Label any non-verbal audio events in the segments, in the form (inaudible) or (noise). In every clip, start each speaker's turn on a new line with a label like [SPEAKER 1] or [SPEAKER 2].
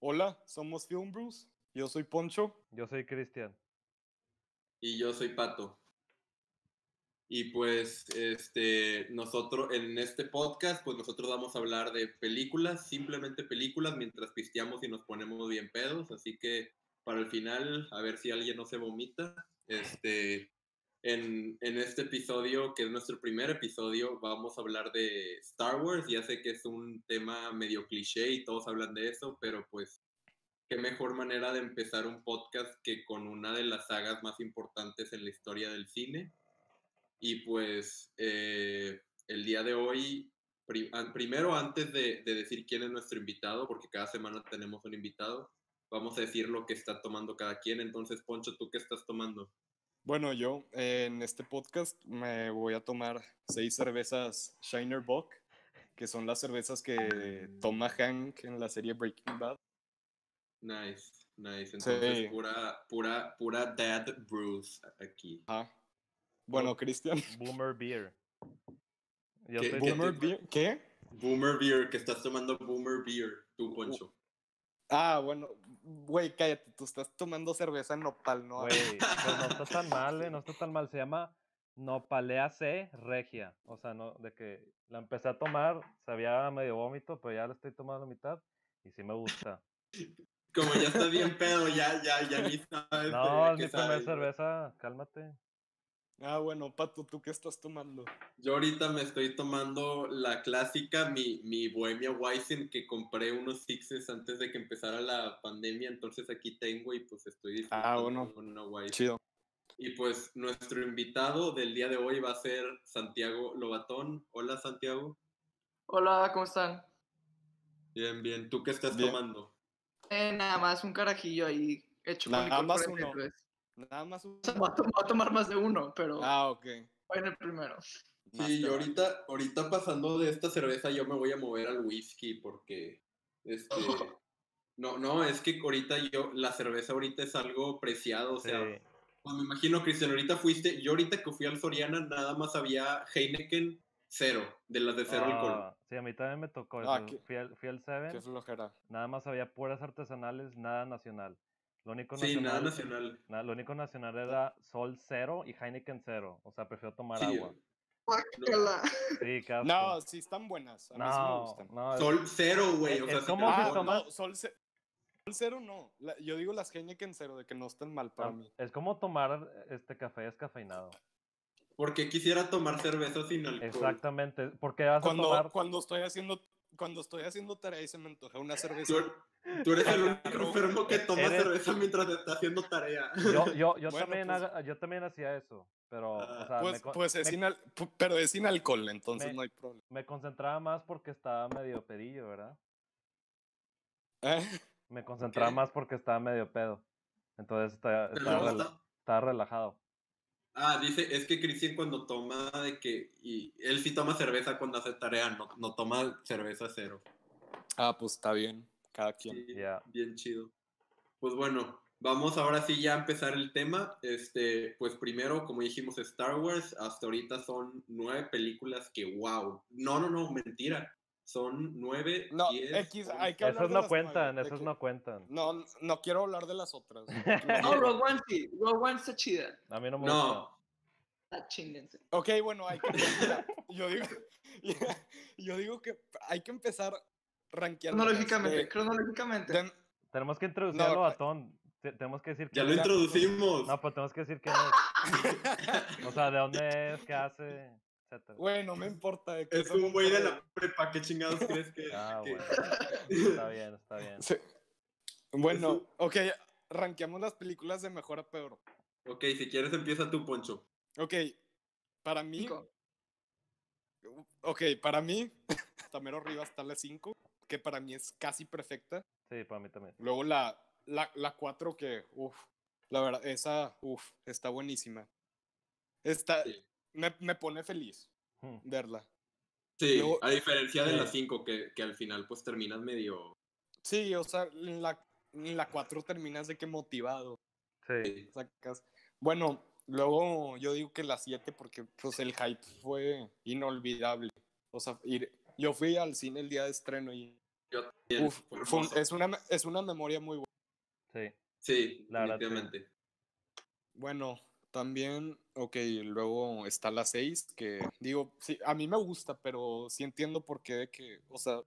[SPEAKER 1] Hola, somos Film Bruce. Yo soy Poncho.
[SPEAKER 2] Yo soy Cristian.
[SPEAKER 3] Y yo soy Pato. Y pues, este, nosotros en este podcast, pues nosotros vamos a hablar de películas, simplemente películas, mientras pisteamos y nos ponemos bien pedos. Así que para el final, a ver si alguien no se vomita. Este, en, en este episodio, que es nuestro primer episodio, vamos a hablar de Star Wars. Ya sé que es un tema medio cliché y todos hablan de eso, pero pues qué mejor manera de empezar un podcast que con una de las sagas más importantes en la historia del cine. Y pues eh, el día de hoy, pri- an- primero antes de, de decir quién es nuestro invitado, porque cada semana tenemos un invitado, vamos a decir lo que está tomando cada quien. Entonces, Poncho, ¿tú qué estás tomando?
[SPEAKER 1] Bueno, yo eh, en este podcast me voy a tomar seis cervezas Shiner Bock, que son las cervezas que toma Hank en la serie Breaking Bad.
[SPEAKER 3] Nice, nice. Entonces, pura, pura, pura dad Bruce aquí.
[SPEAKER 1] Ajá. Bueno, Cristian.
[SPEAKER 2] Boomer Beer. Yo
[SPEAKER 3] ¿Qué-
[SPEAKER 2] soy
[SPEAKER 3] qué-
[SPEAKER 1] Boomer
[SPEAKER 3] te-
[SPEAKER 1] Beer- ¿Qué?
[SPEAKER 3] Boomer Beer, que estás tomando Boomer Beer, tú, Poncho.
[SPEAKER 1] Ah, bueno, güey, cállate, tú estás tomando cerveza nopal, ¿no?
[SPEAKER 2] (laughs) Güey, pues no está tan mal, eh, no está tan mal. Se llama Nopalea C Regia. O sea, no, de que la empecé a tomar, sabía medio vómito, pero ya la estoy tomando a la mitad y sí me gusta.
[SPEAKER 3] Como ya estás bien pedo, ya, ya, ya ni sabes.
[SPEAKER 2] No,
[SPEAKER 3] eh,
[SPEAKER 2] es
[SPEAKER 3] qué
[SPEAKER 2] mi primer
[SPEAKER 3] sabes.
[SPEAKER 2] cerveza, cálmate.
[SPEAKER 1] Ah, bueno, Pato, ¿tú qué estás tomando?
[SPEAKER 3] Yo ahorita me estoy tomando la clásica, mi, mi Bohemia Weizen, que compré unos sixes antes de que empezara la pandemia, entonces aquí tengo y pues estoy
[SPEAKER 1] Ah,
[SPEAKER 3] disfrutando
[SPEAKER 1] bueno.
[SPEAKER 3] con una Weizen.
[SPEAKER 1] Chido.
[SPEAKER 3] Y pues nuestro invitado del día de hoy va a ser Santiago Lobatón. Hola Santiago.
[SPEAKER 4] Hola, ¿cómo están?
[SPEAKER 3] Bien, bien. ¿Tú qué estás
[SPEAKER 1] Bien.
[SPEAKER 3] tomando?
[SPEAKER 4] Eh, nada más un carajillo ahí hecho
[SPEAKER 1] Nada
[SPEAKER 4] con licor
[SPEAKER 1] más
[SPEAKER 4] 43.
[SPEAKER 1] Nada más un...
[SPEAKER 4] O sea, voy a, tom- voy a tomar más de uno, pero
[SPEAKER 1] Ah, ok.
[SPEAKER 4] voy en el primero.
[SPEAKER 1] Más
[SPEAKER 3] sí,
[SPEAKER 1] te
[SPEAKER 3] yo
[SPEAKER 1] vale.
[SPEAKER 3] ahorita, ahorita pasando de esta cerveza, yo me voy a mover al whisky porque
[SPEAKER 2] (laughs)
[SPEAKER 3] este. No, no, es que ahorita yo, la cerveza ahorita es algo preciado, o sea,
[SPEAKER 2] Sí.
[SPEAKER 3] Pues me imagino, Cristian, ahorita fuiste, yo ahorita que fui al Soriana nada más había Heineken cero, de las de cero alcohol.
[SPEAKER 2] Ah, sí, a mí también me tocó.
[SPEAKER 1] Ah,
[SPEAKER 2] eso,
[SPEAKER 1] qué-
[SPEAKER 2] Fui al, fui al
[SPEAKER 1] Qué
[SPEAKER 2] Seven,
[SPEAKER 1] flojera.
[SPEAKER 2] nada más había puras artesanales, nada nacional. Lo único
[SPEAKER 3] Sí, nada
[SPEAKER 2] nacional,
[SPEAKER 3] nacional.
[SPEAKER 2] na- lo único nacional
[SPEAKER 1] Ah.
[SPEAKER 2] era Sol Cero y Heineken Cero. O sea, prefiero tomar
[SPEAKER 3] Sí,
[SPEAKER 2] agua.
[SPEAKER 4] Guácala.
[SPEAKER 2] Sí, qué
[SPEAKER 1] No,
[SPEAKER 2] asco.
[SPEAKER 1] sí están buenas. A mí sí me
[SPEAKER 2] Ah, no,
[SPEAKER 1] gustan.
[SPEAKER 2] no, es-
[SPEAKER 3] Sol cero, güey.
[SPEAKER 2] Eh,
[SPEAKER 3] O
[SPEAKER 2] eh,
[SPEAKER 3] sea, si
[SPEAKER 2] ¿cómo
[SPEAKER 3] te
[SPEAKER 2] se
[SPEAKER 1] Ah,
[SPEAKER 3] pones-
[SPEAKER 2] toma?
[SPEAKER 1] no, sol, ce- sol cero no. La- yo digo las Heineken cero, de que no están mal para
[SPEAKER 2] tam-
[SPEAKER 1] mí.
[SPEAKER 2] es como tomar este café descafeinado.
[SPEAKER 3] Porque quisiera tomar cerveza sin alcohol.
[SPEAKER 2] Exactamente, porque vas
[SPEAKER 1] Cuando,
[SPEAKER 2] a tomar
[SPEAKER 1] cuando estoy haciendo cuando estoy haciendo tarea y se me antoja una cerveza.
[SPEAKER 3] Tú, tú eres
[SPEAKER 2] (laughs)
[SPEAKER 3] el único enfermo que toma
[SPEAKER 2] Eh, Eres-
[SPEAKER 3] cerveza mientras está haciendo tarea.
[SPEAKER 2] (laughs) yo yo yo
[SPEAKER 1] Bueno,
[SPEAKER 2] también
[SPEAKER 1] pues-
[SPEAKER 2] haga- yo también hacía eso, pero o
[SPEAKER 3] Ah,
[SPEAKER 2] sea, me,
[SPEAKER 1] Pues,
[SPEAKER 2] con-
[SPEAKER 1] pues es
[SPEAKER 2] me-
[SPEAKER 1] sin al- pu- pero es sin alcohol, entonces
[SPEAKER 2] me-
[SPEAKER 1] no hay problema. (laughs)
[SPEAKER 2] me concentraba más porque estaba medio pedillo, ¿verdad?
[SPEAKER 1] ¿Eh?
[SPEAKER 2] Me concentraba
[SPEAKER 3] Ok.
[SPEAKER 2] más porque estaba medio pedo. Entonces estaba,
[SPEAKER 3] Pero
[SPEAKER 2] estaba
[SPEAKER 3] no
[SPEAKER 2] rela-
[SPEAKER 3] está-
[SPEAKER 2] estaba relajado.
[SPEAKER 3] Ah, dice, es que Cristian cuando toma de que. Y él sí toma cerveza cuando hace tarea, no, no toma cerveza cero.
[SPEAKER 1] Ah, pues está bien. Cada quien.
[SPEAKER 3] Sí,
[SPEAKER 2] Ya.
[SPEAKER 3] Bien chido. Pues bueno, vamos ahora sí ya a empezar el tema. Este, pues primero, como dijimos, Star Wars, hasta ahorita son nueve películas que, wow. No, no, no, mentira. Son nueve,
[SPEAKER 1] No,
[SPEAKER 3] diez,
[SPEAKER 1] X,
[SPEAKER 3] once.
[SPEAKER 1] hay que hablar
[SPEAKER 2] Esos
[SPEAKER 1] de
[SPEAKER 2] no
[SPEAKER 1] las nueve,
[SPEAKER 2] cuentan,
[SPEAKER 1] de
[SPEAKER 2] esos
[SPEAKER 1] que-
[SPEAKER 2] no cuentan.
[SPEAKER 1] No, no quiero hablar de las otras.
[SPEAKER 2] (laughs)
[SPEAKER 4] No, Rogue One sí. Rogue One está chida. Ah,
[SPEAKER 2] A mí no me gusta.
[SPEAKER 3] No,
[SPEAKER 4] Está chingense.
[SPEAKER 1] Ok, bueno, hay que empezar. Yo digo, (laughs) yo digo que hay que empezar rankeando.
[SPEAKER 4] Cronológicamente, cronológicamente.
[SPEAKER 2] Tenemos que introducirlo
[SPEAKER 1] No,
[SPEAKER 2] a Ton. Te- tenemos que decir
[SPEAKER 3] ah, ya
[SPEAKER 2] quién
[SPEAKER 3] lo
[SPEAKER 2] es.
[SPEAKER 3] introducimos.
[SPEAKER 2] No, pues tenemos que decir quién es. O sea, de dónde es, qué hace, etcétera.
[SPEAKER 3] (laughs)
[SPEAKER 1] Bueno, me importa. de que
[SPEAKER 3] (laughs) Es
[SPEAKER 1] no me
[SPEAKER 3] un güey de
[SPEAKER 1] importa.
[SPEAKER 3] la prepa, ¿qué chingados crees que.?
[SPEAKER 2] (laughs) Ah,
[SPEAKER 3] que-
[SPEAKER 2] bueno. Está bien, está bien.
[SPEAKER 1] Sí. Bueno,
[SPEAKER 3] un-
[SPEAKER 1] ok, ranqueamos las películas de mejor a peor.
[SPEAKER 3] Ok, si quieres empieza tú, Poncho.
[SPEAKER 1] Ok, para mí,
[SPEAKER 4] Cinco.
[SPEAKER 1] ok, para mí, (laughs) hasta mero arriba está la 5, que para mí es casi perfecta.
[SPEAKER 2] Sí, para mí también.
[SPEAKER 1] Luego la 4 que, uff, la verdad, esa, uff, está buenísima. Está,
[SPEAKER 3] Sí.
[SPEAKER 1] me, me pone feliz
[SPEAKER 2] Hmm.
[SPEAKER 1] verla.
[SPEAKER 3] Sí,
[SPEAKER 1] Luego-
[SPEAKER 3] a diferencia de
[SPEAKER 1] Sí.
[SPEAKER 3] las cinco, que, que al final pues terminas medio.
[SPEAKER 1] Sí, o sea, en la, en la 4 terminas de que motivado.
[SPEAKER 2] Sí.
[SPEAKER 1] sacas. Bueno, luego yo digo que la 7 porque pues el hype fue inolvidable. O sea, ir, Yo fui al cine el día de estreno y
[SPEAKER 3] Yo también,
[SPEAKER 1] uf,
[SPEAKER 3] fue
[SPEAKER 1] fue un-
[SPEAKER 3] hermoso.
[SPEAKER 1] es, una, me- es una memoria muy buena.
[SPEAKER 2] Sí.
[SPEAKER 3] Sí,
[SPEAKER 2] La verdad, sí.
[SPEAKER 3] definitivamente.
[SPEAKER 1] Bueno, también, ok, luego está la 6, que digo, sí, a mí me gusta, pero sí entiendo por qué de que, o sea,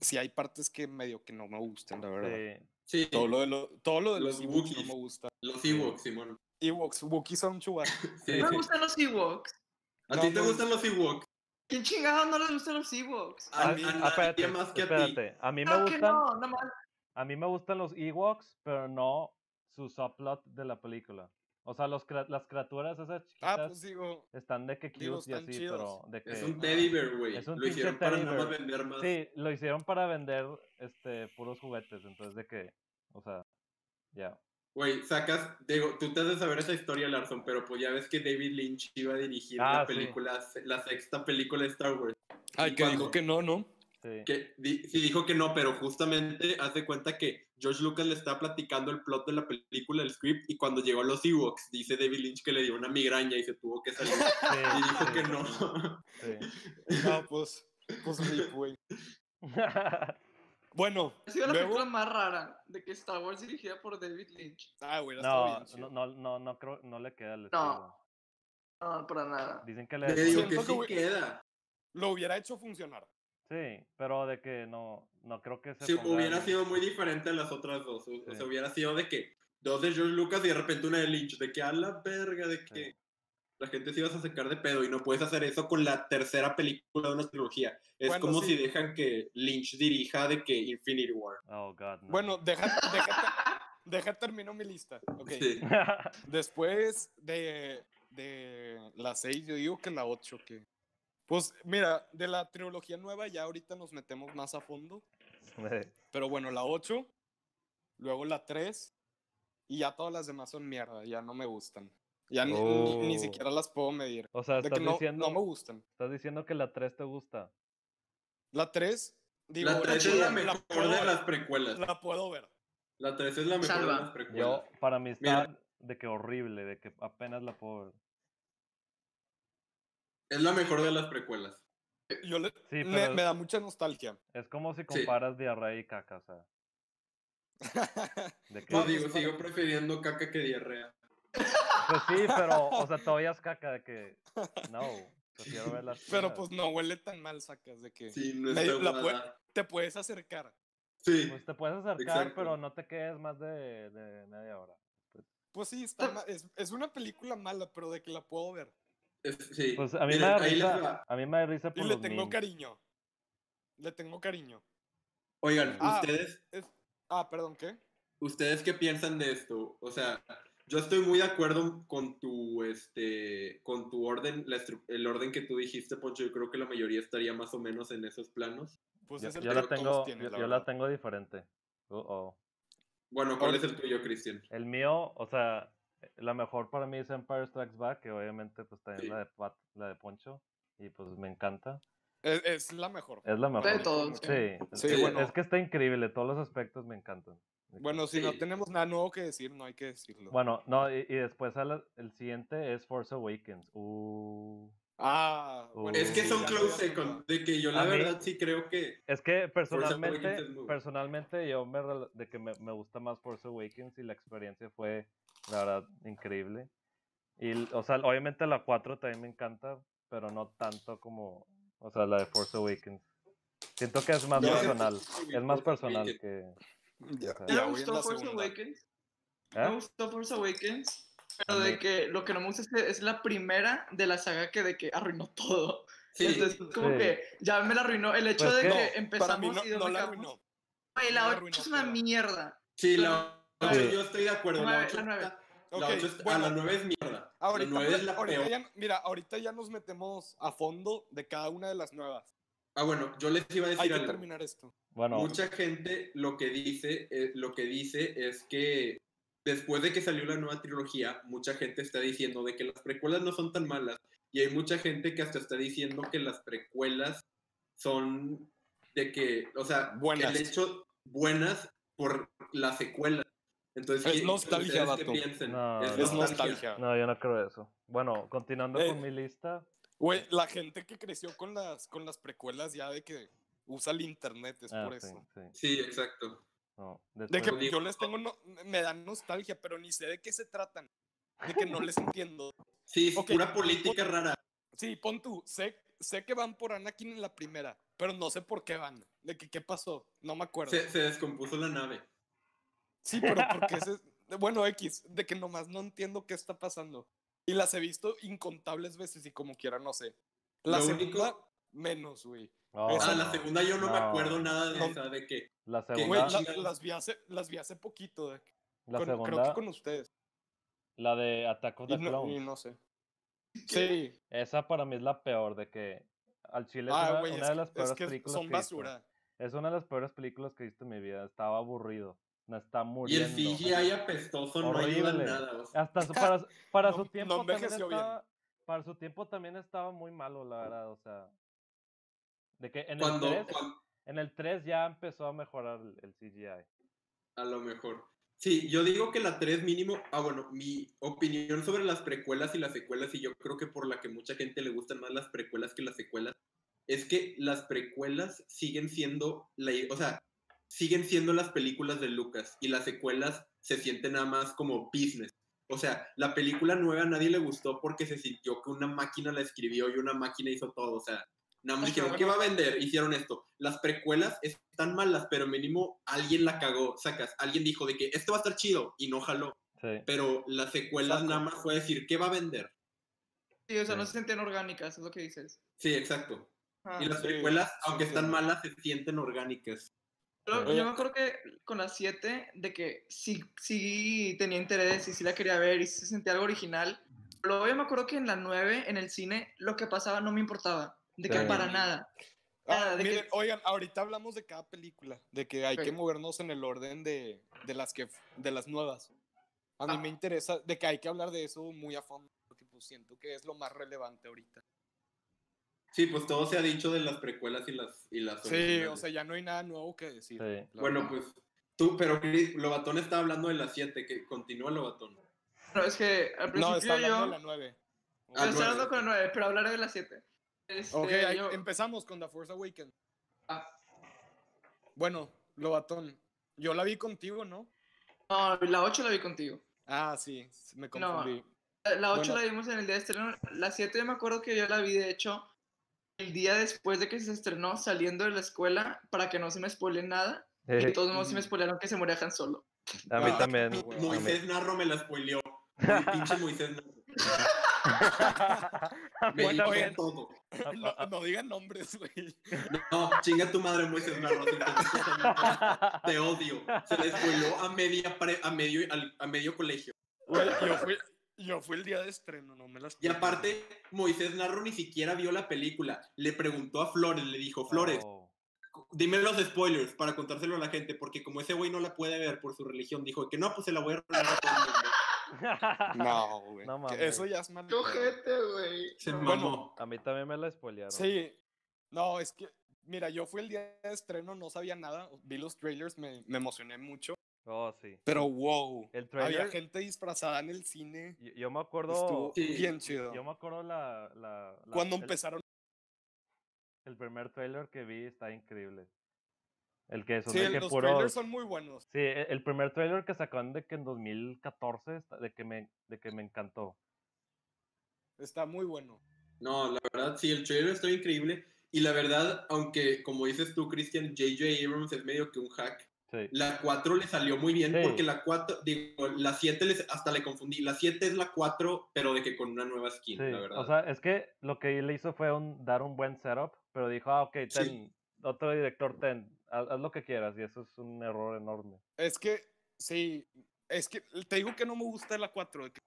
[SPEAKER 1] si hay partes que medio que no me gustan, la verdad.
[SPEAKER 2] sí.
[SPEAKER 3] Sí,
[SPEAKER 1] Todo lo de, lo- todo lo de los,
[SPEAKER 3] Los
[SPEAKER 1] Ewoks no
[SPEAKER 3] Wookiees.
[SPEAKER 1] me gusta.
[SPEAKER 3] los Ewoks, Simón.
[SPEAKER 1] Ewoks, Wookiees son chubas.
[SPEAKER 3] Sí,
[SPEAKER 4] No
[SPEAKER 3] sí.
[SPEAKER 4] me gustan los Ewoks.
[SPEAKER 3] ¿A
[SPEAKER 1] No,
[SPEAKER 3] ti te
[SPEAKER 1] pues-
[SPEAKER 3] gustan los Ewoks?
[SPEAKER 4] ¿Quién chingados no les gustan los Ewoks?
[SPEAKER 3] A,
[SPEAKER 2] Ah,
[SPEAKER 3] a
[SPEAKER 1] mí-
[SPEAKER 3] nadie
[SPEAKER 2] espérate,
[SPEAKER 3] más que a ti.
[SPEAKER 2] espérate. A mí me
[SPEAKER 4] Claro que
[SPEAKER 2] gustan,
[SPEAKER 4] no, no mames.
[SPEAKER 2] a mí me gustan los Ewoks, pero no su subplot de la película. O sea, los, cra- las criaturas esas chiquitas
[SPEAKER 1] Ah, pues digo,
[SPEAKER 2] están de que cute
[SPEAKER 1] digo,
[SPEAKER 2] y
[SPEAKER 1] están
[SPEAKER 2] así,
[SPEAKER 1] chidos.
[SPEAKER 2] pero de que
[SPEAKER 3] Es un teddy bear, güey.
[SPEAKER 2] Eh, ah, Es un
[SPEAKER 3] Lo hicieron
[SPEAKER 2] pinche
[SPEAKER 3] para
[SPEAKER 2] teddy
[SPEAKER 3] nada más
[SPEAKER 2] bear.
[SPEAKER 3] vender más.
[SPEAKER 2] Sí, lo hicieron para vender este puros juguetes, entonces de que, o sea, ya.
[SPEAKER 3] Güey, sacas, digo, tú te has de saber esa historia, Larson, pero pues ya ves que David Lynch iba a dirigir
[SPEAKER 2] Ah,
[SPEAKER 3] la
[SPEAKER 2] sí.
[SPEAKER 3] película, la sexta película de Star Wars.
[SPEAKER 1] ay, que dijo
[SPEAKER 3] cuando-
[SPEAKER 1] que no, ¿no?
[SPEAKER 2] Sí.
[SPEAKER 3] Que di- sí dijo que no, pero justamente hace cuenta que George Lucas le está platicando el plot de la película, el script, y cuando llegó a los Ewoks, dice David Lynch que le dio una migraña y se tuvo que
[SPEAKER 2] Sí,
[SPEAKER 3] salir. (laughs) Y dijo
[SPEAKER 2] sí,
[SPEAKER 3] que
[SPEAKER 1] (laughs)
[SPEAKER 3] no.
[SPEAKER 2] sí.
[SPEAKER 3] (laughs)
[SPEAKER 2] (laughs)
[SPEAKER 1] No, pues, pues rip, güey. Bueno,
[SPEAKER 4] Ha sido la
[SPEAKER 1] luego-
[SPEAKER 4] película más rara de que Star Wars dirigida por David Lynch.
[SPEAKER 1] Ah, güey, está
[SPEAKER 2] no,
[SPEAKER 1] bien. chido.
[SPEAKER 2] no, no, no, no creo, no le queda el
[SPEAKER 4] No.
[SPEAKER 2] estilo.
[SPEAKER 4] No, para nada.
[SPEAKER 2] Dicen que le
[SPEAKER 3] Le digo que
[SPEAKER 1] Siento que,
[SPEAKER 3] sí
[SPEAKER 1] güey,
[SPEAKER 3] queda.
[SPEAKER 1] Lo hubiera hecho funcionar.
[SPEAKER 2] Sí, pero de que no, no creo que se
[SPEAKER 3] Sí,
[SPEAKER 2] ponga
[SPEAKER 3] hubiera
[SPEAKER 2] el-
[SPEAKER 3] sido muy diferente a las otras dos. O, o
[SPEAKER 2] Sí.
[SPEAKER 3] sea, hubiera sido de que dos de George Lucas y de repente una de Lynch. De que a la verga, de que la gente se iba a sacar de pedo y no puedes hacer eso con la tercera película de una trilogía. Es
[SPEAKER 1] Bueno,
[SPEAKER 3] como
[SPEAKER 1] sí.
[SPEAKER 3] si dejan que Lynch dirija de que Infinity War.
[SPEAKER 2] Oh, God, no. (laughs)
[SPEAKER 1] Bueno, deja, deja, deja termino mi lista. Ok.
[SPEAKER 3] Sí.
[SPEAKER 1] Después de, de la 6, yo digo que la 8, que... Pues mira, de la trilogía nueva ya ahorita nos metemos más a fondo.
[SPEAKER 2] Sí.
[SPEAKER 1] Pero bueno, la 8, luego la 3, y ya todas las demás son mierda, ya no me gustan. Ya ni, ni- ni
[SPEAKER 2] Oh.
[SPEAKER 1] siquiera las puedo medir.
[SPEAKER 2] O sea,
[SPEAKER 1] De que
[SPEAKER 2] estás
[SPEAKER 1] no,
[SPEAKER 2] diciendo,
[SPEAKER 1] no me gustan.
[SPEAKER 2] estás diciendo que la 3 te gusta.
[SPEAKER 1] La 3, digo,
[SPEAKER 3] La 3 es la
[SPEAKER 1] puedo-
[SPEAKER 3] mejor
[SPEAKER 1] puedo
[SPEAKER 3] de
[SPEAKER 1] ver,
[SPEAKER 3] las precuelas.
[SPEAKER 1] la puedo ver.
[SPEAKER 3] La 3 es la mejor
[SPEAKER 4] Salva.
[SPEAKER 3] de las precuelas.
[SPEAKER 2] Yo, para mí
[SPEAKER 3] Mira.
[SPEAKER 2] está de que horrible, de que apenas la puedo ver.
[SPEAKER 3] Es la mejor de las precuelas.
[SPEAKER 1] Yo le-
[SPEAKER 2] Sí,
[SPEAKER 1] me-
[SPEAKER 2] pero-
[SPEAKER 1] me da mucha nostalgia. (laughs)
[SPEAKER 2] Es como si comparas diarrea y caca, o sea, de que...
[SPEAKER 3] Yo
[SPEAKER 1] Vamos,
[SPEAKER 3] digo,
[SPEAKER 1] para-
[SPEAKER 3] sigo prefiriendo caca que diarrea.
[SPEAKER 2] Pues sí, pero, o sea, todavía es caca de que. No, prefiero ver las.
[SPEAKER 1] Pero
[SPEAKER 2] primeras.
[SPEAKER 1] pues no huele tan mal, sacas de que
[SPEAKER 3] Sí, no
[SPEAKER 1] Me-
[SPEAKER 3] está
[SPEAKER 1] la pue-
[SPEAKER 3] guada.
[SPEAKER 1] te puedes acercar.
[SPEAKER 3] Sí.
[SPEAKER 2] Pues te puedes acercar,
[SPEAKER 3] exacto.
[SPEAKER 2] pero no te quedes más de, de media hora.
[SPEAKER 1] Pues sí,
[SPEAKER 3] Ah.
[SPEAKER 1] está ma- es, es una película mala, pero de que la puedo ver.
[SPEAKER 3] Es- sí.
[SPEAKER 2] Pues a mí
[SPEAKER 3] Miren,
[SPEAKER 2] me da
[SPEAKER 3] ahí les
[SPEAKER 2] risa.
[SPEAKER 3] va.
[SPEAKER 2] A mí me da risa
[SPEAKER 1] Y
[SPEAKER 2] por
[SPEAKER 1] le
[SPEAKER 2] los
[SPEAKER 1] tengo
[SPEAKER 2] memes.
[SPEAKER 1] cariño. Le tengo cariño.
[SPEAKER 3] Oigan,
[SPEAKER 1] Ah.
[SPEAKER 3] ustedes,
[SPEAKER 1] Ah, perdón, ¿qué?
[SPEAKER 3] ¿ustedes qué piensan de esto? O sea, yo estoy muy de acuerdo con tu, este, con tu orden, la estru- el orden que tú dijiste, Poncho. Yo creo que la mayoría estaría más o menos en esos planos.
[SPEAKER 1] Pues
[SPEAKER 2] Yo,
[SPEAKER 1] es el
[SPEAKER 2] yo
[SPEAKER 1] que
[SPEAKER 2] la
[SPEAKER 1] todos
[SPEAKER 2] tengo,
[SPEAKER 1] tienen,
[SPEAKER 2] yo,
[SPEAKER 1] la
[SPEAKER 2] yo la
[SPEAKER 1] verdad.
[SPEAKER 2] tengo diferente. Uh -oh.
[SPEAKER 3] Bueno, ¿cuál
[SPEAKER 1] Ahora-
[SPEAKER 3] es el tuyo, Cristian?
[SPEAKER 2] El mío, o sea, la mejor para mí es Empire Strikes Back, que obviamente pues también
[SPEAKER 3] Sí.
[SPEAKER 2] la, de Pat- la de Poncho. Y pues me encanta.
[SPEAKER 1] Es, es la mejor.
[SPEAKER 2] Es la
[SPEAKER 4] de
[SPEAKER 2] mejor.
[SPEAKER 4] todo,
[SPEAKER 2] Sí,
[SPEAKER 4] sí.
[SPEAKER 2] es
[SPEAKER 1] Sí,
[SPEAKER 2] que-
[SPEAKER 1] bueno.
[SPEAKER 2] es que está increíble, todos los aspectos me encantan. de que-
[SPEAKER 1] Bueno, si no
[SPEAKER 3] Sí.
[SPEAKER 1] tenemos nada nuevo que decir, no hay que decirlo.
[SPEAKER 2] Bueno, no, y, y después al- el siguiente es Force Awakens. Uh,
[SPEAKER 1] Ah,
[SPEAKER 2] Oh,
[SPEAKER 1] bueno,
[SPEAKER 2] Pues
[SPEAKER 3] Es que
[SPEAKER 1] sí,
[SPEAKER 3] son
[SPEAKER 1] ya no
[SPEAKER 3] close eh,
[SPEAKER 1] voy a hacer nada.
[SPEAKER 3] second, de que yo la
[SPEAKER 2] A mí-
[SPEAKER 3] verdad sí creo que...
[SPEAKER 2] Es que
[SPEAKER 3] Awakens
[SPEAKER 2] personalmente,
[SPEAKER 3] es muy bueno.
[SPEAKER 2] personalmente yo me, rela- de que me, me gusta más Force Awakens y la experiencia fue, la verdad, increíble. Y, l- o sea, obviamente la 4 también me encanta, pero no tanto como, o sea, la de Force Awakens. Siento que es más
[SPEAKER 1] No, es-
[SPEAKER 2] personal, es más personal
[SPEAKER 3] que-
[SPEAKER 2] que...
[SPEAKER 1] Ya,
[SPEAKER 2] o sea,
[SPEAKER 1] Ya
[SPEAKER 4] ¿Ya me
[SPEAKER 1] voy en
[SPEAKER 4] gustó
[SPEAKER 1] la
[SPEAKER 4] Force
[SPEAKER 1] segunda.
[SPEAKER 4] Awakens?
[SPEAKER 2] ¿eh?
[SPEAKER 1] ¿Ah?
[SPEAKER 4] Me gustó Force Awakens. Pero
[SPEAKER 2] A mí-
[SPEAKER 4] de que lo que no me gusta es que es la primera de la saga que de que arruinó todo.
[SPEAKER 3] Sí,
[SPEAKER 4] Entonces, como
[SPEAKER 2] Sí.
[SPEAKER 4] que ya me la arruinó el hecho
[SPEAKER 2] Pues
[SPEAKER 4] de
[SPEAKER 2] que-
[SPEAKER 4] que
[SPEAKER 1] No, para mí
[SPEAKER 4] empezamos
[SPEAKER 1] no,
[SPEAKER 4] y
[SPEAKER 1] no
[SPEAKER 4] donde
[SPEAKER 1] la
[SPEAKER 4] acabamos.
[SPEAKER 1] arruinó.
[SPEAKER 4] Güey,
[SPEAKER 1] no
[SPEAKER 4] la
[SPEAKER 1] la
[SPEAKER 4] 8 es
[SPEAKER 1] arruinó
[SPEAKER 4] una
[SPEAKER 1] toda.
[SPEAKER 4] mierda.
[SPEAKER 3] sí, la
[SPEAKER 1] Sí.
[SPEAKER 3] 8 yo estoy de acuerdo.
[SPEAKER 4] Nueve,
[SPEAKER 3] La
[SPEAKER 4] la
[SPEAKER 3] 8
[SPEAKER 4] nueve.
[SPEAKER 3] está...
[SPEAKER 1] Ok,
[SPEAKER 3] la ocho está-
[SPEAKER 1] bueno,
[SPEAKER 3] a la 9 es mierda.
[SPEAKER 1] ahorita,
[SPEAKER 3] la 9 es la
[SPEAKER 1] ahorita
[SPEAKER 3] peor.
[SPEAKER 1] ya, mira, ahorita ya nos metemos a fondo de cada una de las nuevas.
[SPEAKER 3] Ah, bueno, yo les iba a decir
[SPEAKER 1] Hay que
[SPEAKER 3] algo.
[SPEAKER 1] terminar esto.
[SPEAKER 2] Bueno,
[SPEAKER 3] Mucha gente lo que dice, eh, lo que dice es que después de que salió la nueva trilogía, mucha gente está diciendo de que las precuelas no son tan malas y hay mucha gente que hasta está diciendo que las precuelas son de que, o sea,
[SPEAKER 1] Buenas.
[SPEAKER 3] el hecho buenas por la secuela. Entonces,
[SPEAKER 1] Es
[SPEAKER 3] ¿qué-
[SPEAKER 1] nostalgia,
[SPEAKER 3] ustedes qué
[SPEAKER 1] vato.
[SPEAKER 3] piensen?
[SPEAKER 2] No,
[SPEAKER 3] es
[SPEAKER 2] no.
[SPEAKER 1] Es
[SPEAKER 3] nostalgia.
[SPEAKER 1] nostalgia.
[SPEAKER 2] no, yo no creo eso. Bueno, continuando
[SPEAKER 1] Eh,
[SPEAKER 2] con mi lista,
[SPEAKER 1] Güey, la gente que creció con las, con las precuelas ya de que usa el internet, es
[SPEAKER 2] Ah,
[SPEAKER 1] por
[SPEAKER 2] sí,
[SPEAKER 1] eso.
[SPEAKER 2] sí.
[SPEAKER 3] Sí, exacto.
[SPEAKER 2] No,
[SPEAKER 1] De que
[SPEAKER 2] después-
[SPEAKER 1] yo les tengo, no- me dan nostalgia, pero ni sé de qué se tratan. De que no les entiendo.
[SPEAKER 3] Sí, es
[SPEAKER 1] Ok.
[SPEAKER 3] pura política rara.
[SPEAKER 1] Sí, pon tú, sé, sé que van por Anakin en la primera, pero no sé por qué van. De que qué pasó, no me acuerdo.
[SPEAKER 3] Se, se descompuso la nave.
[SPEAKER 1] Sí, pero porque ese, es- bueno, X, de que nomás no entiendo qué está pasando. Y las he visto incontables veces y como quiera, no sé. La
[SPEAKER 3] Lo
[SPEAKER 1] segunda,
[SPEAKER 3] único-
[SPEAKER 1] menos, güey.
[SPEAKER 2] No,
[SPEAKER 1] Esa-
[SPEAKER 3] Ah, la segunda yo no, me
[SPEAKER 2] No.
[SPEAKER 3] acuerdo nada de
[SPEAKER 1] No.
[SPEAKER 3] esa, de que
[SPEAKER 2] la
[SPEAKER 1] Güey,
[SPEAKER 2] segunda,
[SPEAKER 1] la-
[SPEAKER 3] chingados.
[SPEAKER 1] las, vi hace, las vi hace poquito, de que-
[SPEAKER 2] la
[SPEAKER 1] con- creo
[SPEAKER 2] segunda,
[SPEAKER 1] que con ustedes.
[SPEAKER 2] la de Attack of
[SPEAKER 1] Y
[SPEAKER 2] the
[SPEAKER 1] no, y
[SPEAKER 2] Clones.
[SPEAKER 1] no sé. Sí,
[SPEAKER 2] Esa para mí es la peor, de que al chile es
[SPEAKER 1] ah,
[SPEAKER 2] una,
[SPEAKER 1] güey,
[SPEAKER 2] una
[SPEAKER 1] es,
[SPEAKER 2] de
[SPEAKER 1] que-
[SPEAKER 2] las
[SPEAKER 1] es
[SPEAKER 2] peores
[SPEAKER 1] que
[SPEAKER 2] películas
[SPEAKER 1] son
[SPEAKER 2] que he visto.
[SPEAKER 1] basura.
[SPEAKER 2] Es una de las peores películas que he visto en mi vida. Estaba aburrido. Me está
[SPEAKER 3] y el
[SPEAKER 2] muriendo.
[SPEAKER 3] CGI apestoso no ayuda en
[SPEAKER 2] Horrible. Ah,
[SPEAKER 3] nada. o sea.
[SPEAKER 2] Hasta
[SPEAKER 1] (laughs)
[SPEAKER 2] su- para, su- para
[SPEAKER 1] No-
[SPEAKER 2] su
[SPEAKER 1] no
[SPEAKER 2] tiempo también
[SPEAKER 1] envejeció bien.
[SPEAKER 2] estaba, para su tiempo también estaba muy malo, la verdad, o sea, de que en
[SPEAKER 3] Cuando,
[SPEAKER 2] el 3,
[SPEAKER 3] cuan-
[SPEAKER 2] en el 3 ya empezó a mejorar el, el CGI.
[SPEAKER 3] a lo mejor. Sí, yo digo que la 3 mínimo, ah bueno, mi opinión sobre las precuelas y las secuelas, y yo creo que por la que mucha gente le gustan más las precuelas que las secuelas, es que las precuelas siguen siendo, la, i- o sea, siguen siendo las películas de Lucas y las secuelas se sienten nada más como business. O sea, la película nueva a nadie le gustó porque se sintió que una máquina la escribió y una máquina hizo todo. O sea, nada más
[SPEAKER 4] Ajá,
[SPEAKER 3] dijeron, ¿qué va a vender? Hicieron esto. Las precuelas están malas, pero mínimo alguien la cagó, sacas. Alguien dijo de que esto va a estar chido y no jaló.
[SPEAKER 2] Sí.
[SPEAKER 3] Pero las secuelas
[SPEAKER 1] Exacto.
[SPEAKER 3] nada más fue decir, ¿qué va a vender?
[SPEAKER 4] Sí, o sea, no
[SPEAKER 2] Sí.
[SPEAKER 4] se sentían orgánicas, es lo que dices.
[SPEAKER 3] Sí, exacto.
[SPEAKER 4] Ajá.
[SPEAKER 3] Y las
[SPEAKER 1] sí,
[SPEAKER 3] precuelas,
[SPEAKER 1] sí
[SPEAKER 3] aunque están
[SPEAKER 1] entiendo.
[SPEAKER 3] malas, se sienten orgánicas.
[SPEAKER 4] Pero
[SPEAKER 1] Oye.
[SPEAKER 4] yo me acuerdo que con las 7, de que sí, sí tenía interés y sí la quería ver y sí sentía algo original. Luego yo me acuerdo que en la 9, en el cine, lo que pasaba no me importaba. De que
[SPEAKER 2] Sí.
[SPEAKER 4] para nada.
[SPEAKER 1] Ah,
[SPEAKER 4] Ah, de que-
[SPEAKER 1] miren, oigan, ahorita hablamos de cada película, de que hay
[SPEAKER 4] Ok.
[SPEAKER 1] que movernos en el orden de, de las que de las nuevas. A mí
[SPEAKER 4] Ah.
[SPEAKER 1] me interesa de que hay que hablar de eso muy a fondo, porque pues, siento que es lo más relevante ahorita.
[SPEAKER 3] Sí, pues todo se ha dicho de las precuelas y las y las
[SPEAKER 1] Sí,
[SPEAKER 3] originales.
[SPEAKER 1] o sea, ya no hay nada nuevo que decir.
[SPEAKER 2] Sí.
[SPEAKER 1] la
[SPEAKER 3] Bueno,
[SPEAKER 1] verdad.
[SPEAKER 3] pues tú, pero Chris, Lobatón está hablando de las 7, que continúa Lobatón.
[SPEAKER 4] No, es que al
[SPEAKER 1] no, está
[SPEAKER 4] principio
[SPEAKER 1] hablando
[SPEAKER 4] yo...
[SPEAKER 1] de la 9.
[SPEAKER 3] Ah,
[SPEAKER 4] yo estaba
[SPEAKER 3] nueve.
[SPEAKER 4] hablando con la 9, pero hablaré de la 7. Este,
[SPEAKER 1] Ok, ahí- em-
[SPEAKER 4] yo-
[SPEAKER 1] empezamos con The Force Awakens.
[SPEAKER 4] ah,
[SPEAKER 1] Bueno, Lobatón, yo la vi contigo, ¿no?
[SPEAKER 4] no, la 8 la vi contigo.
[SPEAKER 1] Ah, sí, me confundí.
[SPEAKER 4] La 8
[SPEAKER 1] Bueno.
[SPEAKER 4] la vimos en el día de estreno. La 7 me acuerdo que yo la vi, de hecho, el día después de que se estrenó, saliendo de la escuela, para que no se me spoile nada. Y de todos modos sí me
[SPEAKER 1] Ujú.
[SPEAKER 4] spoilearon que se moría Han Solo.
[SPEAKER 2] a mí
[SPEAKER 1] Ah,
[SPEAKER 2] también.
[SPEAKER 1] no, güey.
[SPEAKER 2] a mí-
[SPEAKER 3] Moisés Narro me la spoileó. El pinche Moisés Narro.
[SPEAKER 2] (laughs) A mí
[SPEAKER 3] Me dijo
[SPEAKER 2] también.
[SPEAKER 3] (laughs) todo.
[SPEAKER 1] (laughs) No, no digan nombres, güey.
[SPEAKER 3] No, chinga tu madre, Moisés Narro. te- te-
[SPEAKER 2] (laughs)
[SPEAKER 3] Te odio. Se le spoileó a media pre- a medio al- a medio colegio.
[SPEAKER 1] Güey, yo fui, yo fui el día de estreno, no me las
[SPEAKER 3] Y aparte, Moisés Narro ni siquiera vio la película. Le preguntó a Flores, le dijo, Flores,
[SPEAKER 2] Oh.
[SPEAKER 3] dime los spoilers para contárselo a la gente, porque como ese güey no la puede ver por su religión, dijo que no, pues se la voy a arruinar a todo el
[SPEAKER 2] (laughs)
[SPEAKER 3] mundo.
[SPEAKER 1] (laughs) No, güey.
[SPEAKER 2] No
[SPEAKER 1] que
[SPEAKER 2] mames.
[SPEAKER 1] Eso ya es mal. pedo.
[SPEAKER 4] güey!
[SPEAKER 3] Se
[SPEAKER 1] Bueno,
[SPEAKER 3] mamó.
[SPEAKER 2] A mí también me la spoilearon.
[SPEAKER 1] Sí. No, es que, mira, yo fui el día de estreno, no sabía nada. Vi los trailers, me, me emocioné mucho.
[SPEAKER 2] Oh, sí.
[SPEAKER 1] Pero wow.
[SPEAKER 2] El
[SPEAKER 1] Había
[SPEAKER 2] trailer,
[SPEAKER 1] gente disfrazada en el cine.
[SPEAKER 2] yo, yo me acuerdo,
[SPEAKER 1] Estuvo
[SPEAKER 3] Sí.
[SPEAKER 1] bien chido.
[SPEAKER 2] yo me acuerdo la, la, la-
[SPEAKER 1] Cuando
[SPEAKER 2] el-
[SPEAKER 1] empezaron.
[SPEAKER 2] El primer trailer que vi está increíble. El que son
[SPEAKER 1] Sí,
[SPEAKER 2] de que
[SPEAKER 1] los
[SPEAKER 2] puros-
[SPEAKER 1] trailers son muy buenos.
[SPEAKER 2] Sí, e- el primer trailer que sacaron de que en 2014 está- de que me de que me encantó.
[SPEAKER 1] Está muy bueno.
[SPEAKER 3] No, la verdad, sí, el trailer está increíble. Y la verdad, aunque como dices tú, Christian, J.J. Abrams es medio que un hack.
[SPEAKER 2] Sí.
[SPEAKER 3] La 4 le salió muy bien
[SPEAKER 2] Sí.
[SPEAKER 3] porque la 4, digo, la 7 les- hasta le confundí. La 7 es la 4, pero de que con una nueva skin,
[SPEAKER 2] sí,
[SPEAKER 3] la verdad.
[SPEAKER 2] O sea, es que lo que le hizo fue un, dar un buen setup, pero dijo, ah, ok, ten,
[SPEAKER 3] Sí.
[SPEAKER 2] otro director, ten, haz, haz lo que quieras, y eso es un error enorme.
[SPEAKER 1] Es que, sí. Es que te digo que no me gusta la 4. de que-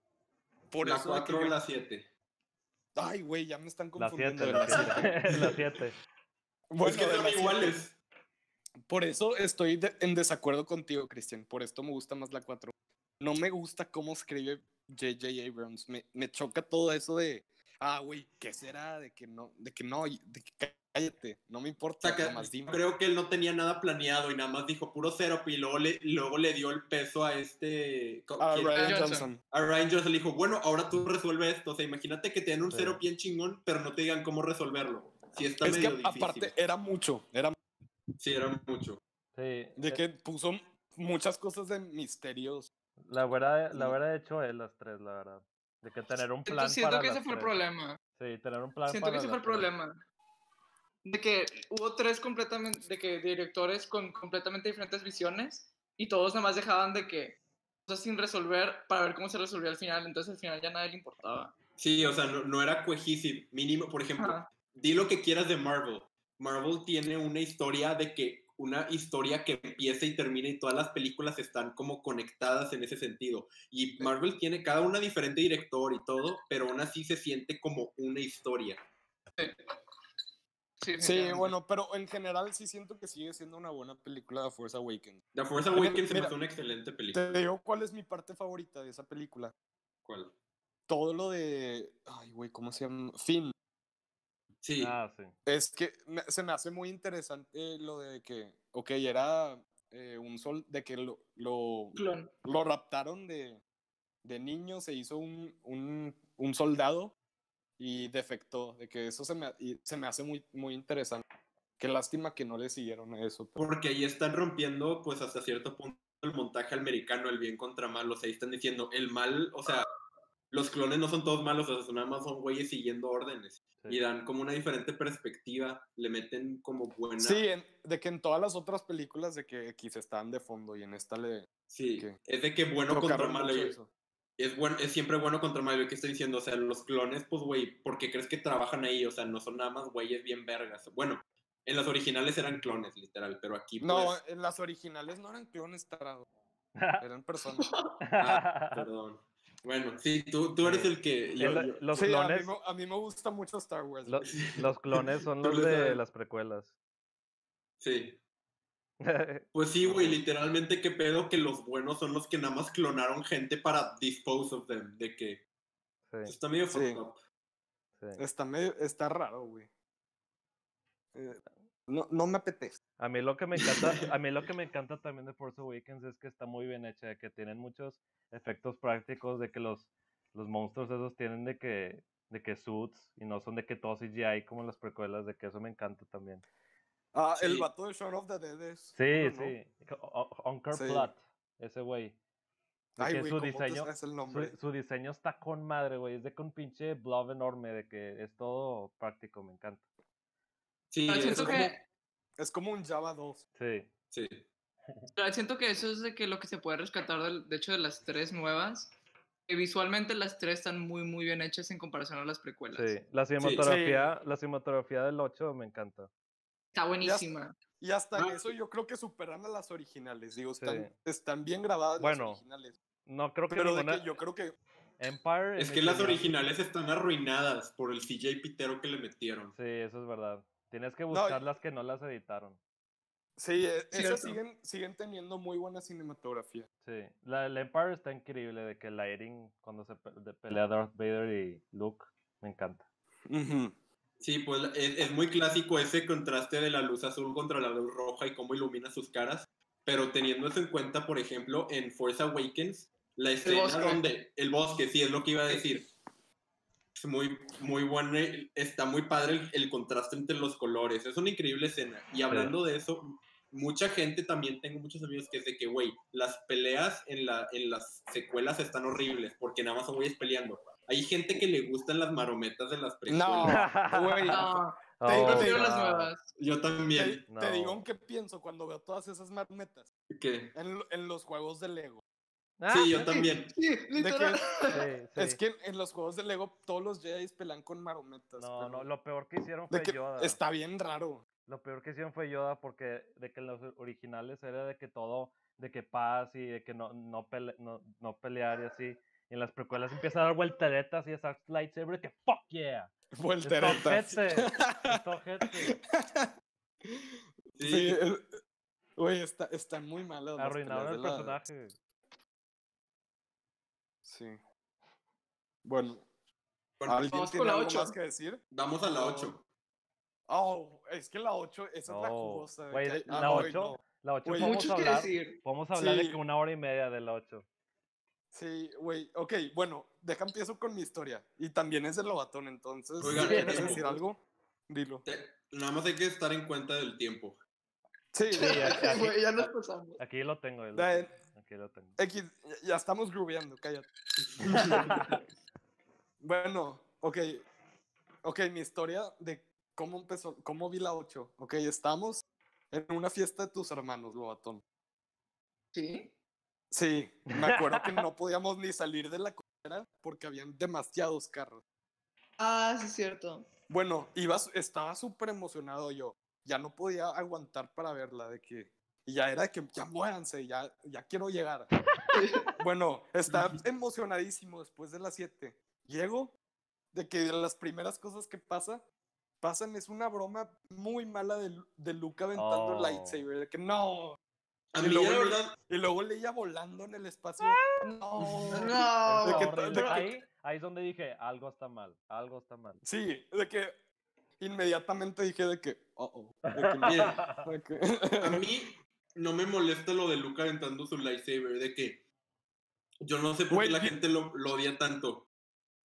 [SPEAKER 1] Por
[SPEAKER 3] la
[SPEAKER 1] eso. de que
[SPEAKER 3] 4 o
[SPEAKER 1] yo-
[SPEAKER 3] la 7.
[SPEAKER 1] Ay, güey, ya me están
[SPEAKER 2] La
[SPEAKER 1] confundiendo.
[SPEAKER 2] 7,
[SPEAKER 1] de
[SPEAKER 2] la
[SPEAKER 1] la siete.
[SPEAKER 2] 7. (laughs) La 7.
[SPEAKER 1] Bueno,
[SPEAKER 3] es que
[SPEAKER 1] de la
[SPEAKER 3] Pues son
[SPEAKER 1] siete.
[SPEAKER 3] iguales.
[SPEAKER 1] Por eso estoy de- en desacuerdo contigo, Cristian. Por esto me gusta más la 4. No me gusta cómo escribe J.J. Abrams. Me, me choca todo eso de, ah, güey, ¿qué será? De que no, de que no, y- de que cállate, no me importa,
[SPEAKER 3] Saca-
[SPEAKER 1] nomás dime.
[SPEAKER 3] creo que él no tenía nada planeado y nada más dijo puro cero y luego le, luego le dio el peso a este... co-
[SPEAKER 1] Ah,
[SPEAKER 3] ¿quién?
[SPEAKER 1] Ryan
[SPEAKER 4] Johnson.
[SPEAKER 1] Johnson.
[SPEAKER 3] a Ryan Johnson le dijo, bueno, ahora tú resuelve esto. O sea, imagínate que te den un
[SPEAKER 2] Sí.
[SPEAKER 3] cero bien chingón, pero no te digan cómo resolverlo. Si está
[SPEAKER 1] Es que
[SPEAKER 3] medio difícil.
[SPEAKER 1] aparte era mucho, era
[SPEAKER 3] Sí, era mucho.
[SPEAKER 2] Sí.
[SPEAKER 1] de
[SPEAKER 2] eh,
[SPEAKER 1] que puso muchas cosas de misterios.
[SPEAKER 2] La verdad, la
[SPEAKER 1] Sí.
[SPEAKER 2] hubiera hecho él las tres, la verdad. De que tener un plan
[SPEAKER 4] Entonces, siento
[SPEAKER 2] para
[SPEAKER 4] que
[SPEAKER 2] las
[SPEAKER 4] ese fue el
[SPEAKER 2] tres.
[SPEAKER 4] problema.
[SPEAKER 2] Sí, tener un plan
[SPEAKER 4] Siento
[SPEAKER 2] para
[SPEAKER 4] que ese fue
[SPEAKER 2] las tres.
[SPEAKER 4] el problema. De que hubo tres completamente, de que directores con completamente diferentes visiones y todos nada más dejaban de que cosas sin resolver para ver cómo se resolvía al final. Entonces al final ya a nadie le importaba.
[SPEAKER 3] Sí, o sea, no, no era cohesivo. Mínimo, por ejemplo,
[SPEAKER 4] Ajá.
[SPEAKER 3] di lo que quieras de Marvel. Marvel tiene una historia de que una historia que empieza y termina y todas las películas están como conectadas en ese sentido. Y Marvel tiene cada una diferente director y todo, pero aún así se siente como una historia.
[SPEAKER 4] Sí,
[SPEAKER 1] Sí,
[SPEAKER 4] definitivamente.
[SPEAKER 1] bueno, pero en general sí siento que sigue siendo una buena película de Force Awakens.
[SPEAKER 3] La Fuerza
[SPEAKER 1] Mira,
[SPEAKER 3] Awakens se me
[SPEAKER 1] mira.
[SPEAKER 3] hace una excelente película.
[SPEAKER 1] Te digo cuál es mi parte favorita de esa película.
[SPEAKER 3] ¿Cuál?
[SPEAKER 1] Todo lo de. Ay, güey, ¿cómo se llama? Finn.
[SPEAKER 3] Sí.
[SPEAKER 2] Ah, sí.
[SPEAKER 1] Es que me- se me hace muy interesante lo de que, ok, era eh, un sol, de que lo, lo,
[SPEAKER 4] Clon.
[SPEAKER 1] lo raptaron de, de niño, se hizo un, un, un soldado y defectó. De que eso se me, y se me hace muy, muy interesante. Qué lástima que no le siguieron a eso. pero-
[SPEAKER 3] Porque ahí están rompiendo, pues hasta cierto punto, el montaje americano, el bien contra mal. O sea, ahí están diciendo, el mal, o sea, los clones no son todos malos, o sea, nada más son güeyes siguiendo órdenes.
[SPEAKER 2] sí. (laughs)
[SPEAKER 3] Y dan como una diferente perspectiva, le meten como buena.
[SPEAKER 1] Sí, eh, en- de que en todas las otras películas de que X estaban de fondo y en esta le
[SPEAKER 3] Sí,
[SPEAKER 1] Ok.
[SPEAKER 3] es de que bueno contra
[SPEAKER 1] trocaron
[SPEAKER 3] malo.
[SPEAKER 1] mucho
[SPEAKER 3] y-
[SPEAKER 1] eso.
[SPEAKER 3] Es, buen- es siempre bueno contra malo. ¿y ¿Qué estoy diciendo? O sea, los clones, pues, güey, ¿por qué crees que trabajan ahí? O sea, no son nada más güeyes bien vergas. Bueno, en las originales eran clones, literal, pero aquí.
[SPEAKER 1] No, eh,
[SPEAKER 3] pues,
[SPEAKER 1] en las originales no eran clones tarados,
[SPEAKER 2] (laughs)
[SPEAKER 1] eran personas.
[SPEAKER 3] ah, perdón. Bueno, sí, tú, tú eres
[SPEAKER 2] Sí.
[SPEAKER 3] el que. yo-
[SPEAKER 2] Es la-
[SPEAKER 3] yo-
[SPEAKER 2] (laughs) los,
[SPEAKER 1] Sí, a mí,
[SPEAKER 2] clones,
[SPEAKER 1] me, a mí me gusta mucho Star Wars. (laughs)
[SPEAKER 2] lo- los clones son
[SPEAKER 3] Tú
[SPEAKER 2] los
[SPEAKER 3] le
[SPEAKER 2] de
[SPEAKER 3] sabes.
[SPEAKER 2] las precuelas. (laughs)
[SPEAKER 3] Sí. Pues sí, güey, literalmente qué pedo que los buenos son los que nada más clonaron gente para dispose of them, de que
[SPEAKER 2] sí,
[SPEAKER 3] está medio
[SPEAKER 1] Sí.
[SPEAKER 3] fucked up.
[SPEAKER 2] sí.
[SPEAKER 1] Está medio, está raro, güey. Eh, no, no me apetece.
[SPEAKER 2] A mí lo que me encanta, a mí lo que me encanta también de Force Awakens es que está muy bien hecha, de que tienen muchos efectos prácticos, de que los, los monstruos esos tienen de que, de que suits y no son de que todo CGI como las precuelas, de que eso me encanta también.
[SPEAKER 1] Ah, el
[SPEAKER 3] Sí.
[SPEAKER 1] vato de Shaun of the Dead es.
[SPEAKER 2] Sí,
[SPEAKER 1] no, no.
[SPEAKER 2] sí. O- o- Onker
[SPEAKER 1] Sí.
[SPEAKER 2] Platt, ese güey. de
[SPEAKER 1] Ay,
[SPEAKER 2] que
[SPEAKER 1] güey,
[SPEAKER 2] su
[SPEAKER 1] ¿cómo te
[SPEAKER 2] diseño,
[SPEAKER 1] sabes el
[SPEAKER 2] su,
[SPEAKER 1] nombre?
[SPEAKER 2] su diseño está con madre, güey. Es de con pinche blob enorme, de que es todo práctico, me encanta.
[SPEAKER 3] Sí,
[SPEAKER 4] Pero
[SPEAKER 3] eso
[SPEAKER 4] siento,
[SPEAKER 3] es
[SPEAKER 4] que,
[SPEAKER 3] como-
[SPEAKER 1] Es como un Java 2.
[SPEAKER 2] Sí,
[SPEAKER 3] sí.
[SPEAKER 4] pero siento que eso es de que lo que se puede rescatar, del- de hecho, de las tres nuevas. Que visualmente las tres están muy, muy bien hechas en comparación a las precuelas.
[SPEAKER 2] sí. La cinematografía, la cinematografía del 8 me encanta.
[SPEAKER 4] Está buenísima.
[SPEAKER 1] Y hasta en
[SPEAKER 3] Ah.
[SPEAKER 1] eso yo creo que superan a las originales. Digo,
[SPEAKER 2] Sí.
[SPEAKER 1] están, están bien grabadas
[SPEAKER 2] Bueno,
[SPEAKER 1] las originales.
[SPEAKER 2] No creo que
[SPEAKER 1] Pero de
[SPEAKER 2] ninguna...
[SPEAKER 1] que yo creo que.
[SPEAKER 2] Empire. en
[SPEAKER 3] Es
[SPEAKER 2] mi
[SPEAKER 3] que las
[SPEAKER 2] opinión-
[SPEAKER 3] originales están arruinadas por el CJ Pitero que le metieron.
[SPEAKER 2] Sí, eso es verdad. Tienes que
[SPEAKER 1] y-
[SPEAKER 2] buscar las que no las editaron.
[SPEAKER 1] Sí, eh, esas
[SPEAKER 4] Cierto.
[SPEAKER 1] siguen, siguen teniendo muy buena cinematografía.
[SPEAKER 2] Sí. La del Empire está increíble, de que el lighting cuando se pe- de- pelea Darth Vader y Luke. Me encanta.
[SPEAKER 1] Ujú.
[SPEAKER 3] Sí, pues la- es, es muy clásico ese contraste de la luz azul contra la luz roja y cómo ilumina sus caras. Pero teniendo eso en cuenta, por ejemplo, en Force Awakens, la escena
[SPEAKER 4] bosque.
[SPEAKER 3] donde el bosque, sí, es lo que iba a decir. Es muy, muy bueno, está muy padre el, el contraste entre los colores. Es una increíble escena. Y hablando de eso, mucha gente también, tengo muchos amigos que es de que, güey, las peleas en, la, en las secuelas están horribles porque nada más son güeyes peleando. Hay gente que le gustan las marometas de las
[SPEAKER 2] (laughs)
[SPEAKER 1] No,
[SPEAKER 3] precuelas.
[SPEAKER 1] güey.
[SPEAKER 4] No,
[SPEAKER 1] Te digo,
[SPEAKER 4] Ah, yo
[SPEAKER 1] Oh,
[SPEAKER 4] prefiero
[SPEAKER 1] no.
[SPEAKER 4] las
[SPEAKER 2] wow.
[SPEAKER 4] nuevas.
[SPEAKER 3] Yo
[SPEAKER 1] Te,
[SPEAKER 3] también.
[SPEAKER 1] te digo
[SPEAKER 2] No.
[SPEAKER 1] en qué pienso cuando veo todas esas marmetas.
[SPEAKER 3] que
[SPEAKER 1] En, lo- en los juegos de Lego.
[SPEAKER 2] Ah,
[SPEAKER 3] Sí, yo también.
[SPEAKER 4] Sí,
[SPEAKER 1] De
[SPEAKER 4] literal.
[SPEAKER 1] que-
[SPEAKER 2] Sí, sí.
[SPEAKER 1] (laughs) Es que en, en los juegos de Lego todos los Jedi pelan con marometas.
[SPEAKER 2] No,
[SPEAKER 1] pero- (laughs)
[SPEAKER 2] no, lo peor que hicieron
[SPEAKER 1] de
[SPEAKER 2] fue
[SPEAKER 1] que
[SPEAKER 2] Yoda.
[SPEAKER 1] está bien raro. (laughs)
[SPEAKER 2] Lo peor que hicieron fue Yoda porque de que en los originales era de que todo, de que paz y de que no, no, pele- no, no pelear y así. Y en las precuelas empieza a dar vuelteretas y esas lightsaber de que fuck yeah. Está
[SPEAKER 1] Volteretas.
[SPEAKER 2] ojete, está ojete.
[SPEAKER 1] (laughs) Sí,
[SPEAKER 3] Sí.
[SPEAKER 1] el- güey, está, están muy malas. las
[SPEAKER 2] Arruinaron
[SPEAKER 1] peleas
[SPEAKER 2] el
[SPEAKER 1] de la-
[SPEAKER 2] personaje.
[SPEAKER 1] Sí. Bueno,
[SPEAKER 3] Bueno,
[SPEAKER 1] ¿alguien
[SPEAKER 4] vamos con
[SPEAKER 1] tiene
[SPEAKER 4] la
[SPEAKER 1] algo
[SPEAKER 4] ocho.
[SPEAKER 1] más que decir?
[SPEAKER 3] vamos a la 8.
[SPEAKER 1] Oh, es que la 8, esa es la
[SPEAKER 2] No,
[SPEAKER 1] jugosa. de
[SPEAKER 2] güey,
[SPEAKER 1] que-
[SPEAKER 2] de-
[SPEAKER 1] ah,
[SPEAKER 2] la
[SPEAKER 1] no,
[SPEAKER 2] 8,
[SPEAKER 1] no.
[SPEAKER 2] la 8
[SPEAKER 1] Güey,
[SPEAKER 2] podemos
[SPEAKER 4] Mucho que
[SPEAKER 2] hablar,
[SPEAKER 4] decir.
[SPEAKER 2] podemos hablar de
[SPEAKER 1] Sí.
[SPEAKER 2] que una hora y media de la 8.
[SPEAKER 1] Sí, güey, ok, bueno, deja empiezo con mi historia. Y también es el lobatón, entonces,
[SPEAKER 3] Oigan,
[SPEAKER 1] si quieres
[SPEAKER 3] eh,
[SPEAKER 1] decir algo, dilo.
[SPEAKER 3] Te- Nada más hay que estar en cuenta del tiempo.
[SPEAKER 1] Sí, (laughs)
[SPEAKER 2] Sí, aquí, aquí-
[SPEAKER 4] Güey, ya nos pasamos.
[SPEAKER 2] aquí lo tengo, ahí lo
[SPEAKER 1] Da-
[SPEAKER 2] tengo, aquí lo tengo.
[SPEAKER 1] X, ya- ya estamos grubeando, cállate. bueno, ok. Ok, mi historia de cómo empezó, cómo vi la 8. Ok, estamos en una fiesta de tus hermanos, Lobatón.
[SPEAKER 4] ¿Sí?
[SPEAKER 1] Sí, me acuerdo que no podíamos ni salir de la cochera porque habían demasiados carros.
[SPEAKER 4] Ah, sí, es cierto. (laughs)
[SPEAKER 1] Bueno, iba, s- estaba súper emocionado yo. Ya no podía aguantar para verla de que... Y ya era de que ya muéranse, ya, ya quiero llegar. bueno, estaba emocionadísimo después de las 7. Llego, de que de las primeras cosas que pasa, pasan es una broma muy mala de, Lu- de Luca aventando
[SPEAKER 2] Oh.
[SPEAKER 1] el lightsaber. De que no.
[SPEAKER 3] A
[SPEAKER 1] Y
[SPEAKER 3] mí,
[SPEAKER 1] luego
[SPEAKER 3] la
[SPEAKER 1] le-
[SPEAKER 3] verdad,
[SPEAKER 1] Y luego Leia volando en el espacio. No.
[SPEAKER 4] No.
[SPEAKER 1] De que
[SPEAKER 2] Horrible.
[SPEAKER 1] to- de que-
[SPEAKER 2] ahí, ahí es donde dije, algo está mal, algo está mal. (laughs)
[SPEAKER 1] Sí, de que inmediatamente dije de que, oh, oh, de
[SPEAKER 3] (laughs)
[SPEAKER 1] que,
[SPEAKER 3] Miren,
[SPEAKER 1] de que-
[SPEAKER 3] a mí no me molesta lo de Luca aventando su lightsaber, de que yo no sé por
[SPEAKER 1] Güey,
[SPEAKER 3] qué la
[SPEAKER 1] sí.
[SPEAKER 3] gente lo, lo odia tanto.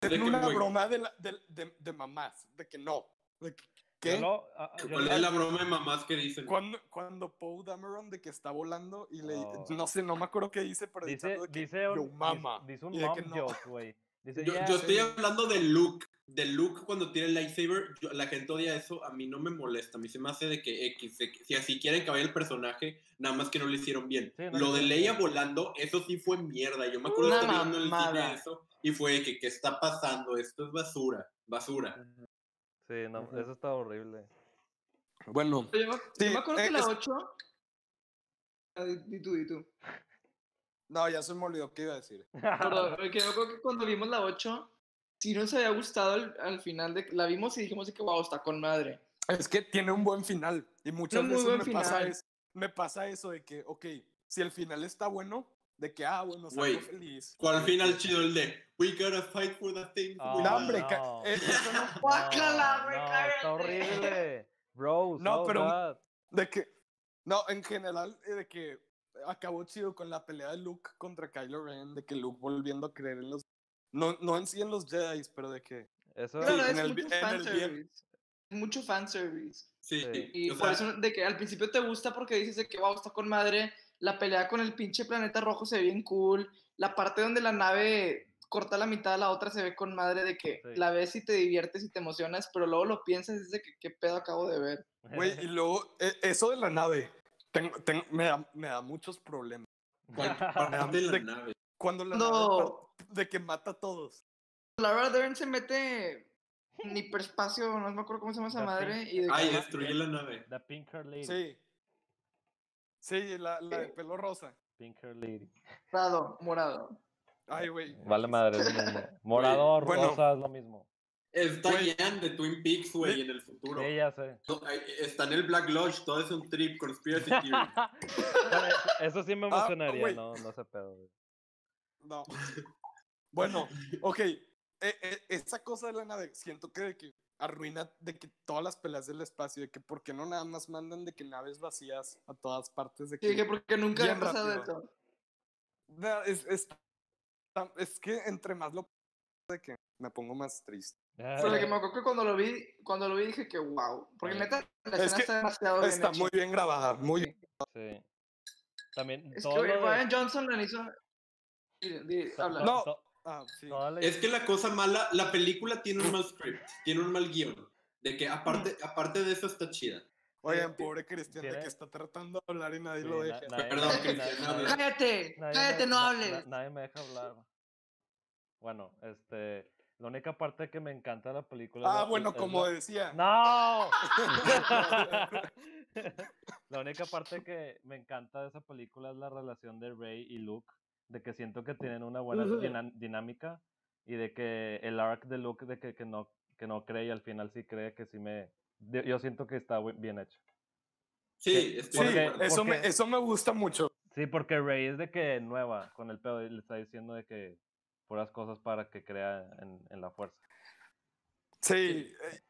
[SPEAKER 3] De
[SPEAKER 1] en
[SPEAKER 3] que,
[SPEAKER 1] una
[SPEAKER 3] güey,
[SPEAKER 1] broma de, la- de, de- de mamás, de que no, de que,
[SPEAKER 2] Yo
[SPEAKER 1] ¿qué?
[SPEAKER 2] lo- a- a- yo
[SPEAKER 3] ¿Cuál
[SPEAKER 2] lo-
[SPEAKER 3] es la broma de mamás que dicen?
[SPEAKER 1] Cuando, cuando Poe Dameron de que está volando y le
[SPEAKER 2] Oh.
[SPEAKER 1] no sé, no me acuerdo qué dice, pero dice,
[SPEAKER 2] dice,
[SPEAKER 1] algo de que,
[SPEAKER 2] dice un,
[SPEAKER 1] "Yo,
[SPEAKER 2] dice-
[SPEAKER 1] mama",
[SPEAKER 2] dice un
[SPEAKER 1] y de
[SPEAKER 2] mom
[SPEAKER 1] que no.
[SPEAKER 2] joke, güey. Dice,
[SPEAKER 3] Yo,
[SPEAKER 2] "Yeah,
[SPEAKER 3] yo estoy
[SPEAKER 2] sí".
[SPEAKER 3] hablando de Luke, de Luke cuando tiene el lightsaber, yo- la gente odia eso, a mí no me molesta, a mí se me hace de que X, de que- si así quieren cambiar el personaje, nada más que no lo hicieron bien.
[SPEAKER 2] Sí, no,
[SPEAKER 3] lo
[SPEAKER 2] no,
[SPEAKER 3] de
[SPEAKER 2] no.
[SPEAKER 3] Leia volando, eso sí fue mierda, yo me acuerdo de
[SPEAKER 4] Una
[SPEAKER 3] estar viendo en el cine
[SPEAKER 4] mamada.
[SPEAKER 3] eso, y fue de que, ¿qué está pasando? Esto es basura, basura.
[SPEAKER 2] Sí, no,
[SPEAKER 1] Ujú.
[SPEAKER 2] eso está horrible.
[SPEAKER 1] Bueno,
[SPEAKER 4] Yo me, yo
[SPEAKER 1] Sí,
[SPEAKER 4] me acuerdo
[SPEAKER 1] eh,
[SPEAKER 4] que la
[SPEAKER 1] es-
[SPEAKER 4] 8. Ah, di- di tú, di tú.
[SPEAKER 1] no, ya se me olvidó qué iba a decir.
[SPEAKER 4] Perdón, que yo me acuerdo que cuando vimos la 8, sí nos había gustado al, al final. De, la vimos y dijimos de que, wow, está con madre.
[SPEAKER 1] Es que tiene un buen final y muchas
[SPEAKER 4] muy
[SPEAKER 1] veces
[SPEAKER 4] buen
[SPEAKER 1] me pasa,
[SPEAKER 4] final.
[SPEAKER 1] es- me pasa eso de que, ok, si el final está bueno, de que, ah, bueno, salgo
[SPEAKER 3] Güey,
[SPEAKER 1] feliz.
[SPEAKER 3] ¿Cuál
[SPEAKER 1] de
[SPEAKER 3] final
[SPEAKER 1] que-
[SPEAKER 3] chido el de, we gotta fight for the thing?
[SPEAKER 2] Ah,
[SPEAKER 3] we
[SPEAKER 1] No,
[SPEAKER 3] love"?
[SPEAKER 1] hombre, ca-
[SPEAKER 2] no.
[SPEAKER 1] eh, eso no-
[SPEAKER 4] Guácala, güey,
[SPEAKER 2] no,
[SPEAKER 4] cállate.
[SPEAKER 2] está
[SPEAKER 1] (laughs)
[SPEAKER 2] horrible. Bro,
[SPEAKER 1] No,
[SPEAKER 2] no,
[SPEAKER 1] pero-
[SPEAKER 2] pero...
[SPEAKER 1] De que, no, en general, eh, de que acabó chido con la pelea de Luke contra Kylo Ren, de que Luke volviendo a creer en los. No, no en sí en los Jedi, pero de que.
[SPEAKER 2] Eso
[SPEAKER 4] Claro,
[SPEAKER 1] en
[SPEAKER 4] es
[SPEAKER 1] el
[SPEAKER 4] mucho
[SPEAKER 1] bi- en el bien.
[SPEAKER 4] fanservice. Es mucho fanservice.
[SPEAKER 3] Sí,
[SPEAKER 2] Sí.
[SPEAKER 4] Y
[SPEAKER 3] o
[SPEAKER 4] por
[SPEAKER 3] sea,
[SPEAKER 4] eso de que al principio te gusta porque dices de que wow, está con madre, la pelea con el pinche planeta rojo se ve bien cool, la parte donde la nave corta la mitad a la otra se ve con madre de que
[SPEAKER 2] Sí.
[SPEAKER 4] la ves y te diviertes y te emocionas, pero luego lo piensas y dices de que qué pedo acabo de ver.
[SPEAKER 1] Güey,
[SPEAKER 2] (laughs)
[SPEAKER 1] y luego, eh, eso de la nave. tengo- tengo- me, da, me da muchos problemas.
[SPEAKER 3] ¿cuál
[SPEAKER 4] (laughs)
[SPEAKER 3] parte de la
[SPEAKER 1] De-
[SPEAKER 3] nave?
[SPEAKER 1] Cuando la nave
[SPEAKER 4] Cuando
[SPEAKER 1] par- de que mata a todos.
[SPEAKER 4] Laura Dern se mete en hiperespacio, no me acuerdo cómo se llama esa
[SPEAKER 2] La
[SPEAKER 4] madre, y de
[SPEAKER 3] Ay,
[SPEAKER 4] que-
[SPEAKER 3] destruye la nave.
[SPEAKER 2] The Pink Hair Lady.
[SPEAKER 1] Sí. Sí, la, la de
[SPEAKER 4] Sí.
[SPEAKER 1] pelo rosa.
[SPEAKER 2] Pink Hair Lady.
[SPEAKER 4] morado, morado.
[SPEAKER 1] Ay, güey.
[SPEAKER 2] Vale madre, es lo (laughs) mismo. Morado,
[SPEAKER 1] Güey, bueno.
[SPEAKER 2] rosa, es lo mismo.
[SPEAKER 3] Es
[SPEAKER 1] Güey.
[SPEAKER 3] Diane de Twin Peaks, güey,
[SPEAKER 1] Güey.
[SPEAKER 3] en el futuro.
[SPEAKER 2] Sí, ya sé.
[SPEAKER 3] No, ay, Está en el Black Lodge, todo es un trip, conspiracy
[SPEAKER 2] (laughs)
[SPEAKER 3] theory.
[SPEAKER 2] Pero e- Eso sí me
[SPEAKER 1] Ah,
[SPEAKER 2] emocionaría,
[SPEAKER 1] güey.
[SPEAKER 2] no, no sé pedo. güey.
[SPEAKER 1] No. Bueno, ok. e- e- esa cosa de la nave, siento que, de que arruina de que todas las peleas del espacio, de que por qué no nada más mandan de que naves vacías a todas partes de
[SPEAKER 4] Y dije,
[SPEAKER 1] que...
[SPEAKER 4] porque nunca había
[SPEAKER 1] Bien
[SPEAKER 4] pasado
[SPEAKER 1] rápido.
[SPEAKER 4] eso.
[SPEAKER 1] No, es, es, tam- es que entre más lo... de que me pongo más triste.
[SPEAKER 2] Ah.
[SPEAKER 4] Pero
[SPEAKER 2] Eh,
[SPEAKER 4] que me acuerdo que cuando lo vi, cuando lo vi dije que wow, porque
[SPEAKER 2] Sí.
[SPEAKER 4] neta
[SPEAKER 1] Ah.
[SPEAKER 4] la
[SPEAKER 1] Es
[SPEAKER 4] escena
[SPEAKER 1] que
[SPEAKER 4] está demasiado bien
[SPEAKER 1] Está
[SPEAKER 4] hecha.
[SPEAKER 1] muy bien grabada, muy
[SPEAKER 4] Sí.
[SPEAKER 2] Sí. También
[SPEAKER 4] Es que
[SPEAKER 2] todo
[SPEAKER 4] güey,
[SPEAKER 2] lo de-
[SPEAKER 4] Ryan Johnson la hizo. Di- di-
[SPEAKER 2] to-
[SPEAKER 4] habla.
[SPEAKER 2] to-
[SPEAKER 1] No.
[SPEAKER 2] to-
[SPEAKER 1] Ah, sí.
[SPEAKER 2] toda la-
[SPEAKER 3] Es que la cosa mala, la película tiene un mal script, tiene un mal guión. De que aparte, aparte de eso está chida.
[SPEAKER 1] Oigan, pobre Cristian, de
[SPEAKER 2] tiene-
[SPEAKER 1] que está tratando de hablar y nadie
[SPEAKER 2] sí,
[SPEAKER 1] lo
[SPEAKER 2] na-
[SPEAKER 1] deja.
[SPEAKER 2] nadie-
[SPEAKER 3] Perdón,
[SPEAKER 2] nadie-
[SPEAKER 3] Cristian,
[SPEAKER 2] nadie-
[SPEAKER 3] habla.
[SPEAKER 4] Cállate,
[SPEAKER 2] nadie
[SPEAKER 4] cállate,
[SPEAKER 2] me-
[SPEAKER 4] no
[SPEAKER 2] na-
[SPEAKER 4] hables.
[SPEAKER 2] na- nadie me deja hablar. Bueno, este, la única parte que me encanta de la película. es
[SPEAKER 1] Ah,
[SPEAKER 2] la-
[SPEAKER 1] bueno,
[SPEAKER 2] es
[SPEAKER 1] como
[SPEAKER 2] la-
[SPEAKER 1] decía.
[SPEAKER 2] ¡No! la única parte que me encanta de esa película es la relación de Rey y Luke, de que siento que tienen una buena
[SPEAKER 1] Ujú.
[SPEAKER 2] dina- dinámica y de que el arc de Luke de que, que no que no cree y al final sí cree que sí me de- yo siento que está bu- bien hecho.
[SPEAKER 3] Sí,
[SPEAKER 1] Sí,
[SPEAKER 3] estoy de
[SPEAKER 2] porque-
[SPEAKER 3] acuerdo.
[SPEAKER 1] eso,
[SPEAKER 2] porque-
[SPEAKER 1] me, eso me gusta mucho.
[SPEAKER 2] Sí, porque Rey es de que nueva con el pedo y le está diciendo de que puras cosas para que crea en, en la fuerza.
[SPEAKER 1] Sí. eh,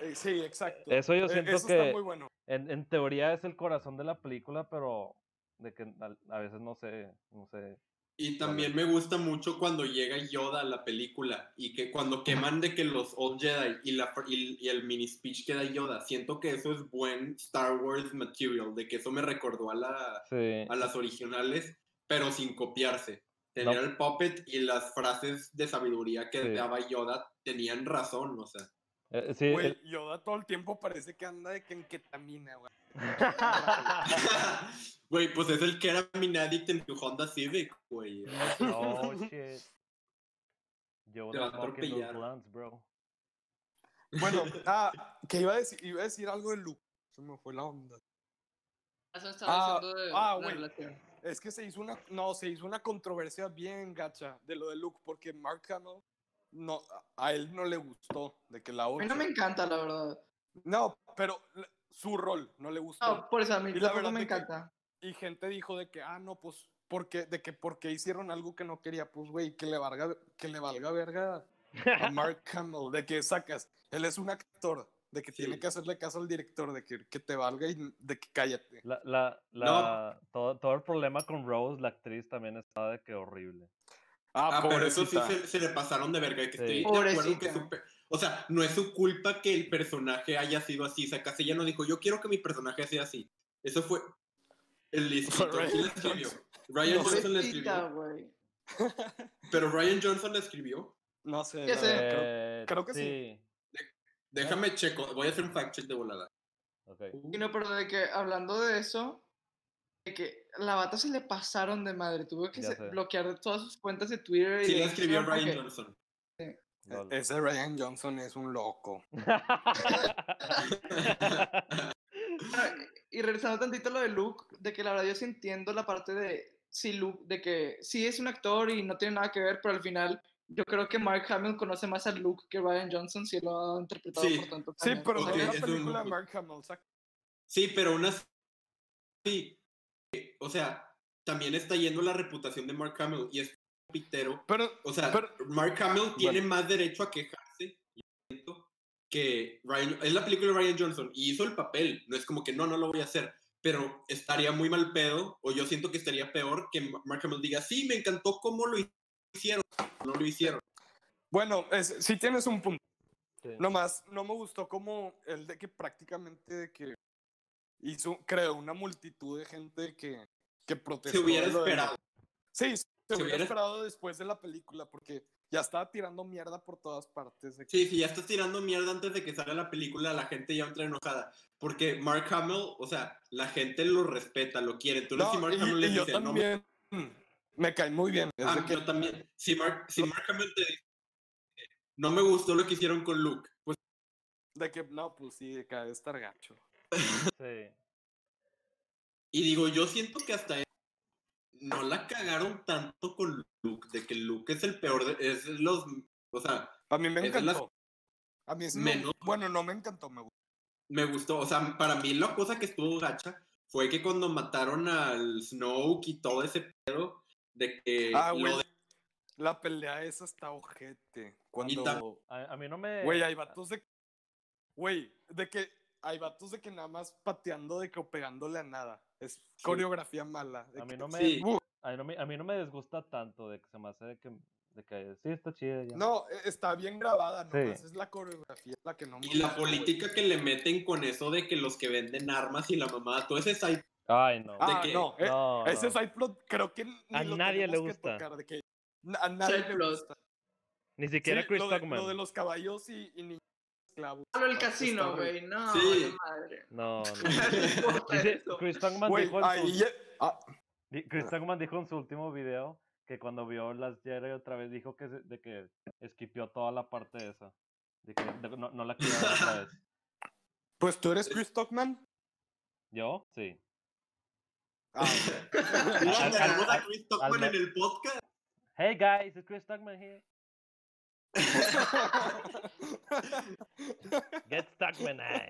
[SPEAKER 1] Eh, sí, exacto.
[SPEAKER 2] Eso yo
[SPEAKER 1] Eh,
[SPEAKER 2] siento
[SPEAKER 1] eso
[SPEAKER 2] que
[SPEAKER 1] está muy bueno.
[SPEAKER 2] en, en teoría es el corazón de la película, pero de que a, a veces no sé, no sé.
[SPEAKER 3] Y también me gusta mucho cuando llega Yoda a la película y que cuando queman de que los Old Jedi y, la, fr- y, y el mini speech que da Yoda, siento que eso es buen Star Wars material, de que eso me recordó a, la,
[SPEAKER 2] Sí. eh,
[SPEAKER 3] a las originales, pero sin copiarse. Tener
[SPEAKER 2] No.
[SPEAKER 3] el puppet y las frases de sabiduría que
[SPEAKER 2] Sí.
[SPEAKER 3] daba Yoda tenían razón, o
[SPEAKER 4] (laughs)
[SPEAKER 3] sea. (laughs)
[SPEAKER 2] Eh, sí,
[SPEAKER 1] Güey,
[SPEAKER 2] el-
[SPEAKER 1] (laughs) Yoda todo el tiempo parece que anda de que en ketamina, güey.
[SPEAKER 3] Güey, pues es el que era mi addict en tu Honda Civic, güey.
[SPEAKER 2] No, shit. Yo
[SPEAKER 3] Te va a atropellar.
[SPEAKER 2] blunts, bro.
[SPEAKER 1] Bueno, ah, que iba a decir, iba a decir algo de Luke. Se me fue la onda.
[SPEAKER 4] Eso estaba
[SPEAKER 1] Ah,
[SPEAKER 4] diciendo de
[SPEAKER 1] ah,
[SPEAKER 4] la
[SPEAKER 1] güey.
[SPEAKER 4] relación.
[SPEAKER 1] Es que se hizo una, no, se hizo una controversia bien gacha de lo de Luke, porque Mark Hamill, no, a a él no le gustó de que la
[SPEAKER 4] A
[SPEAKER 1] otra.
[SPEAKER 4] mí no me encanta, la verdad.
[SPEAKER 1] No, pero l- su rol no le gustó.
[SPEAKER 4] No, por eso a mí
[SPEAKER 1] Y la
[SPEAKER 4] tampoco
[SPEAKER 1] verdad
[SPEAKER 4] me
[SPEAKER 1] de que-
[SPEAKER 4] encanta.
[SPEAKER 1] Y gente dijo de que, ah, no, pues, porque, de que porque hicieron algo que no quería, pues, güey, que le valga, que le valga verga a (laughs) Mark Hamill, de que sacas, él es un actor, de que
[SPEAKER 3] Sí.
[SPEAKER 1] tiene que hacerle caso al director, de que, que te valga y de que cállate.
[SPEAKER 2] La, la,
[SPEAKER 3] No.
[SPEAKER 2] la, todo, todo el problema con Rose, la actriz, también estaba de que horrible.
[SPEAKER 1] Ah,
[SPEAKER 3] Ah, pero eso sí
[SPEAKER 1] pobrecita.
[SPEAKER 3] se, se le pasaron de verga. Que estoy
[SPEAKER 2] Sí.
[SPEAKER 3] de acuerdo que
[SPEAKER 4] Pobrecita.
[SPEAKER 3] su pe- o sea, no es su culpa que el personaje haya sido así. O sea, casi ella no dijo, yo quiero que mi personaje sea así. Eso fue el
[SPEAKER 1] Fue
[SPEAKER 3] escritor.
[SPEAKER 1] Ryan
[SPEAKER 3] ¿Quién le escribió?
[SPEAKER 1] Johnson.
[SPEAKER 3] Ryan
[SPEAKER 1] No sé.
[SPEAKER 3] Johnson le
[SPEAKER 4] Pobrecita,
[SPEAKER 3] escribió.
[SPEAKER 4] güey.
[SPEAKER 3] Pero Ryan Johnson le escribió.
[SPEAKER 1] No sé.
[SPEAKER 4] Ya
[SPEAKER 1] la
[SPEAKER 4] sé.
[SPEAKER 1] verdad, creo-
[SPEAKER 2] Eh,
[SPEAKER 1] creo que sí.
[SPEAKER 3] Déjame checo. Voy a hacer un fact check de volada.
[SPEAKER 1] Uh,
[SPEAKER 2] ok.
[SPEAKER 1] e,
[SPEAKER 4] Y no, pero de que hablando de eso, de que la bata se le pasaron de madre. Tuvo que
[SPEAKER 2] Ya
[SPEAKER 4] se-
[SPEAKER 2] sé.
[SPEAKER 4] bloquear de todas sus cuentas de Twitter. y
[SPEAKER 3] Sí,
[SPEAKER 4] de
[SPEAKER 3] le escribió
[SPEAKER 4] Instagram
[SPEAKER 3] Ryan
[SPEAKER 4] porque-
[SPEAKER 3] Johnson. (laughs)
[SPEAKER 2] lol.
[SPEAKER 1] Ese Ryan Johnson es un loco.
[SPEAKER 4] Bueno, Y regresando tantito a lo de Luke, de que la verdad yo sí entiendo la parte de si Luke, de que sí es un actor y no tiene nada que ver, pero al final yo creo que Mark Hamill conoce más a Luke que Ryan Johnson si lo ha interpretado
[SPEAKER 3] Sí.
[SPEAKER 4] por tanto
[SPEAKER 1] Sí,
[SPEAKER 4] tiempo.
[SPEAKER 1] pero
[SPEAKER 3] Ok,
[SPEAKER 1] fue una
[SPEAKER 3] es un
[SPEAKER 1] película de
[SPEAKER 3] loco.
[SPEAKER 1] Mark Hamill, saca-
[SPEAKER 3] Sí, pero una... Sí. eh, O sea, también está yendo la reputación de Mark Hamill. Y es un pitero
[SPEAKER 1] Pero,
[SPEAKER 3] O sea,
[SPEAKER 1] Pero-
[SPEAKER 3] Mark Hamill tiene más derecho a quejarse yo siento, que Ryan. Es la película de Ryan Johnson y hizo el papel. No es como que no, no lo voy a hacer. Pero estaría muy mal pedo, o yo siento que estaría peor que Ma- Mark Hamill diga: Sí, me encantó cómo lo hicieron. No lo hicieron.
[SPEAKER 1] bueno, es, sí tienes un punto.
[SPEAKER 2] Sí.
[SPEAKER 1] Nomás, no me gustó como el de que prácticamente de que hizo, creó una multitud de gente que, que protestó.
[SPEAKER 3] Se hubiera
[SPEAKER 1] lo de-
[SPEAKER 3] esperado.
[SPEAKER 1] Sí, se,
[SPEAKER 3] hubiera-
[SPEAKER 1] hubiera esperado después de la película porque ya estaba tirando mierda por todas partes. de que-
[SPEAKER 3] Sí, sí, ya estás tirando mierda antes de que salga la película, la gente ya entra enojada. Porque Mark Hamill, o sea, la gente lo respeta, lo quiere. Entonces,
[SPEAKER 1] No,
[SPEAKER 3] si Mark
[SPEAKER 1] y-
[SPEAKER 3] Hamill
[SPEAKER 1] y,
[SPEAKER 3] le
[SPEAKER 1] yo
[SPEAKER 3] dice, no me
[SPEAKER 1] también me cae muy bien. es
[SPEAKER 3] Ah,
[SPEAKER 1] de que-
[SPEAKER 3] yo también. Si Mark, si Mark Hamill te dice, no me gustó lo que hicieron con Luke, pues
[SPEAKER 1] De que, no, pues sí, de que ha de estar gacho.
[SPEAKER 2] Sí.
[SPEAKER 3] y digo, yo siento que hasta él no la cagaron tanto con Luke, de que Luke es el peor de, es los, o sea,
[SPEAKER 1] A mí me
[SPEAKER 3] Es de las-
[SPEAKER 1] encantó. A mí sí me-
[SPEAKER 3] menos-
[SPEAKER 1] Bueno, no me encantó, me gustó.
[SPEAKER 3] me gustó, o sea, para mí la cosa que estuvo gacha fue que cuando mataron al Snoke y todo ese pedo de que
[SPEAKER 1] Ah,
[SPEAKER 3] eh, lo
[SPEAKER 1] güey.
[SPEAKER 3] de-
[SPEAKER 1] La pelea esa está ojete. Cuando...
[SPEAKER 3] tam-
[SPEAKER 2] A, a mí no me.
[SPEAKER 1] Güey, hay vatos de. Güey, de que. Hay vatos de que nada más pateando de que o pegándole a nada. Es coreografía mala. de
[SPEAKER 2] A mí
[SPEAKER 1] que-
[SPEAKER 2] no me.
[SPEAKER 3] sí.
[SPEAKER 1] Uh,
[SPEAKER 2] A mí no me, a mí no me desgusta tanto de que se me hace de que. De que sí, está chida. ya.
[SPEAKER 1] no, e- está bien grabada,
[SPEAKER 2] Sí.
[SPEAKER 1] nomás es la coreografía la que no me
[SPEAKER 3] y la
[SPEAKER 1] gusta, güey.
[SPEAKER 3] política que le meten con eso de que los que venden armas y la mamá, todo ese side
[SPEAKER 2] Ay, no.
[SPEAKER 1] Ah,
[SPEAKER 3] que-
[SPEAKER 1] no, eh,
[SPEAKER 2] no,
[SPEAKER 1] ese
[SPEAKER 2] no.
[SPEAKER 1] side plot creo que ni
[SPEAKER 5] A
[SPEAKER 1] lo
[SPEAKER 5] nadie le
[SPEAKER 1] tenemos que
[SPEAKER 5] gusta.
[SPEAKER 1] tocar, de que n- a nadie
[SPEAKER 4] Side
[SPEAKER 1] le
[SPEAKER 4] plot.
[SPEAKER 1] gusta.
[SPEAKER 5] Ni
[SPEAKER 1] Sí,
[SPEAKER 5] siquiera Chris
[SPEAKER 1] lo, de,
[SPEAKER 5] Tuckman.
[SPEAKER 1] lo de los caballos y, y niños esclavos.
[SPEAKER 4] Solo el
[SPEAKER 1] Está
[SPEAKER 4] casino,
[SPEAKER 1] horrible.
[SPEAKER 4] güey. No,
[SPEAKER 3] Sí.
[SPEAKER 4] la
[SPEAKER 1] (laughs)
[SPEAKER 4] madre.
[SPEAKER 2] No, no.
[SPEAKER 4] No importa
[SPEAKER 2] Dice-
[SPEAKER 4] eso.
[SPEAKER 2] Chris Tuckman
[SPEAKER 1] Güey,
[SPEAKER 2] dijo en su-
[SPEAKER 1] ahí ya- ah,
[SPEAKER 2] Di- Chris Tuckman dijo en su último video que cuando vio las Jedi otra vez dijo que, se- de que esquipió toda la parte esa. De que de- no, no la quiero ver otra
[SPEAKER 1] (laughs)
[SPEAKER 2] vez.
[SPEAKER 1] pues tú eres Chris Stockman.
[SPEAKER 2] ¿Yo? Sí.
[SPEAKER 1] Ah,
[SPEAKER 3] (laughs) Mira,
[SPEAKER 2] al-
[SPEAKER 3] tenemos a
[SPEAKER 2] al-
[SPEAKER 3] Chris Tuckman
[SPEAKER 2] me-
[SPEAKER 3] en el podcast.
[SPEAKER 2] (laughs)
[SPEAKER 3] (laughs)
[SPEAKER 2] Hey guys, it's Chris Tuckman here.
[SPEAKER 5] Get Tuckman. ay.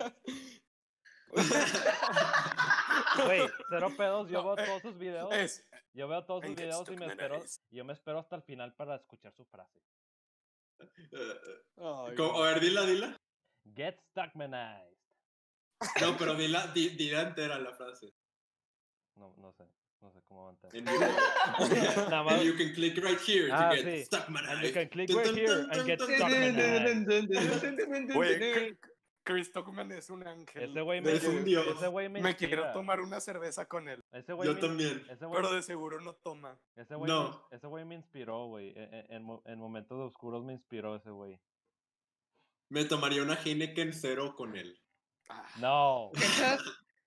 [SPEAKER 2] Güey, cero pedos, yo
[SPEAKER 1] No,
[SPEAKER 2] veo
[SPEAKER 1] eh,
[SPEAKER 2] todos sus videos.
[SPEAKER 1] (laughs) es,
[SPEAKER 2] Yo veo todos sus
[SPEAKER 1] en Chris
[SPEAKER 2] videos y me
[SPEAKER 1] Tuckman
[SPEAKER 2] espero.
[SPEAKER 1] eres.
[SPEAKER 2] Yo me espero hasta el final para escuchar su frase.
[SPEAKER 3] Eh,
[SPEAKER 1] Ay,
[SPEAKER 3] ¿cómo? A ver, dila, dila.
[SPEAKER 2] Get Stuckmanized.
[SPEAKER 3] No, pero di la, di, di la entera la frase.
[SPEAKER 2] No, no sé, no sé cómo va a entrar.
[SPEAKER 3] And
[SPEAKER 2] (laughs)
[SPEAKER 3] you,
[SPEAKER 1] (laughs)
[SPEAKER 2] Nada más.
[SPEAKER 3] and you can click right here to
[SPEAKER 2] Ah,
[SPEAKER 3] get
[SPEAKER 2] sí.
[SPEAKER 3] stuck, man.
[SPEAKER 2] And you can click right here and get Stuckmanized.
[SPEAKER 1] Güey, Chris Tuckman es un ángel.
[SPEAKER 2] Ese güey
[SPEAKER 1] De
[SPEAKER 2] me,
[SPEAKER 3] Es un
[SPEAKER 1] que-
[SPEAKER 3] dios.
[SPEAKER 2] ese güey me
[SPEAKER 1] Me quiero
[SPEAKER 2] inspira.
[SPEAKER 1] tomar una cerveza con él,
[SPEAKER 2] Ese güey
[SPEAKER 3] Yo
[SPEAKER 2] me-
[SPEAKER 3] también.
[SPEAKER 2] Ese güey,
[SPEAKER 1] pero de seguro no toma.
[SPEAKER 2] ese güey me-
[SPEAKER 3] No.
[SPEAKER 2] ese güey me inspiró, güey. E- e- En, mo- en momentos oscuros me inspiró ese güey.
[SPEAKER 3] Me tomaría una Heineken cero con él.
[SPEAKER 2] No,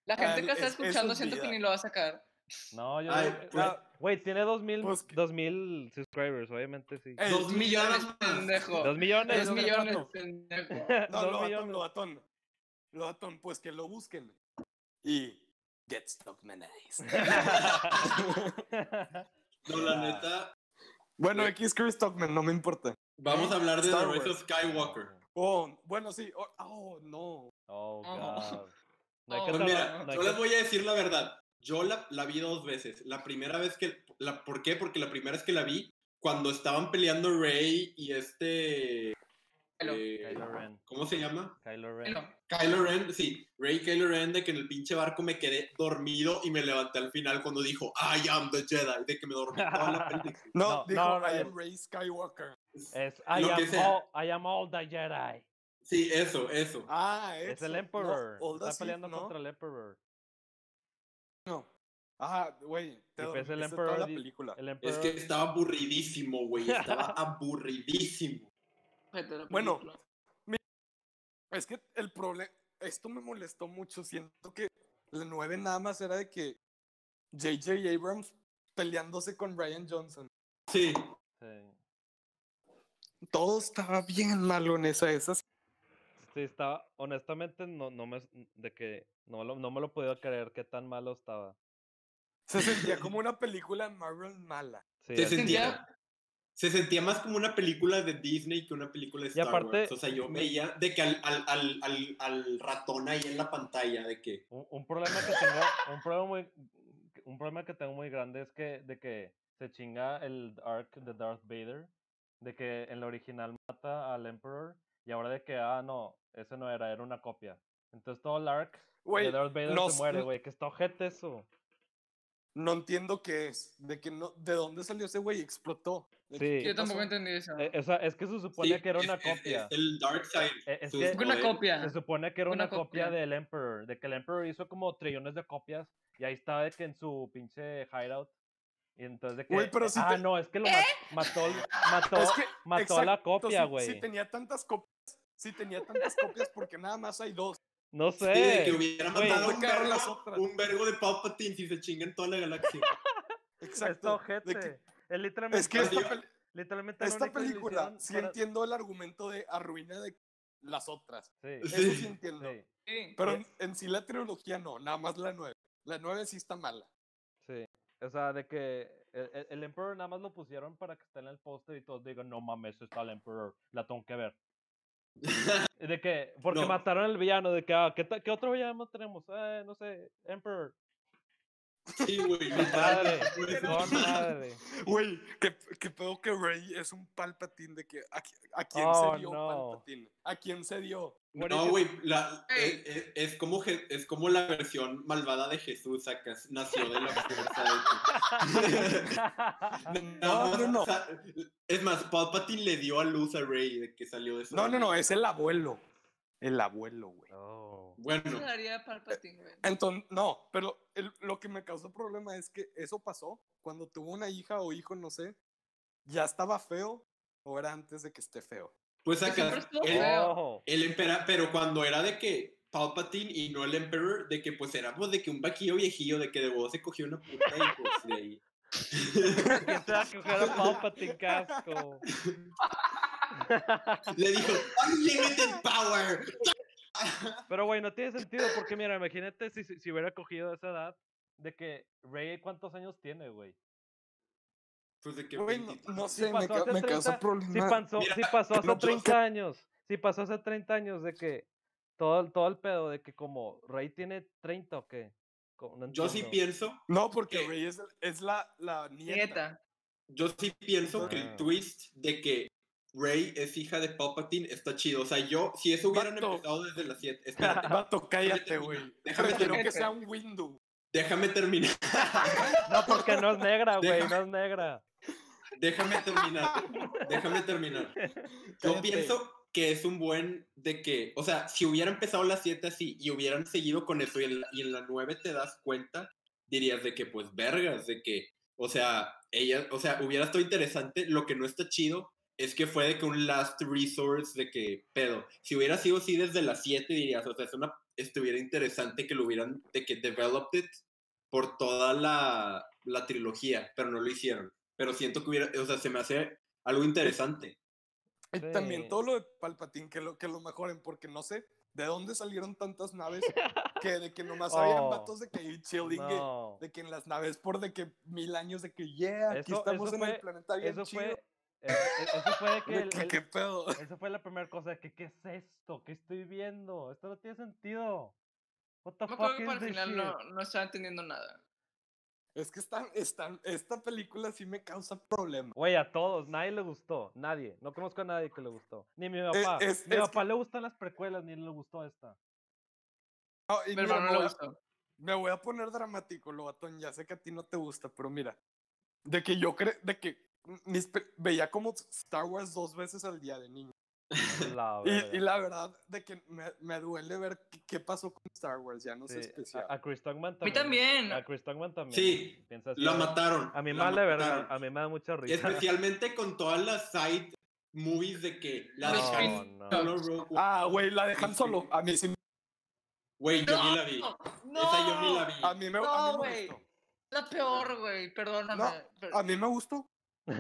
[SPEAKER 4] La gente
[SPEAKER 1] Ah,
[SPEAKER 4] que está
[SPEAKER 1] es- es
[SPEAKER 4] escuchando
[SPEAKER 1] su
[SPEAKER 4] siento que
[SPEAKER 1] vida.
[SPEAKER 4] ni lo va a sacar.
[SPEAKER 2] no, yo.
[SPEAKER 3] Ay,
[SPEAKER 2] no-
[SPEAKER 3] pues-
[SPEAKER 2] no, Güey, tiene dos mil,
[SPEAKER 1] Pues que-
[SPEAKER 2] dos mil subscribers, obviamente sí.
[SPEAKER 1] Ey,
[SPEAKER 3] Dos
[SPEAKER 4] Millones,
[SPEAKER 3] millones más.
[SPEAKER 4] pendejo.
[SPEAKER 2] Dos millones.
[SPEAKER 4] Dos
[SPEAKER 2] ¿dónde (laughs)
[SPEAKER 4] millones,
[SPEAKER 2] cuánto?
[SPEAKER 4] pendejo.
[SPEAKER 1] No,
[SPEAKER 2] Dos
[SPEAKER 1] lo atón,
[SPEAKER 2] millones.
[SPEAKER 1] lo atón. Lo atón, pues que lo busquen. Y Get
[SPEAKER 3] (laughs)
[SPEAKER 1] Stuckmanized.
[SPEAKER 3] No,
[SPEAKER 2] Ah.
[SPEAKER 3] la neta.
[SPEAKER 1] bueno, X Chris Tuckman, no me importa.
[SPEAKER 3] Vamos a hablar de
[SPEAKER 1] Star
[SPEAKER 3] The Rise of Skywalker.
[SPEAKER 1] Oh, bueno, sí. Oh, oh, no.
[SPEAKER 2] (laughs) Oh,
[SPEAKER 4] Oh.
[SPEAKER 2] God. No hay
[SPEAKER 4] Oh.
[SPEAKER 2] que
[SPEAKER 3] Pues
[SPEAKER 4] Otra-
[SPEAKER 3] mira,
[SPEAKER 2] traba- no hay
[SPEAKER 3] yo les
[SPEAKER 2] que-
[SPEAKER 3] voy a decir la verdad. Yo la, la vi dos veces. La primera vez que... La, ¿Por qué? Porque la primera vez que la vi, cuando estaban peleando Rey y este...
[SPEAKER 4] Kylo.
[SPEAKER 3] eh,
[SPEAKER 2] Kylo Ren.
[SPEAKER 3] ¿Cómo se llama?
[SPEAKER 2] Kylo Ren.
[SPEAKER 4] Bueno,
[SPEAKER 3] Kylo Ren, sí. Rey y Kylo Ren, de que en el pinche barco me quedé dormido y me levanté al final cuando dijo, I am the Jedi, de que me dormí
[SPEAKER 2] (laughs)
[SPEAKER 3] toda la película.
[SPEAKER 1] No,
[SPEAKER 2] No,
[SPEAKER 1] dijo
[SPEAKER 2] no, no,
[SPEAKER 1] I
[SPEAKER 2] es-
[SPEAKER 1] am Rey Skywalker.
[SPEAKER 2] Es I
[SPEAKER 3] Lo que
[SPEAKER 2] am,
[SPEAKER 3] sea.
[SPEAKER 2] all, I am all the Jedi.
[SPEAKER 3] Sí, eso, eso.
[SPEAKER 1] Ah,
[SPEAKER 2] Es
[SPEAKER 1] eso,
[SPEAKER 2] el
[SPEAKER 1] no,
[SPEAKER 2] Emperor.
[SPEAKER 1] All the
[SPEAKER 2] Está
[SPEAKER 1] Sith,
[SPEAKER 2] peleando
[SPEAKER 1] ¿no?
[SPEAKER 2] contra el Emperor.
[SPEAKER 1] No. Ah, güey, te
[SPEAKER 2] Y pues el
[SPEAKER 1] dormiste
[SPEAKER 2] Emperor
[SPEAKER 1] toda la
[SPEAKER 2] di-
[SPEAKER 1] película.
[SPEAKER 2] El
[SPEAKER 3] Es
[SPEAKER 2] Emperor.
[SPEAKER 3] que estaba aburridísimo, güey. Estaba
[SPEAKER 2] (laughs)
[SPEAKER 3] aburridísimo.
[SPEAKER 4] ojete la
[SPEAKER 1] Bueno,
[SPEAKER 4] película.
[SPEAKER 1] Es que el problema, esto me molestó mucho. Siento que la 9 nada más era de que J.J. Abrams peleándose con Ryan Johnson.
[SPEAKER 3] Sí,
[SPEAKER 2] Sí.
[SPEAKER 1] Todo estaba bien malo en esa. Esas
[SPEAKER 2] Sí, estaba. Honestamente, no, no me. De que. No, lo- no me lo podía creer qué tan malo estaba.
[SPEAKER 1] se sentía como una película de Marvel mala.
[SPEAKER 2] Sí,
[SPEAKER 3] se
[SPEAKER 2] así
[SPEAKER 3] sentía. Se sentía más como una película de Disney que una película de
[SPEAKER 2] Y
[SPEAKER 3] Star
[SPEAKER 2] aparte-
[SPEAKER 3] Wars. O sea, yo veía de que al, al, al, al, al ratón ahí en la pantalla, de que.
[SPEAKER 2] Un, un problema que tengo, un problema muy, un problema que tengo muy grande es que de que se chinga el arc de Darth Vader, de que en la original mata al Emperor y ahora de que ah no, eso no era, era una copia. Entonces todo el arc
[SPEAKER 1] Güey,
[SPEAKER 2] de Darth Vader
[SPEAKER 1] no
[SPEAKER 2] se
[SPEAKER 1] s-
[SPEAKER 2] muere, güey, que está ojete eso.
[SPEAKER 1] no entiendo qué es. De que no, de dónde salió ese güey explotó. De que,
[SPEAKER 2] Sí.
[SPEAKER 1] ¿qué
[SPEAKER 4] Yo tampoco
[SPEAKER 1] pasó?
[SPEAKER 4] entendí eso.
[SPEAKER 2] Eh, o sea, es que se supone
[SPEAKER 3] sí,
[SPEAKER 2] que era
[SPEAKER 3] es-
[SPEAKER 2] una
[SPEAKER 3] es-
[SPEAKER 2] copia.
[SPEAKER 3] Es, el Dark Side.
[SPEAKER 2] Eh, es
[SPEAKER 3] sus
[SPEAKER 2] que-
[SPEAKER 4] Fue una
[SPEAKER 3] poderes.
[SPEAKER 4] copia.
[SPEAKER 2] Se supone que era
[SPEAKER 4] Una
[SPEAKER 2] una, copia,
[SPEAKER 4] copia.
[SPEAKER 2] del Emperor, de que el Emperor hizo como trillones de copias y ahí estaba de que en su pinche hideout. Y entonces de que
[SPEAKER 1] Güey, pero
[SPEAKER 2] eh,
[SPEAKER 1] si
[SPEAKER 2] ah
[SPEAKER 1] te-
[SPEAKER 2] no, es que lo ma- mató mató
[SPEAKER 1] Es que,
[SPEAKER 2] mató a la
[SPEAKER 1] exacto,
[SPEAKER 2] copia,
[SPEAKER 1] si-
[SPEAKER 2] güey.
[SPEAKER 1] Si, tenía tantas copias, si tenía tantas copias, porque nada más hay dos.
[SPEAKER 2] No
[SPEAKER 3] Sí, de que
[SPEAKER 2] sé.
[SPEAKER 3] hubiera
[SPEAKER 2] güey.
[SPEAKER 3] matado un
[SPEAKER 1] Porque ahora las
[SPEAKER 3] vergo,
[SPEAKER 1] otras.
[SPEAKER 3] un vergo de Palpatine si se chingan toda la galaxia.
[SPEAKER 1] Exacto.
[SPEAKER 2] Está
[SPEAKER 1] de que-
[SPEAKER 2] ojete. Es literalmente
[SPEAKER 1] es que esta,
[SPEAKER 3] Digo,
[SPEAKER 1] pel-
[SPEAKER 2] literalmente la
[SPEAKER 1] esta
[SPEAKER 2] única
[SPEAKER 1] película,
[SPEAKER 2] ilusión
[SPEAKER 1] sí
[SPEAKER 2] para-
[SPEAKER 1] entiendo el argumento de arruina de las otras.
[SPEAKER 2] Sí,
[SPEAKER 1] Eso sí
[SPEAKER 3] Sí.
[SPEAKER 1] entiendo.
[SPEAKER 2] sí,
[SPEAKER 4] Sí.
[SPEAKER 1] Pero
[SPEAKER 2] Eh.
[SPEAKER 1] en, en sí la trilogía no, nada más la nueve. La nueve sí está mala.
[SPEAKER 2] sí. O sea, de que el, el- el Emperor nada más lo pusieron para que esté en el póster y todos digan, no mames, está el Emperor, la tengo que ver.
[SPEAKER 3] (laughs)
[SPEAKER 2] De que, porque
[SPEAKER 3] No.
[SPEAKER 2] mataron al villano, de que, ah, ¿qué, ta- qué otro villano tenemos? Eh, no sé, Emperor.
[SPEAKER 3] (laughs)
[SPEAKER 2] (laughs)
[SPEAKER 3] Sí, güey.
[SPEAKER 2] Madre,
[SPEAKER 3] por eso.
[SPEAKER 2] con madre.
[SPEAKER 1] Güey, que, que pedo que Rey es un palpatín de que a, qui- a quién
[SPEAKER 2] Oh,
[SPEAKER 1] se dio
[SPEAKER 2] no.
[SPEAKER 1] palpatín. ¿A quién se dio?
[SPEAKER 2] What
[SPEAKER 3] (laughs) No,
[SPEAKER 2] if- (laughs)
[SPEAKER 3] güey, (laughs) la-
[SPEAKER 4] Ey.
[SPEAKER 3] es, es- es como, Je- es como la versión malvada de Jesús, sacas, nació de la fuerza
[SPEAKER 2] (laughs)
[SPEAKER 3] de tu- Nada
[SPEAKER 1] No,
[SPEAKER 3] más,
[SPEAKER 1] no, no.
[SPEAKER 3] o sea, Es más, Palpatine le dio a luz a Rey de que salió de eso.
[SPEAKER 1] No, no, no, es el abuelo. El abuelo, güey.
[SPEAKER 2] No.
[SPEAKER 4] Yo
[SPEAKER 3] Bueno,
[SPEAKER 4] le daría a Palpatine, güey.
[SPEAKER 1] Entonces, no, pero el- lo que me causó problema es que eso pasó cuando tuvo una hija o hijo, no sé, ya estaba feo o era antes de que esté feo.
[SPEAKER 3] pues
[SPEAKER 4] Yo siempre
[SPEAKER 3] sacas. (laughs)
[SPEAKER 4] estuve
[SPEAKER 3] El,
[SPEAKER 4] feo.
[SPEAKER 3] (laughs)
[SPEAKER 2] Oh,
[SPEAKER 3] el empera- pero cuando era de que Palpatine y no el Emperor, de que pues éramos de que un vaquillo viejillo, de que de vos se cogió una puta y pues de ahí.
[SPEAKER 2] ¿Quién te va a coger a Palpatine, casco?
[SPEAKER 3] Le dijo, Unlimited Power. (laughs)
[SPEAKER 2] Pero, güey, no tiene sentido porque, mira, imagínate si, si si hubiera cogido a esa edad de que Rey, ¿cuántos años tiene, güey?
[SPEAKER 3] Pues de que.
[SPEAKER 1] Güey, no,
[SPEAKER 3] 23.
[SPEAKER 1] no
[SPEAKER 2] Si
[SPEAKER 1] sé, me,
[SPEAKER 2] pasó
[SPEAKER 1] ca-
[SPEAKER 2] hace
[SPEAKER 1] me
[SPEAKER 2] 30,
[SPEAKER 1] causó
[SPEAKER 2] Si
[SPEAKER 1] problema.
[SPEAKER 2] pasó,
[SPEAKER 3] mira,
[SPEAKER 2] si pasó hace
[SPEAKER 3] no, yo-
[SPEAKER 2] 30 años, si pasó hace 30 años de que todo, el- todo el pedo de que como Rey tiene 30 o qué. co- no
[SPEAKER 3] Yo sí
[SPEAKER 2] entiendo.
[SPEAKER 3] pienso
[SPEAKER 1] no, porque
[SPEAKER 3] ¿Qué?
[SPEAKER 1] Rey es, es la, la nieta.
[SPEAKER 4] Nieta.
[SPEAKER 3] yo sí pienso que
[SPEAKER 2] Ah.
[SPEAKER 3] el twist de que Rey es hija de Palpatine, está chido. O sea, yo, si eso hubieran
[SPEAKER 1] Vato.
[SPEAKER 3] empezado desde las 7,
[SPEAKER 1] (laughs)
[SPEAKER 3] espérate,
[SPEAKER 1] Vato, cállate, (laughs)
[SPEAKER 3] Déjame
[SPEAKER 1] güey.
[SPEAKER 3] déjame
[SPEAKER 1] Quiero que
[SPEAKER 4] terminar.
[SPEAKER 1] sea un window.
[SPEAKER 3] déjame terminar.
[SPEAKER 2] No, porque no es negra, güey, no
[SPEAKER 3] Déjame.
[SPEAKER 2] es negra.
[SPEAKER 3] Déjame terminar. Déjame terminar. Yo
[SPEAKER 1] Cállate.
[SPEAKER 3] pienso que es un buen de que, o sea, si hubiera empezado las 7 así y hubieran seguido con eso y en, la, y en la 9 te das cuenta, dirías de que, pues, vergas, de que, o sea, ella, o sea, hubiera estado interesante. Lo que no está chido es que fue de que un last resource de que, pedo, si hubiera sido así desde las 7 dirías, o sea, es una, estuviera interesante que lo hubieran, de que developed it por toda la, la trilogía, pero no lo hicieron. Pero siento que hubiera, o sea, se me hace algo
[SPEAKER 2] (laughs)
[SPEAKER 3] interesante.
[SPEAKER 1] Y
[SPEAKER 2] Sí.
[SPEAKER 1] Eh, también todo lo de Palpatín, que lo, que lo mejoren, porque no sé de dónde salieron tantas
[SPEAKER 2] (laughs)
[SPEAKER 1] naves que de que nomás habían
[SPEAKER 2] Oh,
[SPEAKER 1] vatos de que ahí chillingue,
[SPEAKER 2] No.
[SPEAKER 1] de que en las naves por de que mil años de que, yeah, aquí
[SPEAKER 2] Eso-
[SPEAKER 1] estamos
[SPEAKER 2] eso
[SPEAKER 1] en
[SPEAKER 2] fue-
[SPEAKER 1] el planeta bien
[SPEAKER 2] Eso
[SPEAKER 1] chido.
[SPEAKER 2] fue, eh, eh, eso fue de que
[SPEAKER 1] De
[SPEAKER 2] el-
[SPEAKER 1] que,
[SPEAKER 2] el-
[SPEAKER 1] ¿Qué pedo?
[SPEAKER 2] Esa fue la primera cosa, de que ¿qué es esto? ¿Qué estoy viendo? Esto no tiene sentido. What the
[SPEAKER 4] Me acuerdo
[SPEAKER 2] fuck
[SPEAKER 4] que
[SPEAKER 2] is
[SPEAKER 4] para el
[SPEAKER 2] this
[SPEAKER 4] final
[SPEAKER 2] shit?
[SPEAKER 4] no, no estaba entendiendo nada.
[SPEAKER 1] Es que están, están, esta película sí me causa problemas.
[SPEAKER 2] Güey, a todos, nadie le gustó, nadie. No conozco a nadie que le gustó. Ni mi papá.
[SPEAKER 1] es-
[SPEAKER 2] mi
[SPEAKER 1] es
[SPEAKER 2] papá le gustan las precuelas, ni le gustó esta.
[SPEAKER 1] No, y
[SPEAKER 4] Mi
[SPEAKER 1] mira,
[SPEAKER 4] hermano
[SPEAKER 1] me
[SPEAKER 4] no le
[SPEAKER 1] voy a-
[SPEAKER 4] gustó.
[SPEAKER 1] Me voy a poner dramático, Lobatón. Ya sé que a ti no te gusta, pero mira. De que yo creo, de que mis pe- veía como Star Wars dos veces al día de niño.
[SPEAKER 2] La
[SPEAKER 1] Y,
[SPEAKER 2] verga.
[SPEAKER 1] y la verdad, de que me, me duele ver qué, qué pasó con Star Wars. Ya no
[SPEAKER 2] Sí,
[SPEAKER 1] sé especial.
[SPEAKER 2] a, a Chris Tongman
[SPEAKER 4] mí
[SPEAKER 2] también.
[SPEAKER 4] también.
[SPEAKER 2] A Chris Tongman también.
[SPEAKER 3] Sí,
[SPEAKER 2] Piensa así,
[SPEAKER 3] La
[SPEAKER 2] ¿no?
[SPEAKER 3] mataron.
[SPEAKER 2] A mi
[SPEAKER 3] la
[SPEAKER 2] madre, verdad,
[SPEAKER 3] mataron.
[SPEAKER 2] a mí me da mucha (laughs) risa.
[SPEAKER 3] Especialmente con todas las side movies de que la de
[SPEAKER 4] No,
[SPEAKER 3] Han
[SPEAKER 2] no. (laughs)
[SPEAKER 3] Solo Rogue One.
[SPEAKER 1] Ah, güey, la dejan solo. A mí sí.
[SPEAKER 3] Güey, yo ni la vi.
[SPEAKER 4] ¡No!
[SPEAKER 3] Esa yo ni la
[SPEAKER 4] ¡No!
[SPEAKER 3] vi.
[SPEAKER 1] A mí me, a
[SPEAKER 4] No,
[SPEAKER 1] mí me
[SPEAKER 4] güey.
[SPEAKER 1] gustó.
[SPEAKER 4] La peor, güey, perdóname. pero-
[SPEAKER 1] A mí me gustó.
[SPEAKER 4] ok,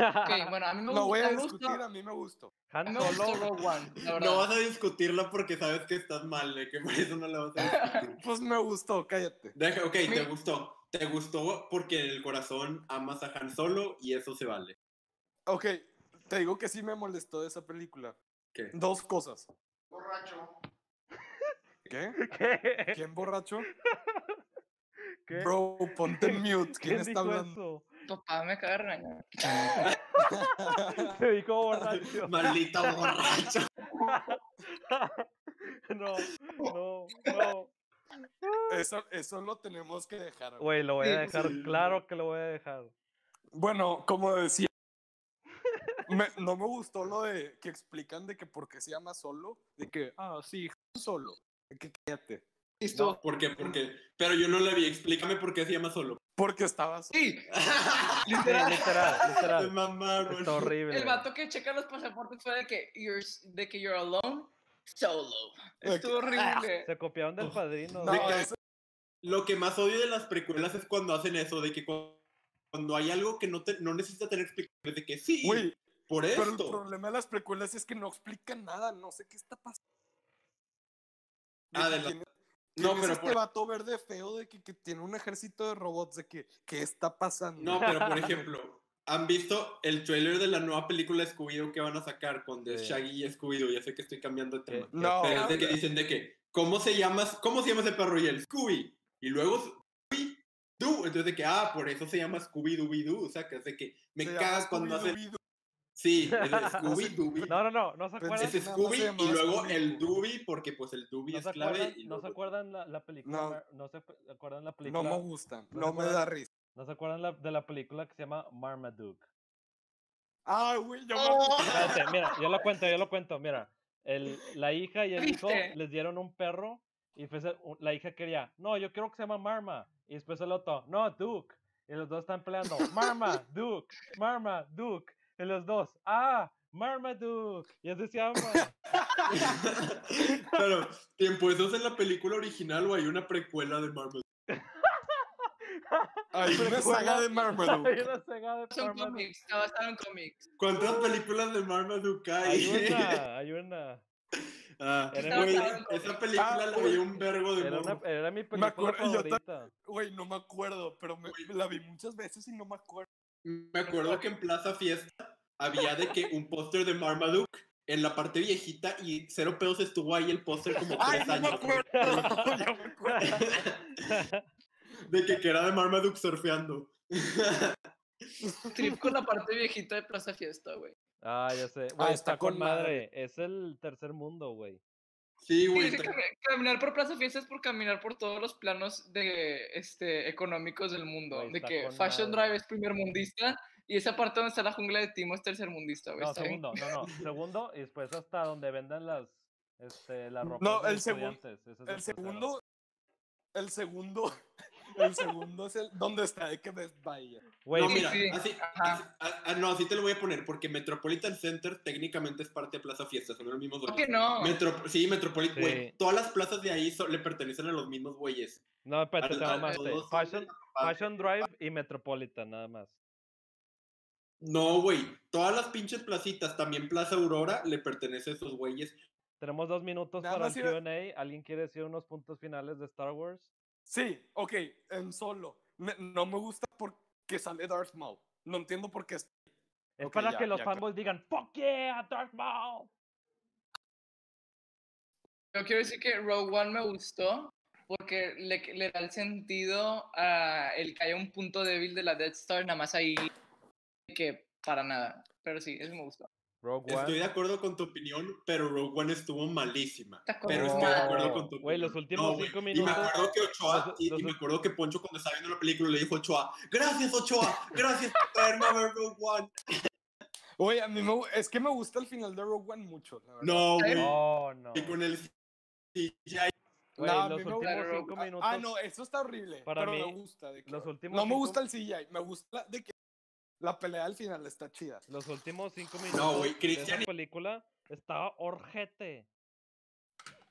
[SPEAKER 4] bueno, a mí me
[SPEAKER 1] No voy
[SPEAKER 4] gusta.
[SPEAKER 1] a
[SPEAKER 4] me gusta-
[SPEAKER 1] discutir, a mí me gustó.
[SPEAKER 2] Han
[SPEAKER 4] me
[SPEAKER 2] Solo,
[SPEAKER 4] (laughs) gustó Rogue One, la verdad.
[SPEAKER 3] No vas a discutirla porque sabes que estás mal, de que por eso no la vas a
[SPEAKER 4] (laughs)
[SPEAKER 3] discutir.
[SPEAKER 1] Pues me gustó, cállate.
[SPEAKER 3] Deja, ok,
[SPEAKER 4] Mi-
[SPEAKER 3] te gustó. Te gustó porque en el corazón amas a Han Solo y eso se
[SPEAKER 2] (laughs)
[SPEAKER 3] vale.
[SPEAKER 1] Ok, te digo que sí me molestó de esa película.
[SPEAKER 3] ¿Qué?
[SPEAKER 1] Dos cosas.
[SPEAKER 4] Borracho.
[SPEAKER 1] ¿Qué?
[SPEAKER 2] ¿Qué?
[SPEAKER 1] ¿Quién borracho?
[SPEAKER 2] ¿Qué?
[SPEAKER 1] Bro, ponte en mute. ¿Quién,
[SPEAKER 2] dijo
[SPEAKER 1] está hablando?
[SPEAKER 2] eso?
[SPEAKER 4] (laughs) Papá me caga de regañar.
[SPEAKER 2] Te dijo borracho.
[SPEAKER 3] Maldita borracha.
[SPEAKER 2] (laughs) No, no, no.
[SPEAKER 1] Eso, eso lo tenemos que dejar. güey.
[SPEAKER 2] Güey, lo voy a
[SPEAKER 4] Sí,
[SPEAKER 2] dejar,
[SPEAKER 3] sí.
[SPEAKER 2] claro que lo voy a dejar.
[SPEAKER 1] Bueno, como decía, me- no me gustó lo de que explican de que por qué se llama solo. De que, ah, sí, solo. de Que cállate.
[SPEAKER 4] Listo.
[SPEAKER 3] ¿Por qué? Porque. Pero yo no la vi. Explícame por qué se llama Solo.
[SPEAKER 1] Porque estaba solo.
[SPEAKER 4] Sí,
[SPEAKER 2] Sí,
[SPEAKER 4] literal.
[SPEAKER 2] literal,
[SPEAKER 3] Te
[SPEAKER 2] literal.
[SPEAKER 3] mamaron.
[SPEAKER 2] Está horrible.
[SPEAKER 4] El vato que checa los pasaportes fue de que you're, de que you're alone, solo.
[SPEAKER 1] De
[SPEAKER 4] Estuvo
[SPEAKER 1] que-
[SPEAKER 4] horrible.
[SPEAKER 2] Se copiaron del padrino.
[SPEAKER 1] No,
[SPEAKER 2] güey.
[SPEAKER 3] que-
[SPEAKER 1] eso-
[SPEAKER 3] Lo que más odio de las precuelas es cuando hacen eso, de que cu- cuando hay algo que no, te- no necesita tener explicaciones, de que sí,
[SPEAKER 1] güey,
[SPEAKER 3] por
[SPEAKER 1] pero el
[SPEAKER 3] esto.
[SPEAKER 1] problema de las precuelas es que no explican nada. No sé qué está pasando. De
[SPEAKER 3] Ah,
[SPEAKER 1] que
[SPEAKER 3] de la-
[SPEAKER 1] tiene-
[SPEAKER 3] No,
[SPEAKER 1] tienes
[SPEAKER 3] pero
[SPEAKER 1] este
[SPEAKER 3] por-
[SPEAKER 1] vato verde feo de que, que tiene un ejército de robots de que, ¿qué está pasando?
[SPEAKER 3] No, pero por ejemplo, ¿han visto el trailer de la nueva película de Scooby-Doo que van a sacar con The
[SPEAKER 2] Sí.
[SPEAKER 3] Shaggy y Scooby-Doo? Ya sé que estoy cambiando de
[SPEAKER 2] Que-
[SPEAKER 3] tema.
[SPEAKER 2] que-
[SPEAKER 1] No.
[SPEAKER 3] Pero es de que dicen de que, ¿cómo se llama, cómo se llama ese perro y el Scooby? Y luego Scooby-Doo. Entonces de que, ah, por eso se llama Scooby-Doo, o sea, que es de que me
[SPEAKER 1] Se llama
[SPEAKER 3] cagas cuando hacen...
[SPEAKER 1] Scooby-Doo.
[SPEAKER 3] Sí, es de Scooby-Doo.
[SPEAKER 2] (laughs) No, no, no, no se
[SPEAKER 1] Pensé
[SPEAKER 2] acuerdan.
[SPEAKER 1] Nada más
[SPEAKER 3] Es
[SPEAKER 1] se
[SPEAKER 3] Scooby y
[SPEAKER 1] llamaba
[SPEAKER 3] luego
[SPEAKER 1] Scooby.
[SPEAKER 3] el Dubi, porque pues el Dubi
[SPEAKER 2] No
[SPEAKER 3] es
[SPEAKER 2] se
[SPEAKER 3] clave.
[SPEAKER 2] acuerdan,
[SPEAKER 3] y
[SPEAKER 2] no se
[SPEAKER 3] luego-
[SPEAKER 2] acuerdan la, la película.
[SPEAKER 1] No.
[SPEAKER 2] Mar- No se acu- acuerdan la película.
[SPEAKER 1] No me gustan,
[SPEAKER 2] ¿No
[SPEAKER 1] no
[SPEAKER 2] se
[SPEAKER 1] me
[SPEAKER 2] acuerdan?
[SPEAKER 1] da risa.
[SPEAKER 2] ¿No se acuerdan la- de la película que se llama Marmaduke.
[SPEAKER 1] Ay, güey, yo me
[SPEAKER 2] Espérate, mira, yo lo cuento, yo lo cuento, mira. El, la hija y el hijo
[SPEAKER 4] ¿Viste?
[SPEAKER 2] les dieron un perro y pues el- u- la hija quería, no, yo quiero que se llama Marma. Y después el otro, no, Duke. Y los dos están peleando, Marma, Duke, Marma, Duke. Y los dos, ah, Marmaduke. Y así
[SPEAKER 1] (laughs)
[SPEAKER 2] se llama.
[SPEAKER 3] (laughs) Pero, ¿tiempo eso es en la película original o hay una precuela de Marvel?
[SPEAKER 1] (laughs) Hay una saga (laughs) de
[SPEAKER 2] Hay
[SPEAKER 1] Marmaduke.
[SPEAKER 2] (laughs) una saga de
[SPEAKER 4] Son
[SPEAKER 2] Marmaduke.
[SPEAKER 4] cómics, está basado
[SPEAKER 3] (laughs)
[SPEAKER 4] en cómics.
[SPEAKER 3] ¿Cuántas películas de Marmaduke
[SPEAKER 2] Hay
[SPEAKER 3] hay?
[SPEAKER 1] (laughs)
[SPEAKER 2] una, hay una.
[SPEAKER 3] (laughs) Ah,
[SPEAKER 2] Era-
[SPEAKER 3] güey,
[SPEAKER 4] Estaba-
[SPEAKER 3] esa película
[SPEAKER 1] Ah,
[SPEAKER 3] la veía un vergo de
[SPEAKER 2] Era, una-
[SPEAKER 3] morro.
[SPEAKER 2] era mi
[SPEAKER 1] Me
[SPEAKER 2] película
[SPEAKER 1] acuerdo, yo ta-
[SPEAKER 2] favorita.
[SPEAKER 1] Güey, no me acuerdo, pero me, la vi muchas veces y no me acuerdo.
[SPEAKER 3] Me acuerdo que en Plaza Fiesta había de que un póster de Marmaduke en la parte viejita y cero pedos estuvo ahí el póster como
[SPEAKER 1] (laughs) (laughs) Ay,
[SPEAKER 3] tres
[SPEAKER 1] no me
[SPEAKER 3] años.
[SPEAKER 1] acuerdo. pues, No (laughs) me acuerdo.
[SPEAKER 3] De que, que era de Marmaduke surfeando.
[SPEAKER 4] Trip con la parte viejita de Plaza Fiesta, güey.
[SPEAKER 2] Ah, ya sé.
[SPEAKER 1] está
[SPEAKER 2] Güey, está,
[SPEAKER 1] con
[SPEAKER 2] con madre. Es el tercer mundo, güey.
[SPEAKER 3] Sí,
[SPEAKER 4] Sí,
[SPEAKER 3] güey.
[SPEAKER 4] dice
[SPEAKER 3] tra-
[SPEAKER 4] cami- caminar por Plaza Fiesta es por caminar por todos los planos de, este, económicos del mundo.
[SPEAKER 2] Güey,
[SPEAKER 4] de
[SPEAKER 2] está
[SPEAKER 4] que
[SPEAKER 2] con
[SPEAKER 4] Fashion
[SPEAKER 2] madre.
[SPEAKER 4] Drive es primer mundista y esa parte donde está la jungla de Timo es tercer mundista, güey.
[SPEAKER 2] No,
[SPEAKER 4] está bien.
[SPEAKER 2] segundo, no, no. Segundo y después hasta donde vendan las. Este, la ropa.
[SPEAKER 1] No,
[SPEAKER 2] de
[SPEAKER 1] el segun-
[SPEAKER 2] estudiantes, ese es
[SPEAKER 1] El
[SPEAKER 2] tercero.
[SPEAKER 1] segundo. El segundo. (laughs) El segundo es el. ¿Dónde está? ¿De que Best Buy?
[SPEAKER 2] Güey,
[SPEAKER 3] no,
[SPEAKER 4] sí,
[SPEAKER 3] mira,
[SPEAKER 4] sí,
[SPEAKER 3] así,
[SPEAKER 4] ajá.
[SPEAKER 3] así- ah, no, así te lo voy a poner, porque Metropolitan Center técnicamente es parte de Plaza Fiesta, son los mismos
[SPEAKER 4] ¿Por
[SPEAKER 3] dueños.
[SPEAKER 4] qué no?
[SPEAKER 3] Metro- sí, Metropolitan, güey.
[SPEAKER 2] Sí.
[SPEAKER 3] Todas las plazas de ahí so- le pertenecen a los mismos güeyes.
[SPEAKER 2] no, espérate,
[SPEAKER 3] Al-
[SPEAKER 2] te
[SPEAKER 3] al-
[SPEAKER 2] mamaste.
[SPEAKER 3] todos son de
[SPEAKER 2] Fashion,
[SPEAKER 3] parte.
[SPEAKER 2] Fashion Drive y Metropolitan, nada más.
[SPEAKER 3] No, güey. Todas las pinches placitas, también Plaza Aurora, le pertenece a esos güeyes.
[SPEAKER 2] Tenemos dos minutos
[SPEAKER 1] Nada
[SPEAKER 2] para el
[SPEAKER 1] más iba-
[SPEAKER 2] QA. ¿Alguien quiere decir unos puntos finales de Star Wars?
[SPEAKER 1] Sí, ok, en solo. Me- no me gusta porque sale Darth Maul. No entiendo por qué. es-
[SPEAKER 2] Es
[SPEAKER 1] Ok,
[SPEAKER 2] para
[SPEAKER 1] ya,
[SPEAKER 2] que los
[SPEAKER 1] ya, claro.
[SPEAKER 2] fanboys digan ¡Fuck yeah, Darth Maul!
[SPEAKER 4] Yo quiero decir que Rogue One me gustó porque le, le da el sentido a el que haya un punto débil de la Death Star, nada más ahí que para nada. Pero sí, eso me gustó.
[SPEAKER 2] Rogue
[SPEAKER 3] Estoy
[SPEAKER 2] One.
[SPEAKER 3] de acuerdo con tu opinión, pero Rogue One estuvo malísima.
[SPEAKER 4] Está con
[SPEAKER 3] Pero estoy de acuerdo
[SPEAKER 2] No,
[SPEAKER 3] con tu opinión.
[SPEAKER 2] güey, los últimos
[SPEAKER 3] güey,
[SPEAKER 2] cinco
[SPEAKER 3] Y me
[SPEAKER 2] minutos-
[SPEAKER 3] acuerdo que Ochoa,
[SPEAKER 2] los-
[SPEAKER 3] y,
[SPEAKER 2] los
[SPEAKER 3] y me
[SPEAKER 2] ul-
[SPEAKER 3] acuerdo que Poncho cuando estaba viendo la película le dijo a Ochoa, gracias Ochoa, gracias por traerme a ver Rogue One.
[SPEAKER 1] Oye, a mí me, gu- es que me gusta el final de Rogue One mucho. La verdad.
[SPEAKER 3] No, güey.
[SPEAKER 2] No, Oh, no.
[SPEAKER 3] Y con el CGI.
[SPEAKER 2] Güey,
[SPEAKER 1] No, a
[SPEAKER 2] los
[SPEAKER 1] mí me gusta
[SPEAKER 2] últimos
[SPEAKER 4] Rogue
[SPEAKER 2] cinco
[SPEAKER 1] Ah,
[SPEAKER 2] minutos.
[SPEAKER 1] Ah, no, eso está horrible.
[SPEAKER 2] Para
[SPEAKER 1] pero
[SPEAKER 2] mí,
[SPEAKER 1] me gusta. de que-
[SPEAKER 2] los últimos
[SPEAKER 1] no me
[SPEAKER 2] cinco-
[SPEAKER 1] gusta el CGI, me gusta de que la pelea al final está chida.
[SPEAKER 2] Los últimos cinco minutos
[SPEAKER 3] No, güey,
[SPEAKER 2] de
[SPEAKER 3] Cristian
[SPEAKER 2] esa
[SPEAKER 3] y-
[SPEAKER 2] película estaba orjete.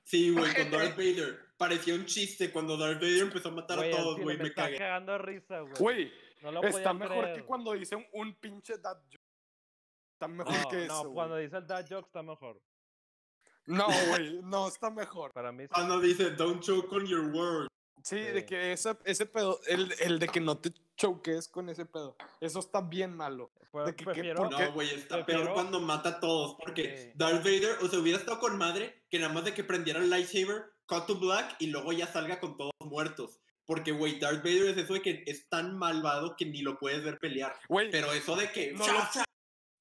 [SPEAKER 3] Sí, güey, con Darth Vader. Parecía un chiste cuando Darth Vader empezó a matar
[SPEAKER 2] Güey,
[SPEAKER 3] a
[SPEAKER 2] al
[SPEAKER 3] todos,
[SPEAKER 2] chile
[SPEAKER 3] güey,
[SPEAKER 2] me,
[SPEAKER 3] me
[SPEAKER 2] está
[SPEAKER 3] cagué.
[SPEAKER 2] cagando de risa, güey.
[SPEAKER 1] Güey,
[SPEAKER 2] no lo
[SPEAKER 1] está
[SPEAKER 2] podía
[SPEAKER 1] mejor que
[SPEAKER 2] creer.
[SPEAKER 1] cuando dicen un pinche dad joke. Está mejor
[SPEAKER 2] No,
[SPEAKER 1] que
[SPEAKER 2] no,
[SPEAKER 1] eso. güey.
[SPEAKER 2] cuando dice el dad joke está mejor.
[SPEAKER 1] No, güey, no, está mejor.
[SPEAKER 2] Para mí sí.
[SPEAKER 3] Cuando dice, don't choke on your word.
[SPEAKER 1] Sí,
[SPEAKER 2] Sí.
[SPEAKER 1] de que ese, ese pedo, el, el de que no te choques con ese pedo, eso está bien malo.
[SPEAKER 2] pre-
[SPEAKER 1] de que- que
[SPEAKER 2] prefiero, (laughs)
[SPEAKER 1] por qué-
[SPEAKER 3] No, güey, está
[SPEAKER 2] Prefiero-
[SPEAKER 3] peor cuando mata a todos. Porque
[SPEAKER 2] Sí.
[SPEAKER 3] Darth Vader, o sea, hubiera estado con madre que nada más de que prendiera el lightsaber, cut to black y luego ya salga con todos muertos. Porque, güey, Darth Vader es eso de que es tan malvado que ni lo puedes ver pelear.
[SPEAKER 1] Güey,
[SPEAKER 3] Pero eso de que.
[SPEAKER 1] No
[SPEAKER 3] cha,
[SPEAKER 1] lo-
[SPEAKER 3] cha,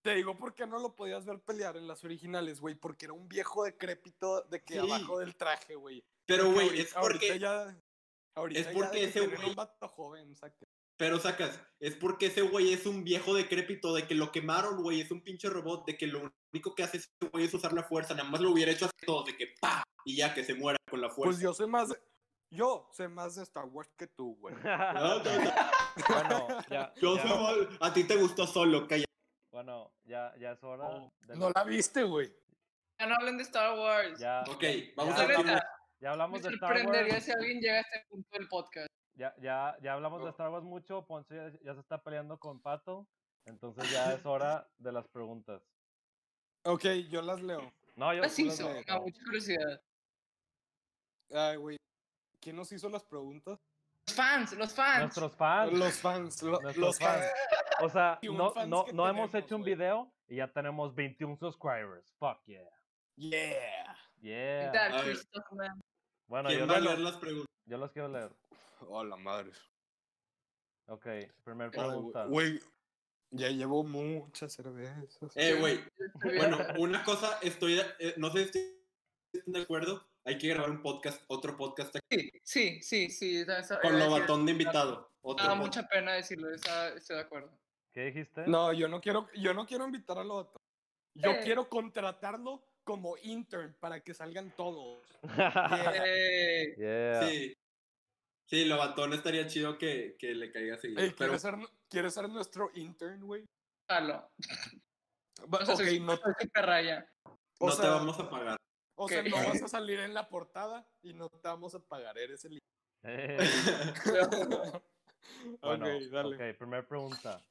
[SPEAKER 1] te digo por qué no lo podías ver pelear en las originales, güey, porque era un viejo decrépito de que
[SPEAKER 3] Sí.
[SPEAKER 1] abajo del traje, güey.
[SPEAKER 3] Pero,
[SPEAKER 1] Que
[SPEAKER 3] güey,
[SPEAKER 1] ahorita-
[SPEAKER 3] es porque.
[SPEAKER 1] Ahorita ya, ahorita
[SPEAKER 3] es
[SPEAKER 1] ya
[SPEAKER 3] porque
[SPEAKER 1] de
[SPEAKER 3] ese
[SPEAKER 1] tener
[SPEAKER 3] güey-
[SPEAKER 1] un vato joven, saca.
[SPEAKER 3] Pero sacas, es porque ese güey es un viejo decrépito, de que lo quemaron, güey, es un pinche robot, de que lo único que hace ese güey es usar la fuerza, nada más lo hubiera hecho así todo, de que pa, y ya que se muera con la
[SPEAKER 1] Pues
[SPEAKER 3] fuerza.
[SPEAKER 1] yo sé más, yo sé más de Star Wars que tú,
[SPEAKER 2] (laughs)
[SPEAKER 1] güey.
[SPEAKER 3] No, no, no,
[SPEAKER 2] bueno, ya,
[SPEAKER 3] yo
[SPEAKER 2] ya,
[SPEAKER 3] soy mal- a ti te gustó solo, calla.
[SPEAKER 2] bueno, ya, ya es hora. de
[SPEAKER 1] Oh, No
[SPEAKER 2] la-
[SPEAKER 1] la viste, güey.
[SPEAKER 4] Ya no hablen de Star Wars.
[SPEAKER 2] Ya,
[SPEAKER 3] Ok, vamos
[SPEAKER 2] Ya,
[SPEAKER 3] a
[SPEAKER 4] La
[SPEAKER 3] ver.
[SPEAKER 4] neta,
[SPEAKER 2] ya
[SPEAKER 4] me
[SPEAKER 2] hablamos de Star
[SPEAKER 4] sorprendería
[SPEAKER 2] Wars.
[SPEAKER 4] si alguien llega a este punto del podcast.
[SPEAKER 2] Ya, ya, ya hablamos de
[SPEAKER 1] No.
[SPEAKER 2] Star Wars mucho. Ponce ya, ya se está peleando con Pato. Entonces ya es hora de las preguntas.
[SPEAKER 1] Ok, yo las leo.
[SPEAKER 2] No, yo
[SPEAKER 4] Las
[SPEAKER 2] tú las
[SPEAKER 4] hizo,
[SPEAKER 2] lees,
[SPEAKER 4] me da
[SPEAKER 2] no.
[SPEAKER 4] mucha curiosidad.
[SPEAKER 1] Ay, güey. ¿Quién nos hizo las preguntas?
[SPEAKER 4] Los fans, los fans.
[SPEAKER 2] Nuestros fans.
[SPEAKER 1] Los fans, lo-
[SPEAKER 2] Ah, Nuestros
[SPEAKER 1] los fans.
[SPEAKER 2] fans. O sea,
[SPEAKER 1] (laughs) y un
[SPEAKER 2] no,
[SPEAKER 1] fans
[SPEAKER 2] no,
[SPEAKER 1] que
[SPEAKER 2] no hemos
[SPEAKER 1] tenemos,
[SPEAKER 2] hecho un
[SPEAKER 1] güey.
[SPEAKER 2] video y ya tenemos 21 subscribers. Fuck yeah.
[SPEAKER 1] Yeah.
[SPEAKER 2] Yeah.
[SPEAKER 4] Tal,
[SPEAKER 3] A ver.
[SPEAKER 4] Christoph, man.
[SPEAKER 2] Bueno, yo,
[SPEAKER 3] ¿Quién va a
[SPEAKER 2] los-
[SPEAKER 3] leer las preguntas?
[SPEAKER 2] yo los quiero leer.
[SPEAKER 1] Hola, Oh, madre.
[SPEAKER 2] Ok, primer
[SPEAKER 1] Ay, güey,
[SPEAKER 2] pregunta.
[SPEAKER 1] Güey, ya llevo muchas cervezas.
[SPEAKER 3] Eh, güey,
[SPEAKER 4] Estoy
[SPEAKER 3] bueno,
[SPEAKER 4] bien.
[SPEAKER 3] una cosa, estoy, eh, no sé si están de acuerdo, hay que grabar un podcast, otro podcast aquí,
[SPEAKER 4] Sí, sí, sí, sí. también estaba-
[SPEAKER 3] con
[SPEAKER 4] iba a
[SPEAKER 3] lo
[SPEAKER 4] decir,
[SPEAKER 3] batón de invitado.
[SPEAKER 4] Me
[SPEAKER 3] Otro podcast.
[SPEAKER 4] da Ah, mucha pena decirlo, está- estoy de acuerdo.
[SPEAKER 2] ¿Qué dijiste?
[SPEAKER 1] No, yo no quiero, yo no quiero invitar al otro. Yo
[SPEAKER 4] Eh.
[SPEAKER 1] quiero contratarlo como intern para que salgan todos.
[SPEAKER 4] Eh,
[SPEAKER 2] (laughs) yeah.
[SPEAKER 3] Sí. Sí, lo batón estaría chido que, que le caiga seguido.
[SPEAKER 1] Ey,
[SPEAKER 3] pero
[SPEAKER 1] ¿quieres, ser, nu- quieres ser nuestro intern, güey?
[SPEAKER 4] Jalo.
[SPEAKER 1] Va-
[SPEAKER 4] O sea,
[SPEAKER 1] ok,
[SPEAKER 4] soy-
[SPEAKER 1] no,
[SPEAKER 4] soy súper raya.
[SPEAKER 1] o
[SPEAKER 3] no te
[SPEAKER 1] sea,
[SPEAKER 3] vamos a pagar.
[SPEAKER 1] o sea,
[SPEAKER 4] ok.
[SPEAKER 1] no vas a salir en la portada y no te vamos a pagar, eres el...
[SPEAKER 2] (laughs) Eh,
[SPEAKER 1] Bueno,
[SPEAKER 2] bueno,
[SPEAKER 1] (laughs) ok, dale.
[SPEAKER 2] ok, primer pregunta.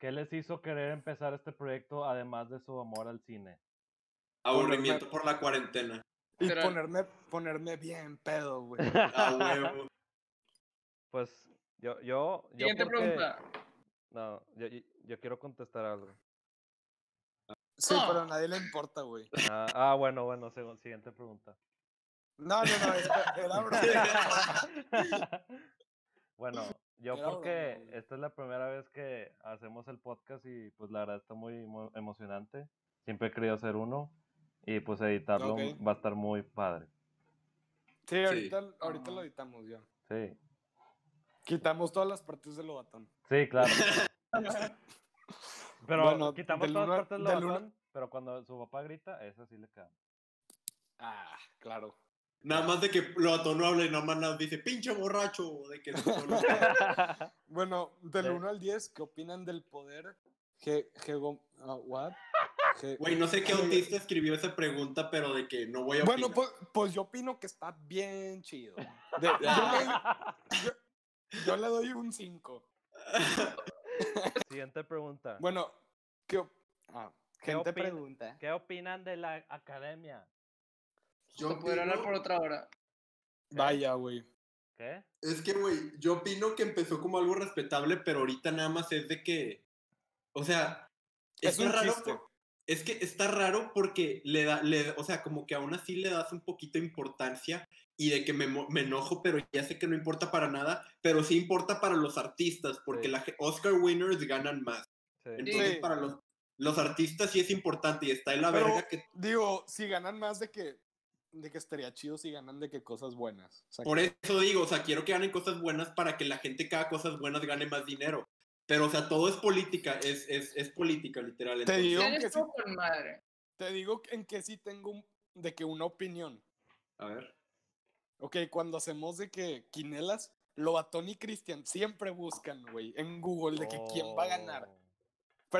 [SPEAKER 2] ¿Qué les hizo querer empezar este proyecto además de su amor al cine?
[SPEAKER 3] Aburrimiento por la (laughs) cuarentena.
[SPEAKER 1] Y
[SPEAKER 4] Literal.
[SPEAKER 1] ponerme, ponerme bien pedo, güey.
[SPEAKER 3] A huevo.
[SPEAKER 2] pues yo, yo, yo
[SPEAKER 4] Siguiente
[SPEAKER 2] porque-
[SPEAKER 4] pregunta.
[SPEAKER 2] No, yo, yo- yo quiero contestar algo.
[SPEAKER 1] Sí,
[SPEAKER 4] Ah.
[SPEAKER 1] pero a nadie le importa, güey.
[SPEAKER 2] Ah, ah, bueno, bueno, segu- siguiente pregunta.
[SPEAKER 1] No, no, no, era- era broma. (laughs)
[SPEAKER 2] bueno, yo
[SPEAKER 1] Era broma,
[SPEAKER 2] porque
[SPEAKER 1] güey.
[SPEAKER 2] esta es la primera vez que hacemos el podcast y pues la verdad está muy mo- emocionante. Siempre he querido hacer uno. Y pues editarlo
[SPEAKER 1] Ok.
[SPEAKER 2] va a estar muy padre.
[SPEAKER 1] Sí, ahorita, ahorita
[SPEAKER 4] Ah.
[SPEAKER 1] lo editamos ya.
[SPEAKER 2] Sí.
[SPEAKER 1] Quitamos todas las partes del batón.
[SPEAKER 2] Sí,
[SPEAKER 1] (laughs)
[SPEAKER 2] claro. Pero
[SPEAKER 1] Bueno,
[SPEAKER 2] quitamos
[SPEAKER 1] del
[SPEAKER 2] todas
[SPEAKER 1] uno-
[SPEAKER 2] partes del
[SPEAKER 1] del uno-
[SPEAKER 2] batón, pero cuando su papá grita, esa sí le
[SPEAKER 1] (laughs)
[SPEAKER 2] queda.
[SPEAKER 1] Ah, claro.
[SPEAKER 3] Nada más de que lo atonó habla y nada más nos dice, pinche borracho. De que solo-
[SPEAKER 1] Bueno,
[SPEAKER 2] Sí.
[SPEAKER 1] del 1 al 10, ¿qué opinan del poder? Ge- Gego- ah, what? Ge-
[SPEAKER 3] Güey, no
[SPEAKER 1] (laughs)
[SPEAKER 3] sé qué
[SPEAKER 1] Ge-
[SPEAKER 3] autista escribió esa pregunta, pero de que no voy a
[SPEAKER 1] Bueno,
[SPEAKER 3] opinar.
[SPEAKER 1] pues, pues yo opino que está bien
[SPEAKER 3] (laughs)
[SPEAKER 1] chido. De-
[SPEAKER 3] Ah.
[SPEAKER 1] yo, le, yo le doy un 5.
[SPEAKER 2] Siguiente pregunta.
[SPEAKER 1] Bueno, ¿qué, op- ah,
[SPEAKER 5] ¿Qué
[SPEAKER 1] gente
[SPEAKER 5] opina-
[SPEAKER 1] pregunta.
[SPEAKER 5] ¿Qué opinan de la academia?
[SPEAKER 4] Yo podría hablar por otra hora.
[SPEAKER 1] Vaya, güey.
[SPEAKER 2] ¿Qué?
[SPEAKER 3] Es que, güey, yo opino que empezó como algo respetable, pero ahorita nada más es de que. O sea,
[SPEAKER 1] Es
[SPEAKER 3] está
[SPEAKER 1] un
[SPEAKER 3] raro.
[SPEAKER 1] chiste.
[SPEAKER 3] por- Es que está raro porque le da, le, o sea, como que aún así le das un poquito de importancia y de que me, mo- me enojo, pero ya sé que no importa para nada, pero sí importa para los artistas, porque
[SPEAKER 2] Sí.
[SPEAKER 3] la ge- Oscar winners ganan más.
[SPEAKER 2] Sí.
[SPEAKER 3] Entonces,
[SPEAKER 1] Sí.
[SPEAKER 3] para los, los artistas sí es importante y está en la
[SPEAKER 1] Pero-
[SPEAKER 3] verga que
[SPEAKER 1] Digo, si ganan más de que, de que estaría chido si ganan de que cosas buenas. O sea,
[SPEAKER 3] Por
[SPEAKER 1] que-
[SPEAKER 3] eso digo, o sea, quiero que ganen cosas buenas para que la gente que haga cosas buenas gane más dinero. Pero, o sea, todo es política, es, es, es política, literal.
[SPEAKER 1] Te
[SPEAKER 3] entonces.
[SPEAKER 1] digo
[SPEAKER 4] Tienes
[SPEAKER 1] que sí,
[SPEAKER 4] todo con madre.
[SPEAKER 1] te digo en que sí tengo un- de que una opinión.
[SPEAKER 3] A ver.
[SPEAKER 1] Ok, cuando hacemos de que quinelas, Lobatón y Cristian siempre buscan, güey, en Google de que quién va a ganar.
[SPEAKER 2] Oh.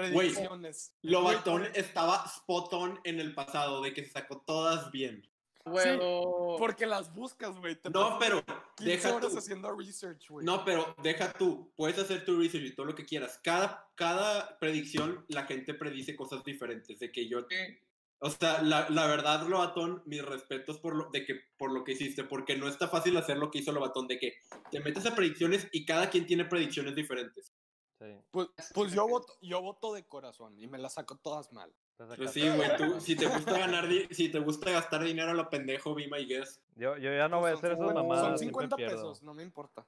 [SPEAKER 1] Predicciones.
[SPEAKER 3] Lobatón estaba spot on en el pasado, de que se sacó todas bien.
[SPEAKER 4] Huevo.
[SPEAKER 1] Porque las buscas, güey. te
[SPEAKER 3] No,
[SPEAKER 1] pasas
[SPEAKER 3] pero
[SPEAKER 1] 15
[SPEAKER 3] deja
[SPEAKER 1] horas
[SPEAKER 3] tú.
[SPEAKER 1] haciendo research, güey.
[SPEAKER 3] No, pero deja tú. Puedes hacer tu research y todo lo que quieras. Cada, cada predicción, la gente predice cosas diferentes. De que yo
[SPEAKER 4] Sí.
[SPEAKER 3] O sea, la, la verdad, Lobatón, mis respetos por lo, de que, por lo que hiciste, porque no está fácil hacer lo que hizo Lobatón, de que te metes a predicciones y cada quien tiene predicciones diferentes.
[SPEAKER 2] Sí.
[SPEAKER 1] Pues, pues
[SPEAKER 3] eh,
[SPEAKER 1] yo voto, yo voto de corazón y me las saco todas mal.
[SPEAKER 2] te
[SPEAKER 3] Pues
[SPEAKER 2] sacaste.
[SPEAKER 3] sí, güey, tú, si te gusta ganar, di- si te gusta gastar dinero a lo pendejo, be my guest.
[SPEAKER 2] Yo, yo ya no voy a hacer esas
[SPEAKER 1] Pues Son
[SPEAKER 2] mamadas. siempre
[SPEAKER 1] 50
[SPEAKER 2] pierdo.
[SPEAKER 1] pesos, no me importa.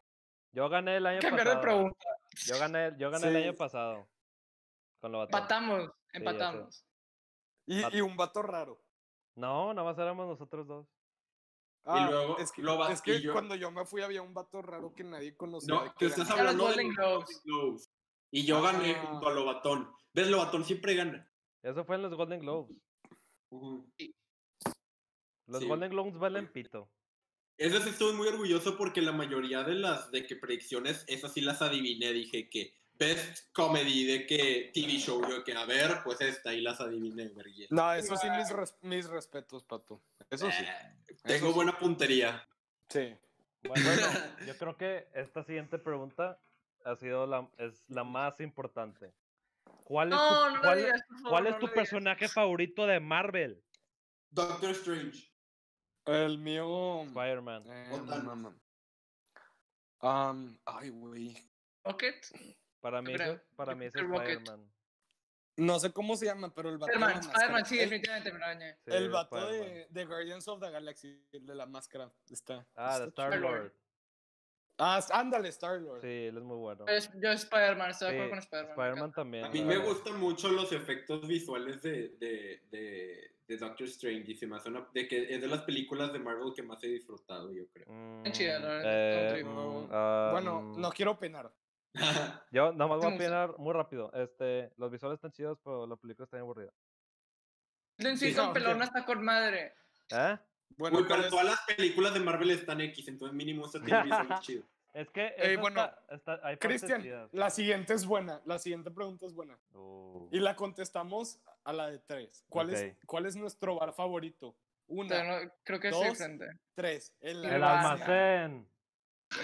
[SPEAKER 2] Yo gané el año
[SPEAKER 4] Cambiar de
[SPEAKER 2] pasado.
[SPEAKER 4] pregunta.
[SPEAKER 2] Yo gané, yo gané el
[SPEAKER 1] Sí.
[SPEAKER 2] año pasado. Con lo batón.
[SPEAKER 4] Empatamos.
[SPEAKER 2] ya sé.
[SPEAKER 4] Empatamos.
[SPEAKER 1] Y,
[SPEAKER 2] Pat-
[SPEAKER 1] y un vato raro.
[SPEAKER 2] No, nada más éramos nosotros dos.
[SPEAKER 1] Ah,
[SPEAKER 3] luego,
[SPEAKER 1] es que,
[SPEAKER 3] Loba-
[SPEAKER 1] es que
[SPEAKER 3] y yo-
[SPEAKER 1] cuando yo me fui había un vato raro que nadie conocía.
[SPEAKER 3] No,
[SPEAKER 1] de
[SPEAKER 3] tú
[SPEAKER 1] que
[SPEAKER 3] estás
[SPEAKER 1] ganaba.
[SPEAKER 4] Ya los
[SPEAKER 3] hablando de
[SPEAKER 4] Golden
[SPEAKER 3] los
[SPEAKER 4] Globes.
[SPEAKER 3] Golden Globes. Y yo gané
[SPEAKER 1] Ah.
[SPEAKER 3] junto a Lobatón. ¿Ves? Lobatón siempre gana.
[SPEAKER 2] Eso fue en los Golden Globes.
[SPEAKER 3] Ujú.
[SPEAKER 2] Los
[SPEAKER 3] Sí.
[SPEAKER 2] Golden Globes valen pito.
[SPEAKER 3] Eso sí estoy muy orgulloso porque la mayoría de las de que predicciones, esas sí las adiviné, dije que best comedy de que TV show, yo que a ver, pues esta y las adiviné, vergüenza.
[SPEAKER 1] No, eso sí, mis, res- mis respetos, pato. Eso sí.
[SPEAKER 3] Eh,
[SPEAKER 1] eso
[SPEAKER 3] Tengo
[SPEAKER 1] sí.
[SPEAKER 3] buena puntería.
[SPEAKER 1] Sí.
[SPEAKER 2] Bueno,
[SPEAKER 1] (laughs)
[SPEAKER 2] bueno, yo creo que esta siguiente pregunta ha sido la, es la más importante. ¿Cuál es
[SPEAKER 4] No,
[SPEAKER 2] tu,
[SPEAKER 4] no lo
[SPEAKER 2] cuál,
[SPEAKER 4] digas, por favor,
[SPEAKER 2] cuál
[SPEAKER 4] no
[SPEAKER 2] es tu
[SPEAKER 4] lo digas.
[SPEAKER 5] personaje favorito de Marvel?
[SPEAKER 3] Doctor Strange.
[SPEAKER 1] El mío.
[SPEAKER 2] Spider-Man?
[SPEAKER 1] eh,
[SPEAKER 3] Otan.
[SPEAKER 1] no, no, no. Am, ay, güey.
[SPEAKER 4] Rocket.
[SPEAKER 2] Para mí, es-
[SPEAKER 4] creo.
[SPEAKER 2] para
[SPEAKER 4] Yo
[SPEAKER 2] mí es
[SPEAKER 4] creo que Rocket.
[SPEAKER 2] Spider-Man.
[SPEAKER 1] No sé cómo se llama, pero el vato. de la
[SPEAKER 4] Spider-Man.
[SPEAKER 1] máscara.
[SPEAKER 4] Spider-Man, sí,
[SPEAKER 1] el,
[SPEAKER 4] definitivamente me lo dañé.
[SPEAKER 2] Sí,
[SPEAKER 1] el
[SPEAKER 2] es
[SPEAKER 1] vato
[SPEAKER 2] este, Spider-Man.
[SPEAKER 1] de, de Guardians of the Galaxy, el de la máscara. Está.
[SPEAKER 2] Ah, de
[SPEAKER 1] está
[SPEAKER 2] Star-Lord.
[SPEAKER 1] chido. Ah, ándale, Star Lord.
[SPEAKER 2] Sí, él es muy bueno.
[SPEAKER 4] Pero es- Yo Spider-Man, estoy de
[SPEAKER 2] Sí,
[SPEAKER 4] acuerdo con Spider-Man. me
[SPEAKER 2] Spider-Man
[SPEAKER 4] encanta.
[SPEAKER 2] también. eh,
[SPEAKER 3] A mí
[SPEAKER 2] la
[SPEAKER 3] me
[SPEAKER 2] verdad.
[SPEAKER 3] gustan mucho los efectos visuales de, de, de, de Doctor Strange y se me hace una- de que es de las películas de Marvel que más he disfrutado, yo
[SPEAKER 2] (laughs)
[SPEAKER 3] creo.
[SPEAKER 2] Mm,
[SPEAKER 4] chida, la verdad,
[SPEAKER 2] eh,
[SPEAKER 4] está muy
[SPEAKER 2] mm,
[SPEAKER 1] bueno.
[SPEAKER 2] ah,
[SPEAKER 1] Bueno,
[SPEAKER 2] mm,
[SPEAKER 1] no quiero opinar.
[SPEAKER 2] Yo nada más voy a
[SPEAKER 4] Me gusta.
[SPEAKER 2] opinar muy rápido. Este, los visuales están chidos, pero la película está bien aburrida.
[SPEAKER 4] Glenn sí,
[SPEAKER 1] Sí,
[SPEAKER 4] con
[SPEAKER 1] no,
[SPEAKER 4] pelona
[SPEAKER 1] sí.
[SPEAKER 4] está con madre.
[SPEAKER 2] ¿Eh?
[SPEAKER 1] Bueno,
[SPEAKER 3] Güey,
[SPEAKER 1] ¿cuál
[SPEAKER 3] pero
[SPEAKER 1] es?
[SPEAKER 3] todas las películas de Marvel están X, entonces mínimo eso tiene visual chido.
[SPEAKER 2] Es que esa
[SPEAKER 1] bueno,
[SPEAKER 2] está- está- hay partes
[SPEAKER 1] Cristian,
[SPEAKER 2] chidas.
[SPEAKER 1] la siguiente es buena. La siguiente pregunta es buena.
[SPEAKER 2] Uh,
[SPEAKER 1] Y la contestamos a la de tres. ¿Cuál, es, ¿cuál es nuestro bar favorito?
[SPEAKER 4] Pero
[SPEAKER 1] Una,
[SPEAKER 4] no- creo que es
[SPEAKER 1] Dos. (laughs)
[SPEAKER 4] diferente.
[SPEAKER 1] tres. El,
[SPEAKER 2] El
[SPEAKER 4] Nirvana.
[SPEAKER 2] almacén.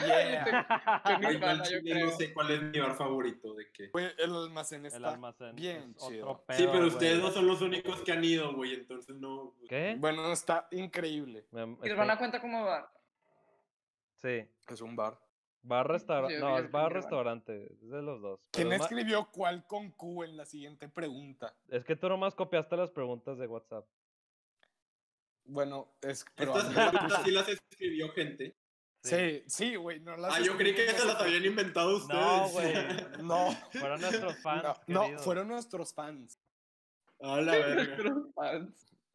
[SPEAKER 1] Yeah.
[SPEAKER 4] Tengo
[SPEAKER 3] Ay, yo al
[SPEAKER 4] Nirvana, yo
[SPEAKER 3] chile
[SPEAKER 4] creo.
[SPEAKER 3] no sé cuál es mi bar favorito de que.
[SPEAKER 1] Güey, el almacén está.
[SPEAKER 2] El almacén.
[SPEAKER 1] bien
[SPEAKER 2] es otro
[SPEAKER 1] chido.
[SPEAKER 2] pedo,
[SPEAKER 3] Sí, pero
[SPEAKER 2] güey.
[SPEAKER 3] ustedes no son los únicos que han ido, güey, entonces no.
[SPEAKER 2] ¿Qué?
[SPEAKER 1] Bueno, está increíble.
[SPEAKER 2] Me- es que-
[SPEAKER 4] Nirvana cuenta
[SPEAKER 1] (laughs)
[SPEAKER 4] como bar.
[SPEAKER 2] Sí.
[SPEAKER 1] Es un bar.
[SPEAKER 2] Bar restaurante.
[SPEAKER 4] Yo
[SPEAKER 2] No,
[SPEAKER 4] digo
[SPEAKER 2] es
[SPEAKER 4] que
[SPEAKER 2] bar
[SPEAKER 4] Nirvana.
[SPEAKER 2] restaurante. Es de los dos. Pero
[SPEAKER 1] ¿Quién
[SPEAKER 2] es, ma-
[SPEAKER 1] escribió cuál con Q en la siguiente pregunta?
[SPEAKER 2] es que tú nomás copiaste las preguntas de WhatsApp.
[SPEAKER 1] Bueno, es. pero
[SPEAKER 3] Estas
[SPEAKER 1] a mí me la
[SPEAKER 3] preguntas
[SPEAKER 1] puso-
[SPEAKER 3] sí las escribió gente.
[SPEAKER 1] Sí, sí, güey, no las.
[SPEAKER 3] Ah, yo creí que se las habían inventado ustedes.
[SPEAKER 2] No, güey.
[SPEAKER 1] No.
[SPEAKER 2] Fueron nuestros fans.
[SPEAKER 1] no, no,
[SPEAKER 2] queridos.
[SPEAKER 1] fueron nuestros fans.
[SPEAKER 3] (laughs) A la verga.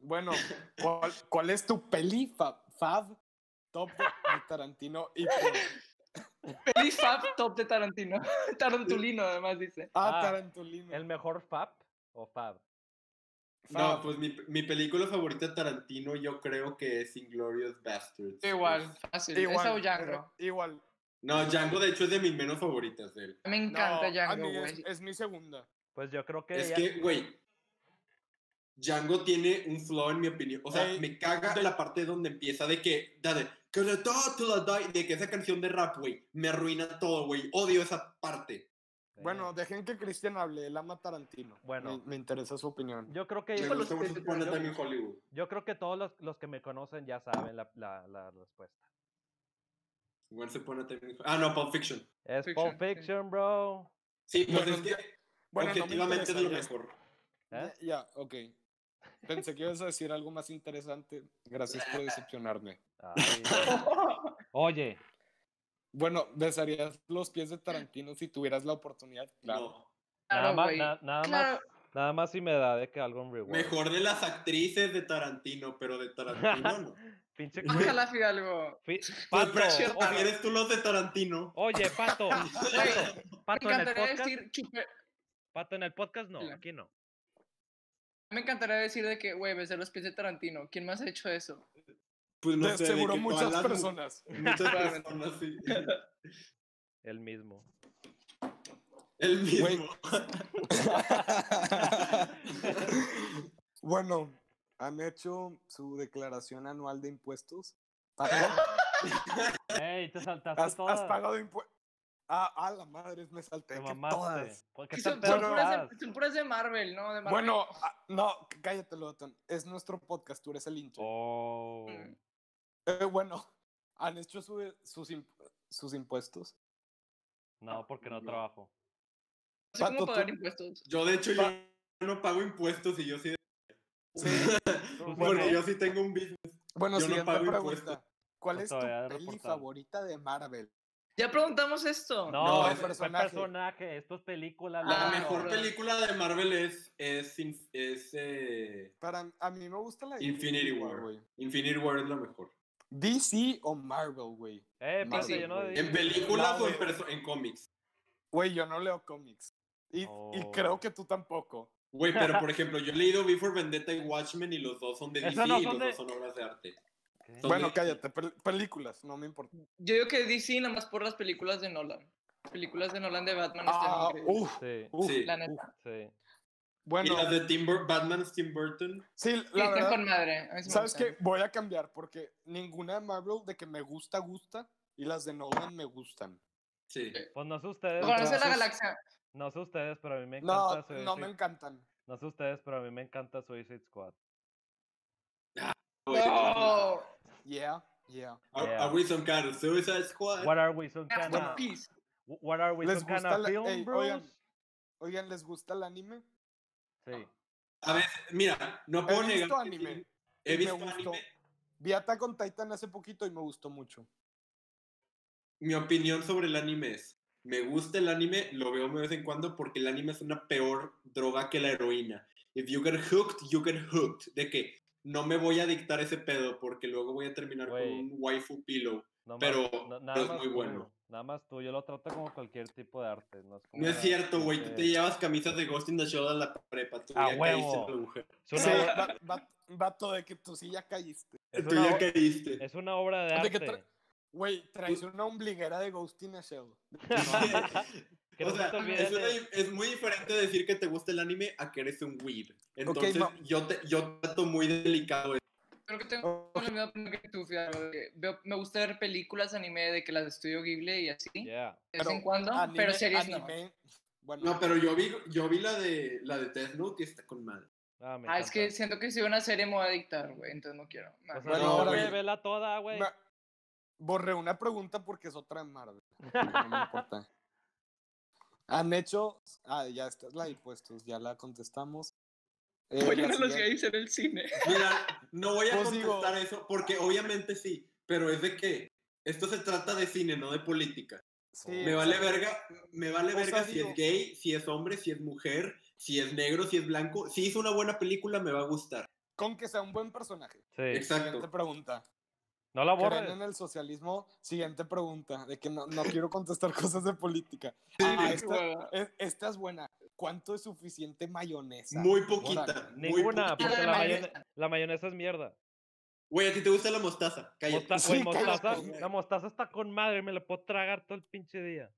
[SPEAKER 1] Bueno, ¿cuál, cuál es tu peli fa- fab top de Tarantino? Y por-
[SPEAKER 4] Feliz Fab Top de Tarantino. (laughs) Tarantulino, además, dice.
[SPEAKER 1] ah,
[SPEAKER 2] (laughs) Ah,
[SPEAKER 1] Tarantulino.
[SPEAKER 2] ¿El mejor Fab o Fab?
[SPEAKER 1] Fab.
[SPEAKER 3] No, pues mi, mi película favorita de Tarantino yo creo que es Inglorious Bastards. Pues,
[SPEAKER 4] Igual, fácil. Esa o Django.
[SPEAKER 1] eh, igual.
[SPEAKER 3] No, Django de hecho es de mis menos favoritas de él.
[SPEAKER 4] Me
[SPEAKER 1] No,
[SPEAKER 4] encanta
[SPEAKER 1] a
[SPEAKER 4] Django,
[SPEAKER 1] mí
[SPEAKER 4] güey.
[SPEAKER 1] es,
[SPEAKER 4] (laughs)
[SPEAKER 1] es mi segunda.
[SPEAKER 2] Pues yo creo que.
[SPEAKER 3] es
[SPEAKER 2] ya-
[SPEAKER 3] que, güey, Django tiene un flow en mi opinión. O sea,
[SPEAKER 1] Güey,
[SPEAKER 3] me caga la parte donde empieza de que, da de, "Can I die till I die?", de que esa canción de rap, güey, me arruina todo, güey. Odio esa parte.
[SPEAKER 1] Bueno, dejen que Cristian hable, él ama Tarantino.
[SPEAKER 2] Bueno.
[SPEAKER 1] Me, me interesa su opinión.
[SPEAKER 2] Yo creo que.
[SPEAKER 3] Me
[SPEAKER 4] Híjole,
[SPEAKER 3] gusta mucho
[SPEAKER 4] sí,
[SPEAKER 3] Once Upon a
[SPEAKER 4] yo-
[SPEAKER 3] Time in Hollywood.
[SPEAKER 2] Yo creo que todos los, los que me conocen ya saben la, la- la respuesta.
[SPEAKER 3] Once Upon a Time in Hollywood. Ah, no, Pulp Fiction.
[SPEAKER 2] Es
[SPEAKER 4] Fiction,
[SPEAKER 2] Pulp
[SPEAKER 4] sí.
[SPEAKER 2] Fiction, bro.
[SPEAKER 3] Sí, pues
[SPEAKER 1] Bueno,
[SPEAKER 3] es que
[SPEAKER 1] Bueno, no me
[SPEAKER 3] objetivamente es
[SPEAKER 1] interesa,
[SPEAKER 3] lo
[SPEAKER 1] ya.
[SPEAKER 3] mejor.
[SPEAKER 2] ¿Eh?
[SPEAKER 1] Ya, ok. Pensé que ibas a decir algo más interesante. Gracias por decepcionarme.
[SPEAKER 2] Ay, Oye,
[SPEAKER 1] Bueno, ¿besarías los pies de Tarantino si tuvieras la oportunidad? Claro.
[SPEAKER 3] No.
[SPEAKER 2] nada,
[SPEAKER 4] Claro,
[SPEAKER 2] más,
[SPEAKER 4] güey.
[SPEAKER 2] na- nada,
[SPEAKER 4] Claro.
[SPEAKER 2] más, nada más si me da de que algo en reward.
[SPEAKER 3] Mejor de las actrices de Tarantino, pero de
[SPEAKER 1] (laughs)
[SPEAKER 3] Tarantino no.
[SPEAKER 2] Pinche.
[SPEAKER 4] Ojalá Fidalgo.
[SPEAKER 2] Fi-
[SPEAKER 3] Pues,
[SPEAKER 2] Pato,
[SPEAKER 3] Precious,
[SPEAKER 2] oye,
[SPEAKER 3] prefieres tú los de Tarantino.
[SPEAKER 5] Oye, Pato,
[SPEAKER 4] Güey,
[SPEAKER 5] Pato, Pato
[SPEAKER 4] me
[SPEAKER 5] en el
[SPEAKER 4] encantaría
[SPEAKER 5] podcast.
[SPEAKER 4] decir chupe-
[SPEAKER 5] Pato en el podcast no,
[SPEAKER 4] Hola.
[SPEAKER 5] aquí no.
[SPEAKER 4] Me encantaría decir de que, güey, besar los pies de Tarantino. ¿Quién más ha hecho eso?
[SPEAKER 3] Pues no
[SPEAKER 1] De
[SPEAKER 3] sé, de
[SPEAKER 1] seguro
[SPEAKER 3] que
[SPEAKER 1] muchas
[SPEAKER 3] todas las mu-
[SPEAKER 1] personas.
[SPEAKER 3] Muchas
[SPEAKER 4] Claramente.
[SPEAKER 3] personas, sí. (laughs)
[SPEAKER 5] El mismo.
[SPEAKER 3] El mismo.
[SPEAKER 1] Güey. (laughs) bueno, han hecho su declaración anual de impuestos.
[SPEAKER 2] (laughs)
[SPEAKER 1] ¿Pagó?
[SPEAKER 2] Ey, te saltaste
[SPEAKER 1] ¿Has,
[SPEAKER 2] todas.
[SPEAKER 1] has pagado impuestos? Ah, a la madre, me salté.
[SPEAKER 2] Te
[SPEAKER 1] que
[SPEAKER 2] mamaste.
[SPEAKER 1] todas.
[SPEAKER 2] ¿Por qué
[SPEAKER 4] Que
[SPEAKER 2] te
[SPEAKER 4] Son, son
[SPEAKER 1] Bueno,
[SPEAKER 4] puras de-
[SPEAKER 2] alteras?
[SPEAKER 4] son puras de Marvel, ¿no? De Marvel.
[SPEAKER 1] Bueno, ah, no, cállate, Lotan. Es nuestro podcast, tú eres el intro.
[SPEAKER 2] Oh.
[SPEAKER 4] Mm.
[SPEAKER 1] Eh, bueno, han hecho su- sus, imp- sus impuestos.
[SPEAKER 2] No, porque no
[SPEAKER 3] No.
[SPEAKER 2] trabajo.
[SPEAKER 4] No sé cómo
[SPEAKER 1] Pato,
[SPEAKER 4] pagar
[SPEAKER 1] tú-
[SPEAKER 4] impuestos.
[SPEAKER 3] Yo, de hecho, yo no pago impuestos y yo sí.
[SPEAKER 1] Sí.
[SPEAKER 2] Bueno.
[SPEAKER 3] Porque yo sí tengo un business.
[SPEAKER 1] Bueno,
[SPEAKER 3] Yo no
[SPEAKER 1] siguiente
[SPEAKER 3] pago
[SPEAKER 1] pregunta. ¿Cuál
[SPEAKER 2] Pues
[SPEAKER 1] es tu
[SPEAKER 2] todavía
[SPEAKER 1] peli
[SPEAKER 2] reportado.
[SPEAKER 1] favorita de Marvel?
[SPEAKER 4] Ya preguntamos esto.
[SPEAKER 2] No,
[SPEAKER 3] No,
[SPEAKER 2] es
[SPEAKER 3] es
[SPEAKER 2] personaje.
[SPEAKER 1] personaje.
[SPEAKER 2] personaje. Esto es película.
[SPEAKER 4] Ah,
[SPEAKER 3] La
[SPEAKER 2] loco.
[SPEAKER 3] mejor
[SPEAKER 4] no.
[SPEAKER 3] película de Marvel es, es, in- es, eh,
[SPEAKER 1] Para a mí me gusta la de
[SPEAKER 3] Infinity War.
[SPEAKER 1] güey.
[SPEAKER 3] Infinity War es la mejor.
[SPEAKER 1] DC o Marvel, güey.
[SPEAKER 2] Eh,
[SPEAKER 1] No,
[SPEAKER 2] Pato,
[SPEAKER 4] sí,
[SPEAKER 2] yo no
[SPEAKER 1] güey.
[SPEAKER 2] dije-
[SPEAKER 3] En películas
[SPEAKER 1] No,
[SPEAKER 3] o en,
[SPEAKER 1] güey.
[SPEAKER 3] perso- en cómics.
[SPEAKER 1] Güey, yo no leo cómics. Y, y
[SPEAKER 2] Oh.
[SPEAKER 1] creo que tú tampoco.
[SPEAKER 3] Güey, pero
[SPEAKER 2] (laughs)
[SPEAKER 3] por ejemplo, yo he leído Before Vendetta y Watchmen y los dos son de
[SPEAKER 2] Esas
[SPEAKER 3] DC
[SPEAKER 2] no
[SPEAKER 3] y
[SPEAKER 2] son
[SPEAKER 3] los
[SPEAKER 2] de-
[SPEAKER 3] dos son obras de arte.
[SPEAKER 2] ¿Qué?
[SPEAKER 3] Son
[SPEAKER 1] Bueno,
[SPEAKER 3] de-
[SPEAKER 1] cállate, pel- películas, no me importa.
[SPEAKER 4] Yo digo que DC nada más por las películas de Nolan. Películas de Nolan de Batman
[SPEAKER 1] Ah,
[SPEAKER 4] están increíbles.
[SPEAKER 1] uf,
[SPEAKER 2] Sí,
[SPEAKER 1] uf.
[SPEAKER 3] Sí.
[SPEAKER 4] La neta.
[SPEAKER 2] sí.
[SPEAKER 3] Y
[SPEAKER 1] Bueno,
[SPEAKER 3] las de Tim Bur- Batman, Tim Burton.
[SPEAKER 1] sí,
[SPEAKER 4] Sí,
[SPEAKER 1] la
[SPEAKER 4] están
[SPEAKER 1] verdad,
[SPEAKER 4] con madre. a mí sí me
[SPEAKER 1] ¿Sabes
[SPEAKER 4] gustan.
[SPEAKER 1] qué? Voy a cambiar porque ninguna de Marvel de que me gusta, gusta. Y las de Nolan me gustan.
[SPEAKER 3] Sí.
[SPEAKER 1] Eh,
[SPEAKER 2] Pues no sé ustedes.
[SPEAKER 4] Conocer
[SPEAKER 2] pero-
[SPEAKER 4] la
[SPEAKER 1] Entonces-
[SPEAKER 4] galaxia.
[SPEAKER 2] No sé ustedes, pero a mí me encanta.
[SPEAKER 1] No,
[SPEAKER 2] Suicide-
[SPEAKER 1] no me encantan.
[SPEAKER 2] no sé ustedes, pero a mí me encanta Suicide Squad.
[SPEAKER 3] Güey,
[SPEAKER 4] Oh,
[SPEAKER 1] Yeah, yeah.
[SPEAKER 3] A,
[SPEAKER 2] Yeah.
[SPEAKER 3] a Wilson Carter, Suicide Squad.
[SPEAKER 2] What are we, some kind of...
[SPEAKER 4] masterpiece.
[SPEAKER 2] What are we,
[SPEAKER 1] ¿Les
[SPEAKER 2] some kind
[SPEAKER 1] gusta
[SPEAKER 2] of
[SPEAKER 1] la-
[SPEAKER 2] film,
[SPEAKER 1] ey,
[SPEAKER 2] bros?
[SPEAKER 1] oigan. Oigan, ¿les gusta el anime?
[SPEAKER 2] Sí.
[SPEAKER 3] A ver, mira, no puedo
[SPEAKER 1] He
[SPEAKER 3] negar.
[SPEAKER 1] visto
[SPEAKER 3] que sí,
[SPEAKER 1] anime.
[SPEAKER 3] He
[SPEAKER 1] y
[SPEAKER 3] visto
[SPEAKER 1] me gustó.
[SPEAKER 3] anime.
[SPEAKER 1] Vi Attack on Titan hace poquito y me gustó mucho.
[SPEAKER 3] Mi opinión sobre el anime es: me gusta el anime, lo veo de vez en cuando porque el anime es una peor droga que la heroína. If you get hooked, you get hooked. De que no me voy a dictar ese pedo porque luego voy a terminar
[SPEAKER 2] Güey.
[SPEAKER 3] con un waifu pillow.
[SPEAKER 2] No más-
[SPEAKER 3] Pero-
[SPEAKER 2] no-
[SPEAKER 3] pero es muy
[SPEAKER 2] tú,
[SPEAKER 3] bueno.
[SPEAKER 2] Nada más tú, yo lo trato como cualquier tipo de arte. No es, como
[SPEAKER 3] No es
[SPEAKER 2] una
[SPEAKER 3] cierto, güey. Tú te
[SPEAKER 2] pinche-
[SPEAKER 3] llevas camisas de Ghost in the Shell a la prepa. Tú
[SPEAKER 2] A
[SPEAKER 3] ya caíste
[SPEAKER 2] huevo.
[SPEAKER 3] en el agujero.
[SPEAKER 2] Es una,
[SPEAKER 1] Sí,
[SPEAKER 2] obra-
[SPEAKER 1] va- va- vato de que tú sí ya caíste.
[SPEAKER 2] es
[SPEAKER 3] Tú
[SPEAKER 2] una
[SPEAKER 3] ya
[SPEAKER 2] o-
[SPEAKER 3] caíste.
[SPEAKER 2] es una obra de
[SPEAKER 1] De que
[SPEAKER 2] arte.
[SPEAKER 1] tra- Güey, traes una ombliguera de Ghost in a Shell.
[SPEAKER 3] (laughs)
[SPEAKER 2] Que
[SPEAKER 3] O
[SPEAKER 2] no se
[SPEAKER 3] sea,
[SPEAKER 2] te olvide
[SPEAKER 3] es, una
[SPEAKER 2] de-
[SPEAKER 3] di- es muy diferente decir que te gusta el anime a que eres un weed. Entonces,
[SPEAKER 1] ma-
[SPEAKER 3] yo, te, yo trato muy delicado eso.
[SPEAKER 4] Creo que tengo la misma opinión que tú, Fidalgo, de que veo- me gusta ver películas anime de que las estudio Ghibli y así. De
[SPEAKER 2] Yeah.
[SPEAKER 4] vez en
[SPEAKER 1] Pero
[SPEAKER 4] cuando,
[SPEAKER 1] Anime-
[SPEAKER 4] pero series no.
[SPEAKER 1] anime- Bueno,
[SPEAKER 3] No, pero yo vi, yo vi la de la de Death Note y está con madre.
[SPEAKER 2] Ah, me
[SPEAKER 4] Ah, es que
[SPEAKER 2] encanta. Pues
[SPEAKER 4] siento que si veo una serie me voy a adictar, güey, entonces no quiero.
[SPEAKER 2] O
[SPEAKER 4] No.
[SPEAKER 2] sea,
[SPEAKER 1] Bueno,
[SPEAKER 2] no,
[SPEAKER 1] (laughs) ahora-
[SPEAKER 2] güey, vela toda, güey.
[SPEAKER 1] ma- borré una pregunta porque es otra de Marvel. (laughs) No me importa. Han hecho. Ah, ya está, la de impuestos, ya la contestamos. Eh,
[SPEAKER 4] Oye,
[SPEAKER 1] la
[SPEAKER 4] no los
[SPEAKER 1] siguiente-
[SPEAKER 4] gays en el cine.
[SPEAKER 3] Mira, no voy a
[SPEAKER 1] Pues digo-
[SPEAKER 3] contestar eso porque obviamente sí, pero es de que esto se trata de cine, no de política.
[SPEAKER 1] Sí,
[SPEAKER 3] Me vale
[SPEAKER 1] exacto.
[SPEAKER 3] verga, me vale
[SPEAKER 1] O sea,
[SPEAKER 3] verga si
[SPEAKER 1] digo-
[SPEAKER 3] es gay, si es hombre, si es mujer, si es negro, si es blanco, si hizo una buena película, me va a gustar.
[SPEAKER 1] Con que sea un buen personaje.
[SPEAKER 2] Sí.
[SPEAKER 1] Siguiente
[SPEAKER 3] Exacto.
[SPEAKER 1] pregunta.
[SPEAKER 2] No la
[SPEAKER 1] ¿Creen en
[SPEAKER 2] borres.
[SPEAKER 1] el socialismo? Siguiente pregunta. De que no,
[SPEAKER 2] (laughs)
[SPEAKER 1] no quiero contestar cosas de política. Ah,
[SPEAKER 4] Ay, (laughs) qué
[SPEAKER 1] esta,
[SPEAKER 4] hueva.
[SPEAKER 1] es- esta es buena. ¿Cuánto es suficiente mayonesa?
[SPEAKER 3] Muy poquita.
[SPEAKER 1] Órale.
[SPEAKER 3] muy
[SPEAKER 2] Ninguna, (laughs)
[SPEAKER 3] poquita.
[SPEAKER 2] porque la,
[SPEAKER 4] La
[SPEAKER 2] mayone-
[SPEAKER 4] mayonesa.
[SPEAKER 2] la mayonesa es mierda.
[SPEAKER 3] Güey, a ti te gusta la mostaza. Cállate.
[SPEAKER 2] Mosta- güey,
[SPEAKER 1] Sí,
[SPEAKER 2] mostaza-
[SPEAKER 3] (laughs)
[SPEAKER 1] cállate.
[SPEAKER 2] la mostaza está con madre, me la puedo tragar todo el pinche día.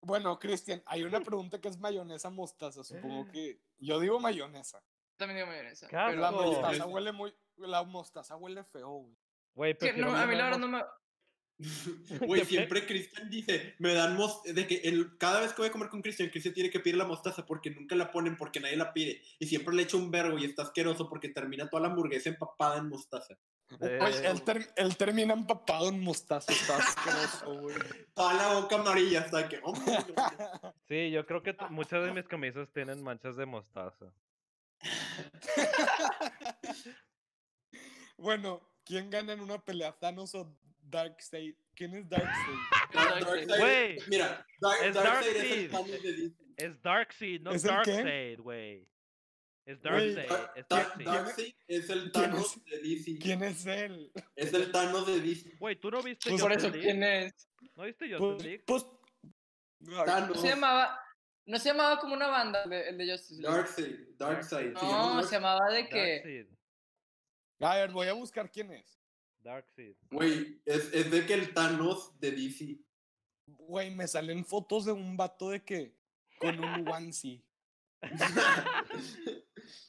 [SPEAKER 1] Bueno, Cristian, hay
[SPEAKER 2] (laughs)
[SPEAKER 1] una pregunta que es mayonesa mostaza.
[SPEAKER 2] Eh.
[SPEAKER 1] Supongo que. Yo digo mayonesa.
[SPEAKER 4] También digo mayonesa.
[SPEAKER 2] Claro.
[SPEAKER 4] pero-
[SPEAKER 1] La
[SPEAKER 2] No.
[SPEAKER 1] mostaza huele muy. La mostaza huele feo, güey.
[SPEAKER 2] Güey,
[SPEAKER 4] Que
[SPEAKER 2] prefiero
[SPEAKER 4] no, a mí la verdad
[SPEAKER 2] mos-
[SPEAKER 4] no me...
[SPEAKER 3] Güey,
[SPEAKER 2] Depende.
[SPEAKER 3] siempre Cristian dice, me dan mostaza, de que el- cada vez que voy a comer con Cristian, Cristian tiene que pedir la mostaza porque nunca la ponen, porque nadie la pide. Y siempre le echa un verbo y está asqueroso porque termina toda la hamburguesa empapada en mostaza.
[SPEAKER 2] Eh,
[SPEAKER 1] Oye, él, ter- él termina empapado en mostaza. Está asqueroso, güey.
[SPEAKER 3] Toda la boca amarilla hasta que, "Oh, hombre, no.
[SPEAKER 2] Sí, yo creo que t- muchas de mis camisas tienen manchas de mostaza.
[SPEAKER 1] Bueno, ¿quién gana en una pelea? ¿Thanos o Darkseid? ¿Quién es Darkseid?
[SPEAKER 3] Dark- Darkseid-
[SPEAKER 2] Güey,
[SPEAKER 3] Mira, Dark,
[SPEAKER 2] es
[SPEAKER 3] Darkseid es
[SPEAKER 2] Darkseid.
[SPEAKER 3] el Thanos de Disney.
[SPEAKER 5] Es Darkseid, no
[SPEAKER 1] ¿Es el qué?
[SPEAKER 5] Darkseid, güey. Es
[SPEAKER 1] Güey,
[SPEAKER 5] Darkseid,
[SPEAKER 3] Dar-
[SPEAKER 5] Eh, es
[SPEAKER 3] Dar-
[SPEAKER 5] Darkseid.
[SPEAKER 3] Darkseid es
[SPEAKER 1] ¿Quién
[SPEAKER 3] el Thanos de DC.
[SPEAKER 1] ¿Quién es él?
[SPEAKER 3] Es el Thanos de DC.
[SPEAKER 5] Güey, ¿tú no viste
[SPEAKER 1] Pues
[SPEAKER 4] Por
[SPEAKER 5] Justice
[SPEAKER 4] eso,
[SPEAKER 5] League?
[SPEAKER 4] ¿quién es?
[SPEAKER 5] ¿No viste
[SPEAKER 1] Pues-
[SPEAKER 5] Justice League?
[SPEAKER 1] pues-
[SPEAKER 4] No
[SPEAKER 3] Thanos.
[SPEAKER 4] se llamaba... No se llamaba como una banda el de, el de Justice League.
[SPEAKER 3] Darkseid. Darkseid. se llama
[SPEAKER 4] No,
[SPEAKER 3] Darkseid.
[SPEAKER 4] se llamaba de que...
[SPEAKER 5] Darkseid,
[SPEAKER 1] A ver, voy a buscar quién es.
[SPEAKER 5] Darkseid.
[SPEAKER 3] Güey, es, es de que el Thanos de DC.
[SPEAKER 1] Güey, me salen fotos de un vato de que con un onesie.
[SPEAKER 5] Creo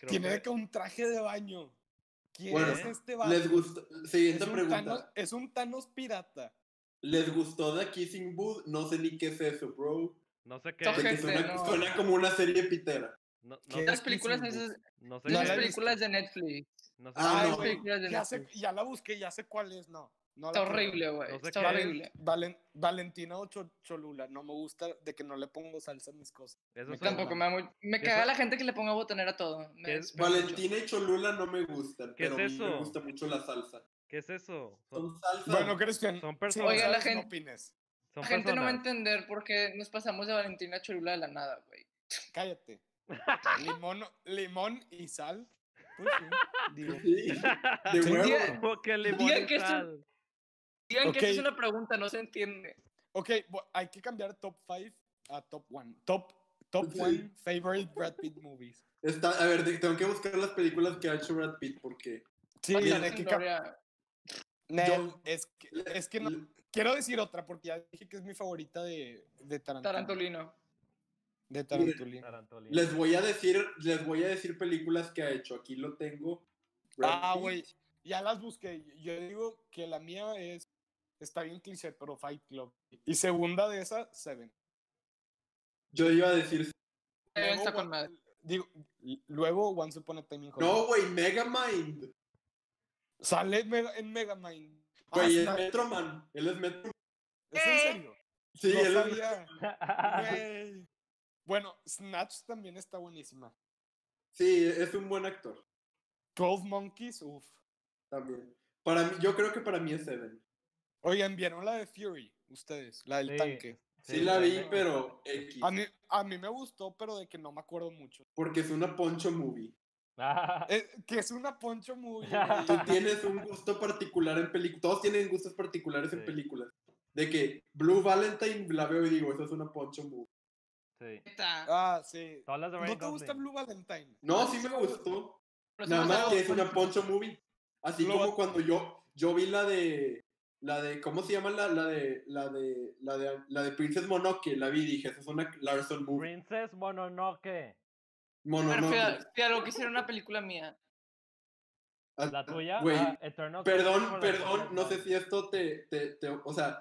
[SPEAKER 1] Tiene de
[SPEAKER 5] que-
[SPEAKER 1] que un traje de baño. ¿Quién
[SPEAKER 3] Bueno,
[SPEAKER 1] es este vato?
[SPEAKER 3] Les gustó.
[SPEAKER 1] es,
[SPEAKER 3] Siguiente
[SPEAKER 1] un
[SPEAKER 3] pregunta.
[SPEAKER 1] Thanos, es un Thanos pirata.
[SPEAKER 3] ¿Les gustó The Kissing Booth? No sé ni qué es eso, bro.
[SPEAKER 5] No sé qué.
[SPEAKER 3] De que
[SPEAKER 4] Tójese,
[SPEAKER 3] suena,
[SPEAKER 4] no.
[SPEAKER 3] suena como una serie pitera.
[SPEAKER 5] No, no,
[SPEAKER 1] ¿Qué?
[SPEAKER 4] Las
[SPEAKER 1] Darkseid
[SPEAKER 4] películas,
[SPEAKER 1] sin
[SPEAKER 4] esas,
[SPEAKER 5] no sé
[SPEAKER 1] No
[SPEAKER 5] qué.
[SPEAKER 4] las
[SPEAKER 1] la he
[SPEAKER 5] es,
[SPEAKER 1] visto.
[SPEAKER 4] películas de Netflix.
[SPEAKER 5] No sé
[SPEAKER 3] Ah,
[SPEAKER 5] qué
[SPEAKER 1] Ay,
[SPEAKER 3] no.
[SPEAKER 5] es.
[SPEAKER 1] güey,
[SPEAKER 4] Películas de
[SPEAKER 1] ya, sé-
[SPEAKER 4] Netflix.
[SPEAKER 1] ya la busqué, ya sé cuál es. No, no
[SPEAKER 4] Está
[SPEAKER 1] la quiero.
[SPEAKER 4] horrible, güey.
[SPEAKER 5] No sé
[SPEAKER 4] Está
[SPEAKER 5] qué es.
[SPEAKER 1] Valen-
[SPEAKER 4] horrible.
[SPEAKER 1] Valen- Valentina o Cho- Cholula, no me gusta de que no le pongo salsa a mis cosas.
[SPEAKER 5] Eso
[SPEAKER 1] Me
[SPEAKER 5] es-
[SPEAKER 1] encanta.
[SPEAKER 4] Tampoco me da muy... Me
[SPEAKER 5] Eso-
[SPEAKER 4] caga la gente que le ponga botonera a todo. Me
[SPEAKER 5] ¿Qué es?
[SPEAKER 4] desespera mucho.
[SPEAKER 3] Valentina y Cholula no me gustan,
[SPEAKER 5] ¿Qué es
[SPEAKER 3] pero a mí
[SPEAKER 5] eso?
[SPEAKER 3] me gusta mucho la salsa.
[SPEAKER 5] ¿Qué es eso? Son,
[SPEAKER 3] Son salsa.
[SPEAKER 1] Bueno, Cristian,
[SPEAKER 5] son
[SPEAKER 1] si
[SPEAKER 5] personas.
[SPEAKER 1] no
[SPEAKER 4] Oiga, la
[SPEAKER 1] sabes, no
[SPEAKER 4] gente-
[SPEAKER 1] opines.
[SPEAKER 5] son
[SPEAKER 4] La gente no va a
[SPEAKER 5] personas.
[SPEAKER 4] entender por qué nos pasamos de Valentina a Cholula de la nada, güey.
[SPEAKER 3] (laughs)
[SPEAKER 1] Cállate. Limón, limón y sal. Pues sí, digo.
[SPEAKER 3] Sí, de
[SPEAKER 5] (laughs)
[SPEAKER 1] Sí,
[SPEAKER 3] huevo.
[SPEAKER 4] tiene-
[SPEAKER 5] Como que
[SPEAKER 2] (laughs)
[SPEAKER 5] le
[SPEAKER 4] Digan que esto-
[SPEAKER 5] molestan.
[SPEAKER 4] Digan que esa es
[SPEAKER 1] Ok.
[SPEAKER 4] una pregunta, no se entiende.
[SPEAKER 1] Ok, bu- hay que cambiar top 5 a top 1. Top, top
[SPEAKER 3] Sí.
[SPEAKER 1] 1 favorite Brad Pitt movies.
[SPEAKER 3] Está, a ver, de- tengo que buscar las películas que ha hecho Brad Pitt porque.
[SPEAKER 1] Sí,
[SPEAKER 3] Mira,
[SPEAKER 1] de
[SPEAKER 4] Sin
[SPEAKER 1] que cam-
[SPEAKER 4] gloria.
[SPEAKER 1] Nel,
[SPEAKER 3] yo-
[SPEAKER 1] es que, es que no, quiero decir otra porque ya dije que es mi favorita de, de Tarantino.
[SPEAKER 4] Tarantulino.
[SPEAKER 1] De Tarantulino.
[SPEAKER 5] Tarantolín.
[SPEAKER 3] (laughs) Les voy a decir, les voy a decir películas que ha hecho. Aquí lo tengo. Brad
[SPEAKER 1] Ah,
[SPEAKER 3] Pitt.
[SPEAKER 1] güey, ya las busqué. Yo digo que la mía es, está bien cliché, pero Fight Club. Y segunda de esa, Seven.
[SPEAKER 3] Yo iba a decir.
[SPEAKER 4] Eh,
[SPEAKER 1] Luego,
[SPEAKER 4] Está con
[SPEAKER 1] One-
[SPEAKER 4] madre.
[SPEAKER 1] Digo, y luego Once Upon a Time in Hollywood.
[SPEAKER 3] No, güey, Megamind.
[SPEAKER 1] Sale en Mega- en Megamind. Ah,
[SPEAKER 3] Güey,
[SPEAKER 1] sí,
[SPEAKER 3] es
[SPEAKER 1] la-
[SPEAKER 3] Metroman. Él es Metroman.
[SPEAKER 1] ¿Es en serio?
[SPEAKER 3] Sí,
[SPEAKER 1] no
[SPEAKER 3] él es
[SPEAKER 1] sabía. Güey. Bueno, Snatch también está buenísima.
[SPEAKER 3] Sí, es un buen actor
[SPEAKER 1] Twelve Monkeys, uff.
[SPEAKER 3] también. Para mí, yo creo que para mí es Seven.
[SPEAKER 1] Oigan, ¿vieron la de Fury? Ustedes, la del
[SPEAKER 2] Sí.
[SPEAKER 1] tanque.
[SPEAKER 3] Sí, la vi,
[SPEAKER 2] (laughs) sí.
[SPEAKER 3] pero X.
[SPEAKER 1] A mí, a mí me gustó, pero de que no me acuerdo mucho.
[SPEAKER 3] Porque es una poncho movie.
[SPEAKER 2] Ah,
[SPEAKER 1] Eh, que es una poncho
[SPEAKER 4] (laughs)
[SPEAKER 1] muy...
[SPEAKER 3] Tú tienes un gusto particular en películas. Todos tienen gustos particulares en
[SPEAKER 2] Sí.
[SPEAKER 3] películas. De que Blue Valentine la veo y digo, eso es una poncho movie.
[SPEAKER 2] Sí.
[SPEAKER 4] Neta.
[SPEAKER 1] Ah, sí.
[SPEAKER 2] Todas las de Ryan
[SPEAKER 1] ¿No te gusta
[SPEAKER 2] Gosling.
[SPEAKER 1] Blue Valentine?
[SPEAKER 3] No, sí me gustó.
[SPEAKER 4] Pero
[SPEAKER 3] Nada
[SPEAKER 4] somos
[SPEAKER 3] más que
[SPEAKER 4] algo-
[SPEAKER 3] es una poncho movie. Así
[SPEAKER 1] Blue
[SPEAKER 3] como cuando yo, yo vi la de. La de, ¿cómo se llama? La, la de, la de, la de, la de Princess Monoke, la vi y dije, eso es una Larson movie.
[SPEAKER 2] Princess Mononoke.
[SPEAKER 4] Pero
[SPEAKER 3] Mononoke.
[SPEAKER 4] fíjate, fíjate, lo que hicieron una película mía.
[SPEAKER 3] Ah,
[SPEAKER 2] La tuya,
[SPEAKER 3] Güey,
[SPEAKER 2] ah, Eternal
[SPEAKER 3] Perdón,
[SPEAKER 2] Sunshine of the
[SPEAKER 3] perdón,
[SPEAKER 2] Spotless
[SPEAKER 3] no sé
[SPEAKER 2] Mind.
[SPEAKER 3] si esto te, te, te- o sea,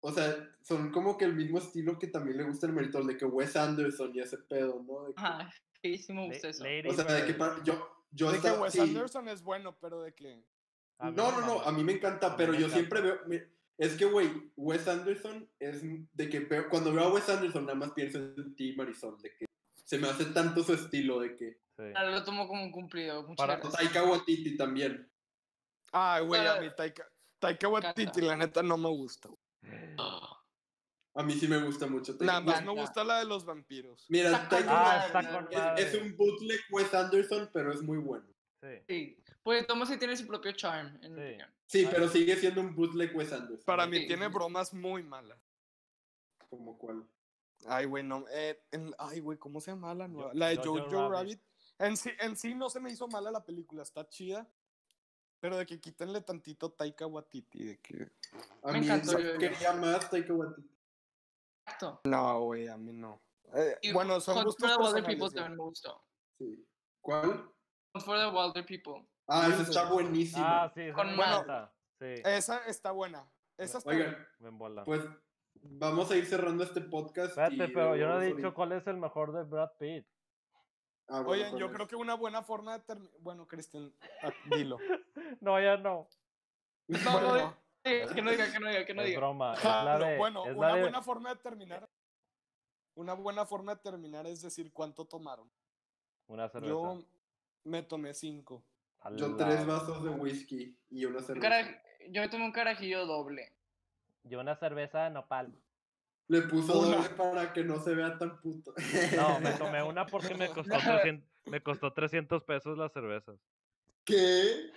[SPEAKER 3] o sea, son como que el mismo estilo que también le gusta el Meritol, de que Wes Anderson y ese pedo, ¿no? De que-
[SPEAKER 4] Ajá. (laughs) Sí, sí me
[SPEAKER 2] La-
[SPEAKER 4] gusta eso.
[SPEAKER 2] Lady
[SPEAKER 3] o sea, de que
[SPEAKER 2] Bird.
[SPEAKER 3] para- yo, yo
[SPEAKER 1] de que
[SPEAKER 3] estaba-
[SPEAKER 1] Wes
[SPEAKER 3] sí.
[SPEAKER 1] Anderson es bueno, pero de que...
[SPEAKER 2] A mí
[SPEAKER 3] no,
[SPEAKER 2] me
[SPEAKER 3] no, no,
[SPEAKER 2] mama.
[SPEAKER 3] a mí me
[SPEAKER 2] A mí
[SPEAKER 3] encanta, pero
[SPEAKER 2] me
[SPEAKER 3] yo
[SPEAKER 2] encanta.
[SPEAKER 3] siempre veo, me- es que, güey, Wes Anderson es de que veo- cuando veo a Wes Anderson nada más pienso en ti, Marisol, de que se me hace tanto su estilo, de que,
[SPEAKER 2] Sí.
[SPEAKER 4] Ahora lo tomo como un cumplido. Muchas
[SPEAKER 2] Para-
[SPEAKER 4] gracias.
[SPEAKER 3] Taika Waititi también,
[SPEAKER 1] Ay, güey, a
[SPEAKER 4] Ah,
[SPEAKER 1] mí Taika... Taika Waititi, la neta, no me gusta. güey.
[SPEAKER 3] A mí sí me gusta mucho.
[SPEAKER 1] Nada más
[SPEAKER 4] encanta.
[SPEAKER 1] me gusta la de los vampiros.
[SPEAKER 3] Mira,
[SPEAKER 4] Está
[SPEAKER 3] Taken
[SPEAKER 4] con
[SPEAKER 2] Ah,
[SPEAKER 4] madre,
[SPEAKER 2] está
[SPEAKER 4] ¿no?
[SPEAKER 2] con
[SPEAKER 4] Es-
[SPEAKER 2] madre.
[SPEAKER 3] es, es un bootleg Wes Anderson, pero es muy bueno.
[SPEAKER 2] Sí.
[SPEAKER 4] Sí. Pues Thomas sí tiene su propio charm, en mi
[SPEAKER 2] Sí.
[SPEAKER 4] opinión.
[SPEAKER 3] Sí, pero sigue siendo un bootleg Wes Anderson.
[SPEAKER 1] Para
[SPEAKER 3] ¿no?
[SPEAKER 1] mí
[SPEAKER 4] Sí.
[SPEAKER 1] tiene bromas muy malas.
[SPEAKER 3] Como cual.
[SPEAKER 1] Ay, güey, no. eh, en- ay, güey, ¿cómo se llama la nueva?
[SPEAKER 2] Jo-
[SPEAKER 1] La de
[SPEAKER 2] Jojo
[SPEAKER 1] Jojo,
[SPEAKER 2] Rabbit.
[SPEAKER 1] Rabbit. En, sí, en sí no se me hizo mala la película, está chida. Pero de que quítenle tantito Taika Waititi, de que...
[SPEAKER 3] A
[SPEAKER 4] Me
[SPEAKER 3] mí
[SPEAKER 4] encantó,
[SPEAKER 3] yo
[SPEAKER 4] yo- yo-
[SPEAKER 3] quería más Taika Waititi.
[SPEAKER 4] Exacto.
[SPEAKER 1] No, güey, a mí no. Eh,
[SPEAKER 4] Y
[SPEAKER 1] bueno, son
[SPEAKER 4] Hunt
[SPEAKER 1] gustos
[SPEAKER 4] for the Wilder
[SPEAKER 1] personales.
[SPEAKER 4] People
[SPEAKER 1] güey.
[SPEAKER 4] también me gustó.
[SPEAKER 3] Sí. ¿Cuál?
[SPEAKER 4] Hunt for the Wilder People.
[SPEAKER 3] Ah, esa
[SPEAKER 1] Eso.
[SPEAKER 3] está buenísima.
[SPEAKER 2] Ah, sí, esa
[SPEAKER 4] Con
[SPEAKER 2] me
[SPEAKER 4] Mal.
[SPEAKER 2] encanta. Sí,
[SPEAKER 3] Eh,
[SPEAKER 1] Esa está buena. Esa está buena.
[SPEAKER 3] Oigan,
[SPEAKER 2] me embola.
[SPEAKER 3] pues vamos a ir cerrando este podcast.
[SPEAKER 2] Espérate,
[SPEAKER 3] y
[SPEAKER 2] pero yo no he
[SPEAKER 3] vamos a-
[SPEAKER 2] dicho cuál es el mejor de Brad Pitt.
[SPEAKER 3] Ah, bueno,
[SPEAKER 1] Oigan,
[SPEAKER 3] con
[SPEAKER 1] yo
[SPEAKER 3] eso.
[SPEAKER 1] creo que una buena forma de terminar... Bueno, Cristian, ah, dilo.
[SPEAKER 2] No, ya no.
[SPEAKER 4] (laughs) No,
[SPEAKER 1] Bueno.
[SPEAKER 4] no, no, eh, que no diga, que no diga, que no
[SPEAKER 2] es
[SPEAKER 4] diga.
[SPEAKER 2] broma. Es
[SPEAKER 1] Ah,
[SPEAKER 2] la
[SPEAKER 1] no,
[SPEAKER 2] de,
[SPEAKER 1] bueno,
[SPEAKER 2] es
[SPEAKER 1] una
[SPEAKER 2] la de-
[SPEAKER 1] buena forma de terminar. Una buena forma de terminar es decir cuánto tomaron.
[SPEAKER 2] una cerveza.
[SPEAKER 1] Yo me tomé cinco.
[SPEAKER 2] A
[SPEAKER 3] Yo
[SPEAKER 2] la-
[SPEAKER 3] tres vasos de whisky y una
[SPEAKER 4] Un
[SPEAKER 3] cerveza.
[SPEAKER 4] cara- Yo me tomé un carajillo doble.
[SPEAKER 2] Yo una cerveza de nopal.
[SPEAKER 3] Le puso
[SPEAKER 1] Una.
[SPEAKER 3] doble para que no se vea tan puto.
[SPEAKER 2] No, me tomé una porque me costó
[SPEAKER 4] No.
[SPEAKER 2] 300, me costó 300 pesos las cervezas.
[SPEAKER 3] (laughs) ¿Qué?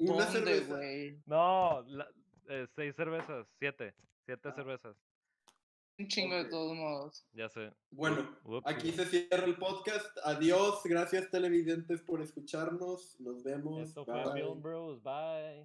[SPEAKER 3] Una
[SPEAKER 4] ¿Dónde,
[SPEAKER 3] cerveza.
[SPEAKER 4] güey?
[SPEAKER 2] No, la- eh, seis cervezas, siete, siete cervezas,
[SPEAKER 4] Un chingo de
[SPEAKER 3] Ok.
[SPEAKER 4] todos modos.
[SPEAKER 2] ya sé.
[SPEAKER 3] Bueno,
[SPEAKER 2] Ups.
[SPEAKER 3] aquí se cierra el podcast. Adiós. Gracias, televidentes, por escucharnos. Nos vemos.
[SPEAKER 2] Esto fue
[SPEAKER 3] Bye.
[SPEAKER 2] Film Bros, bye.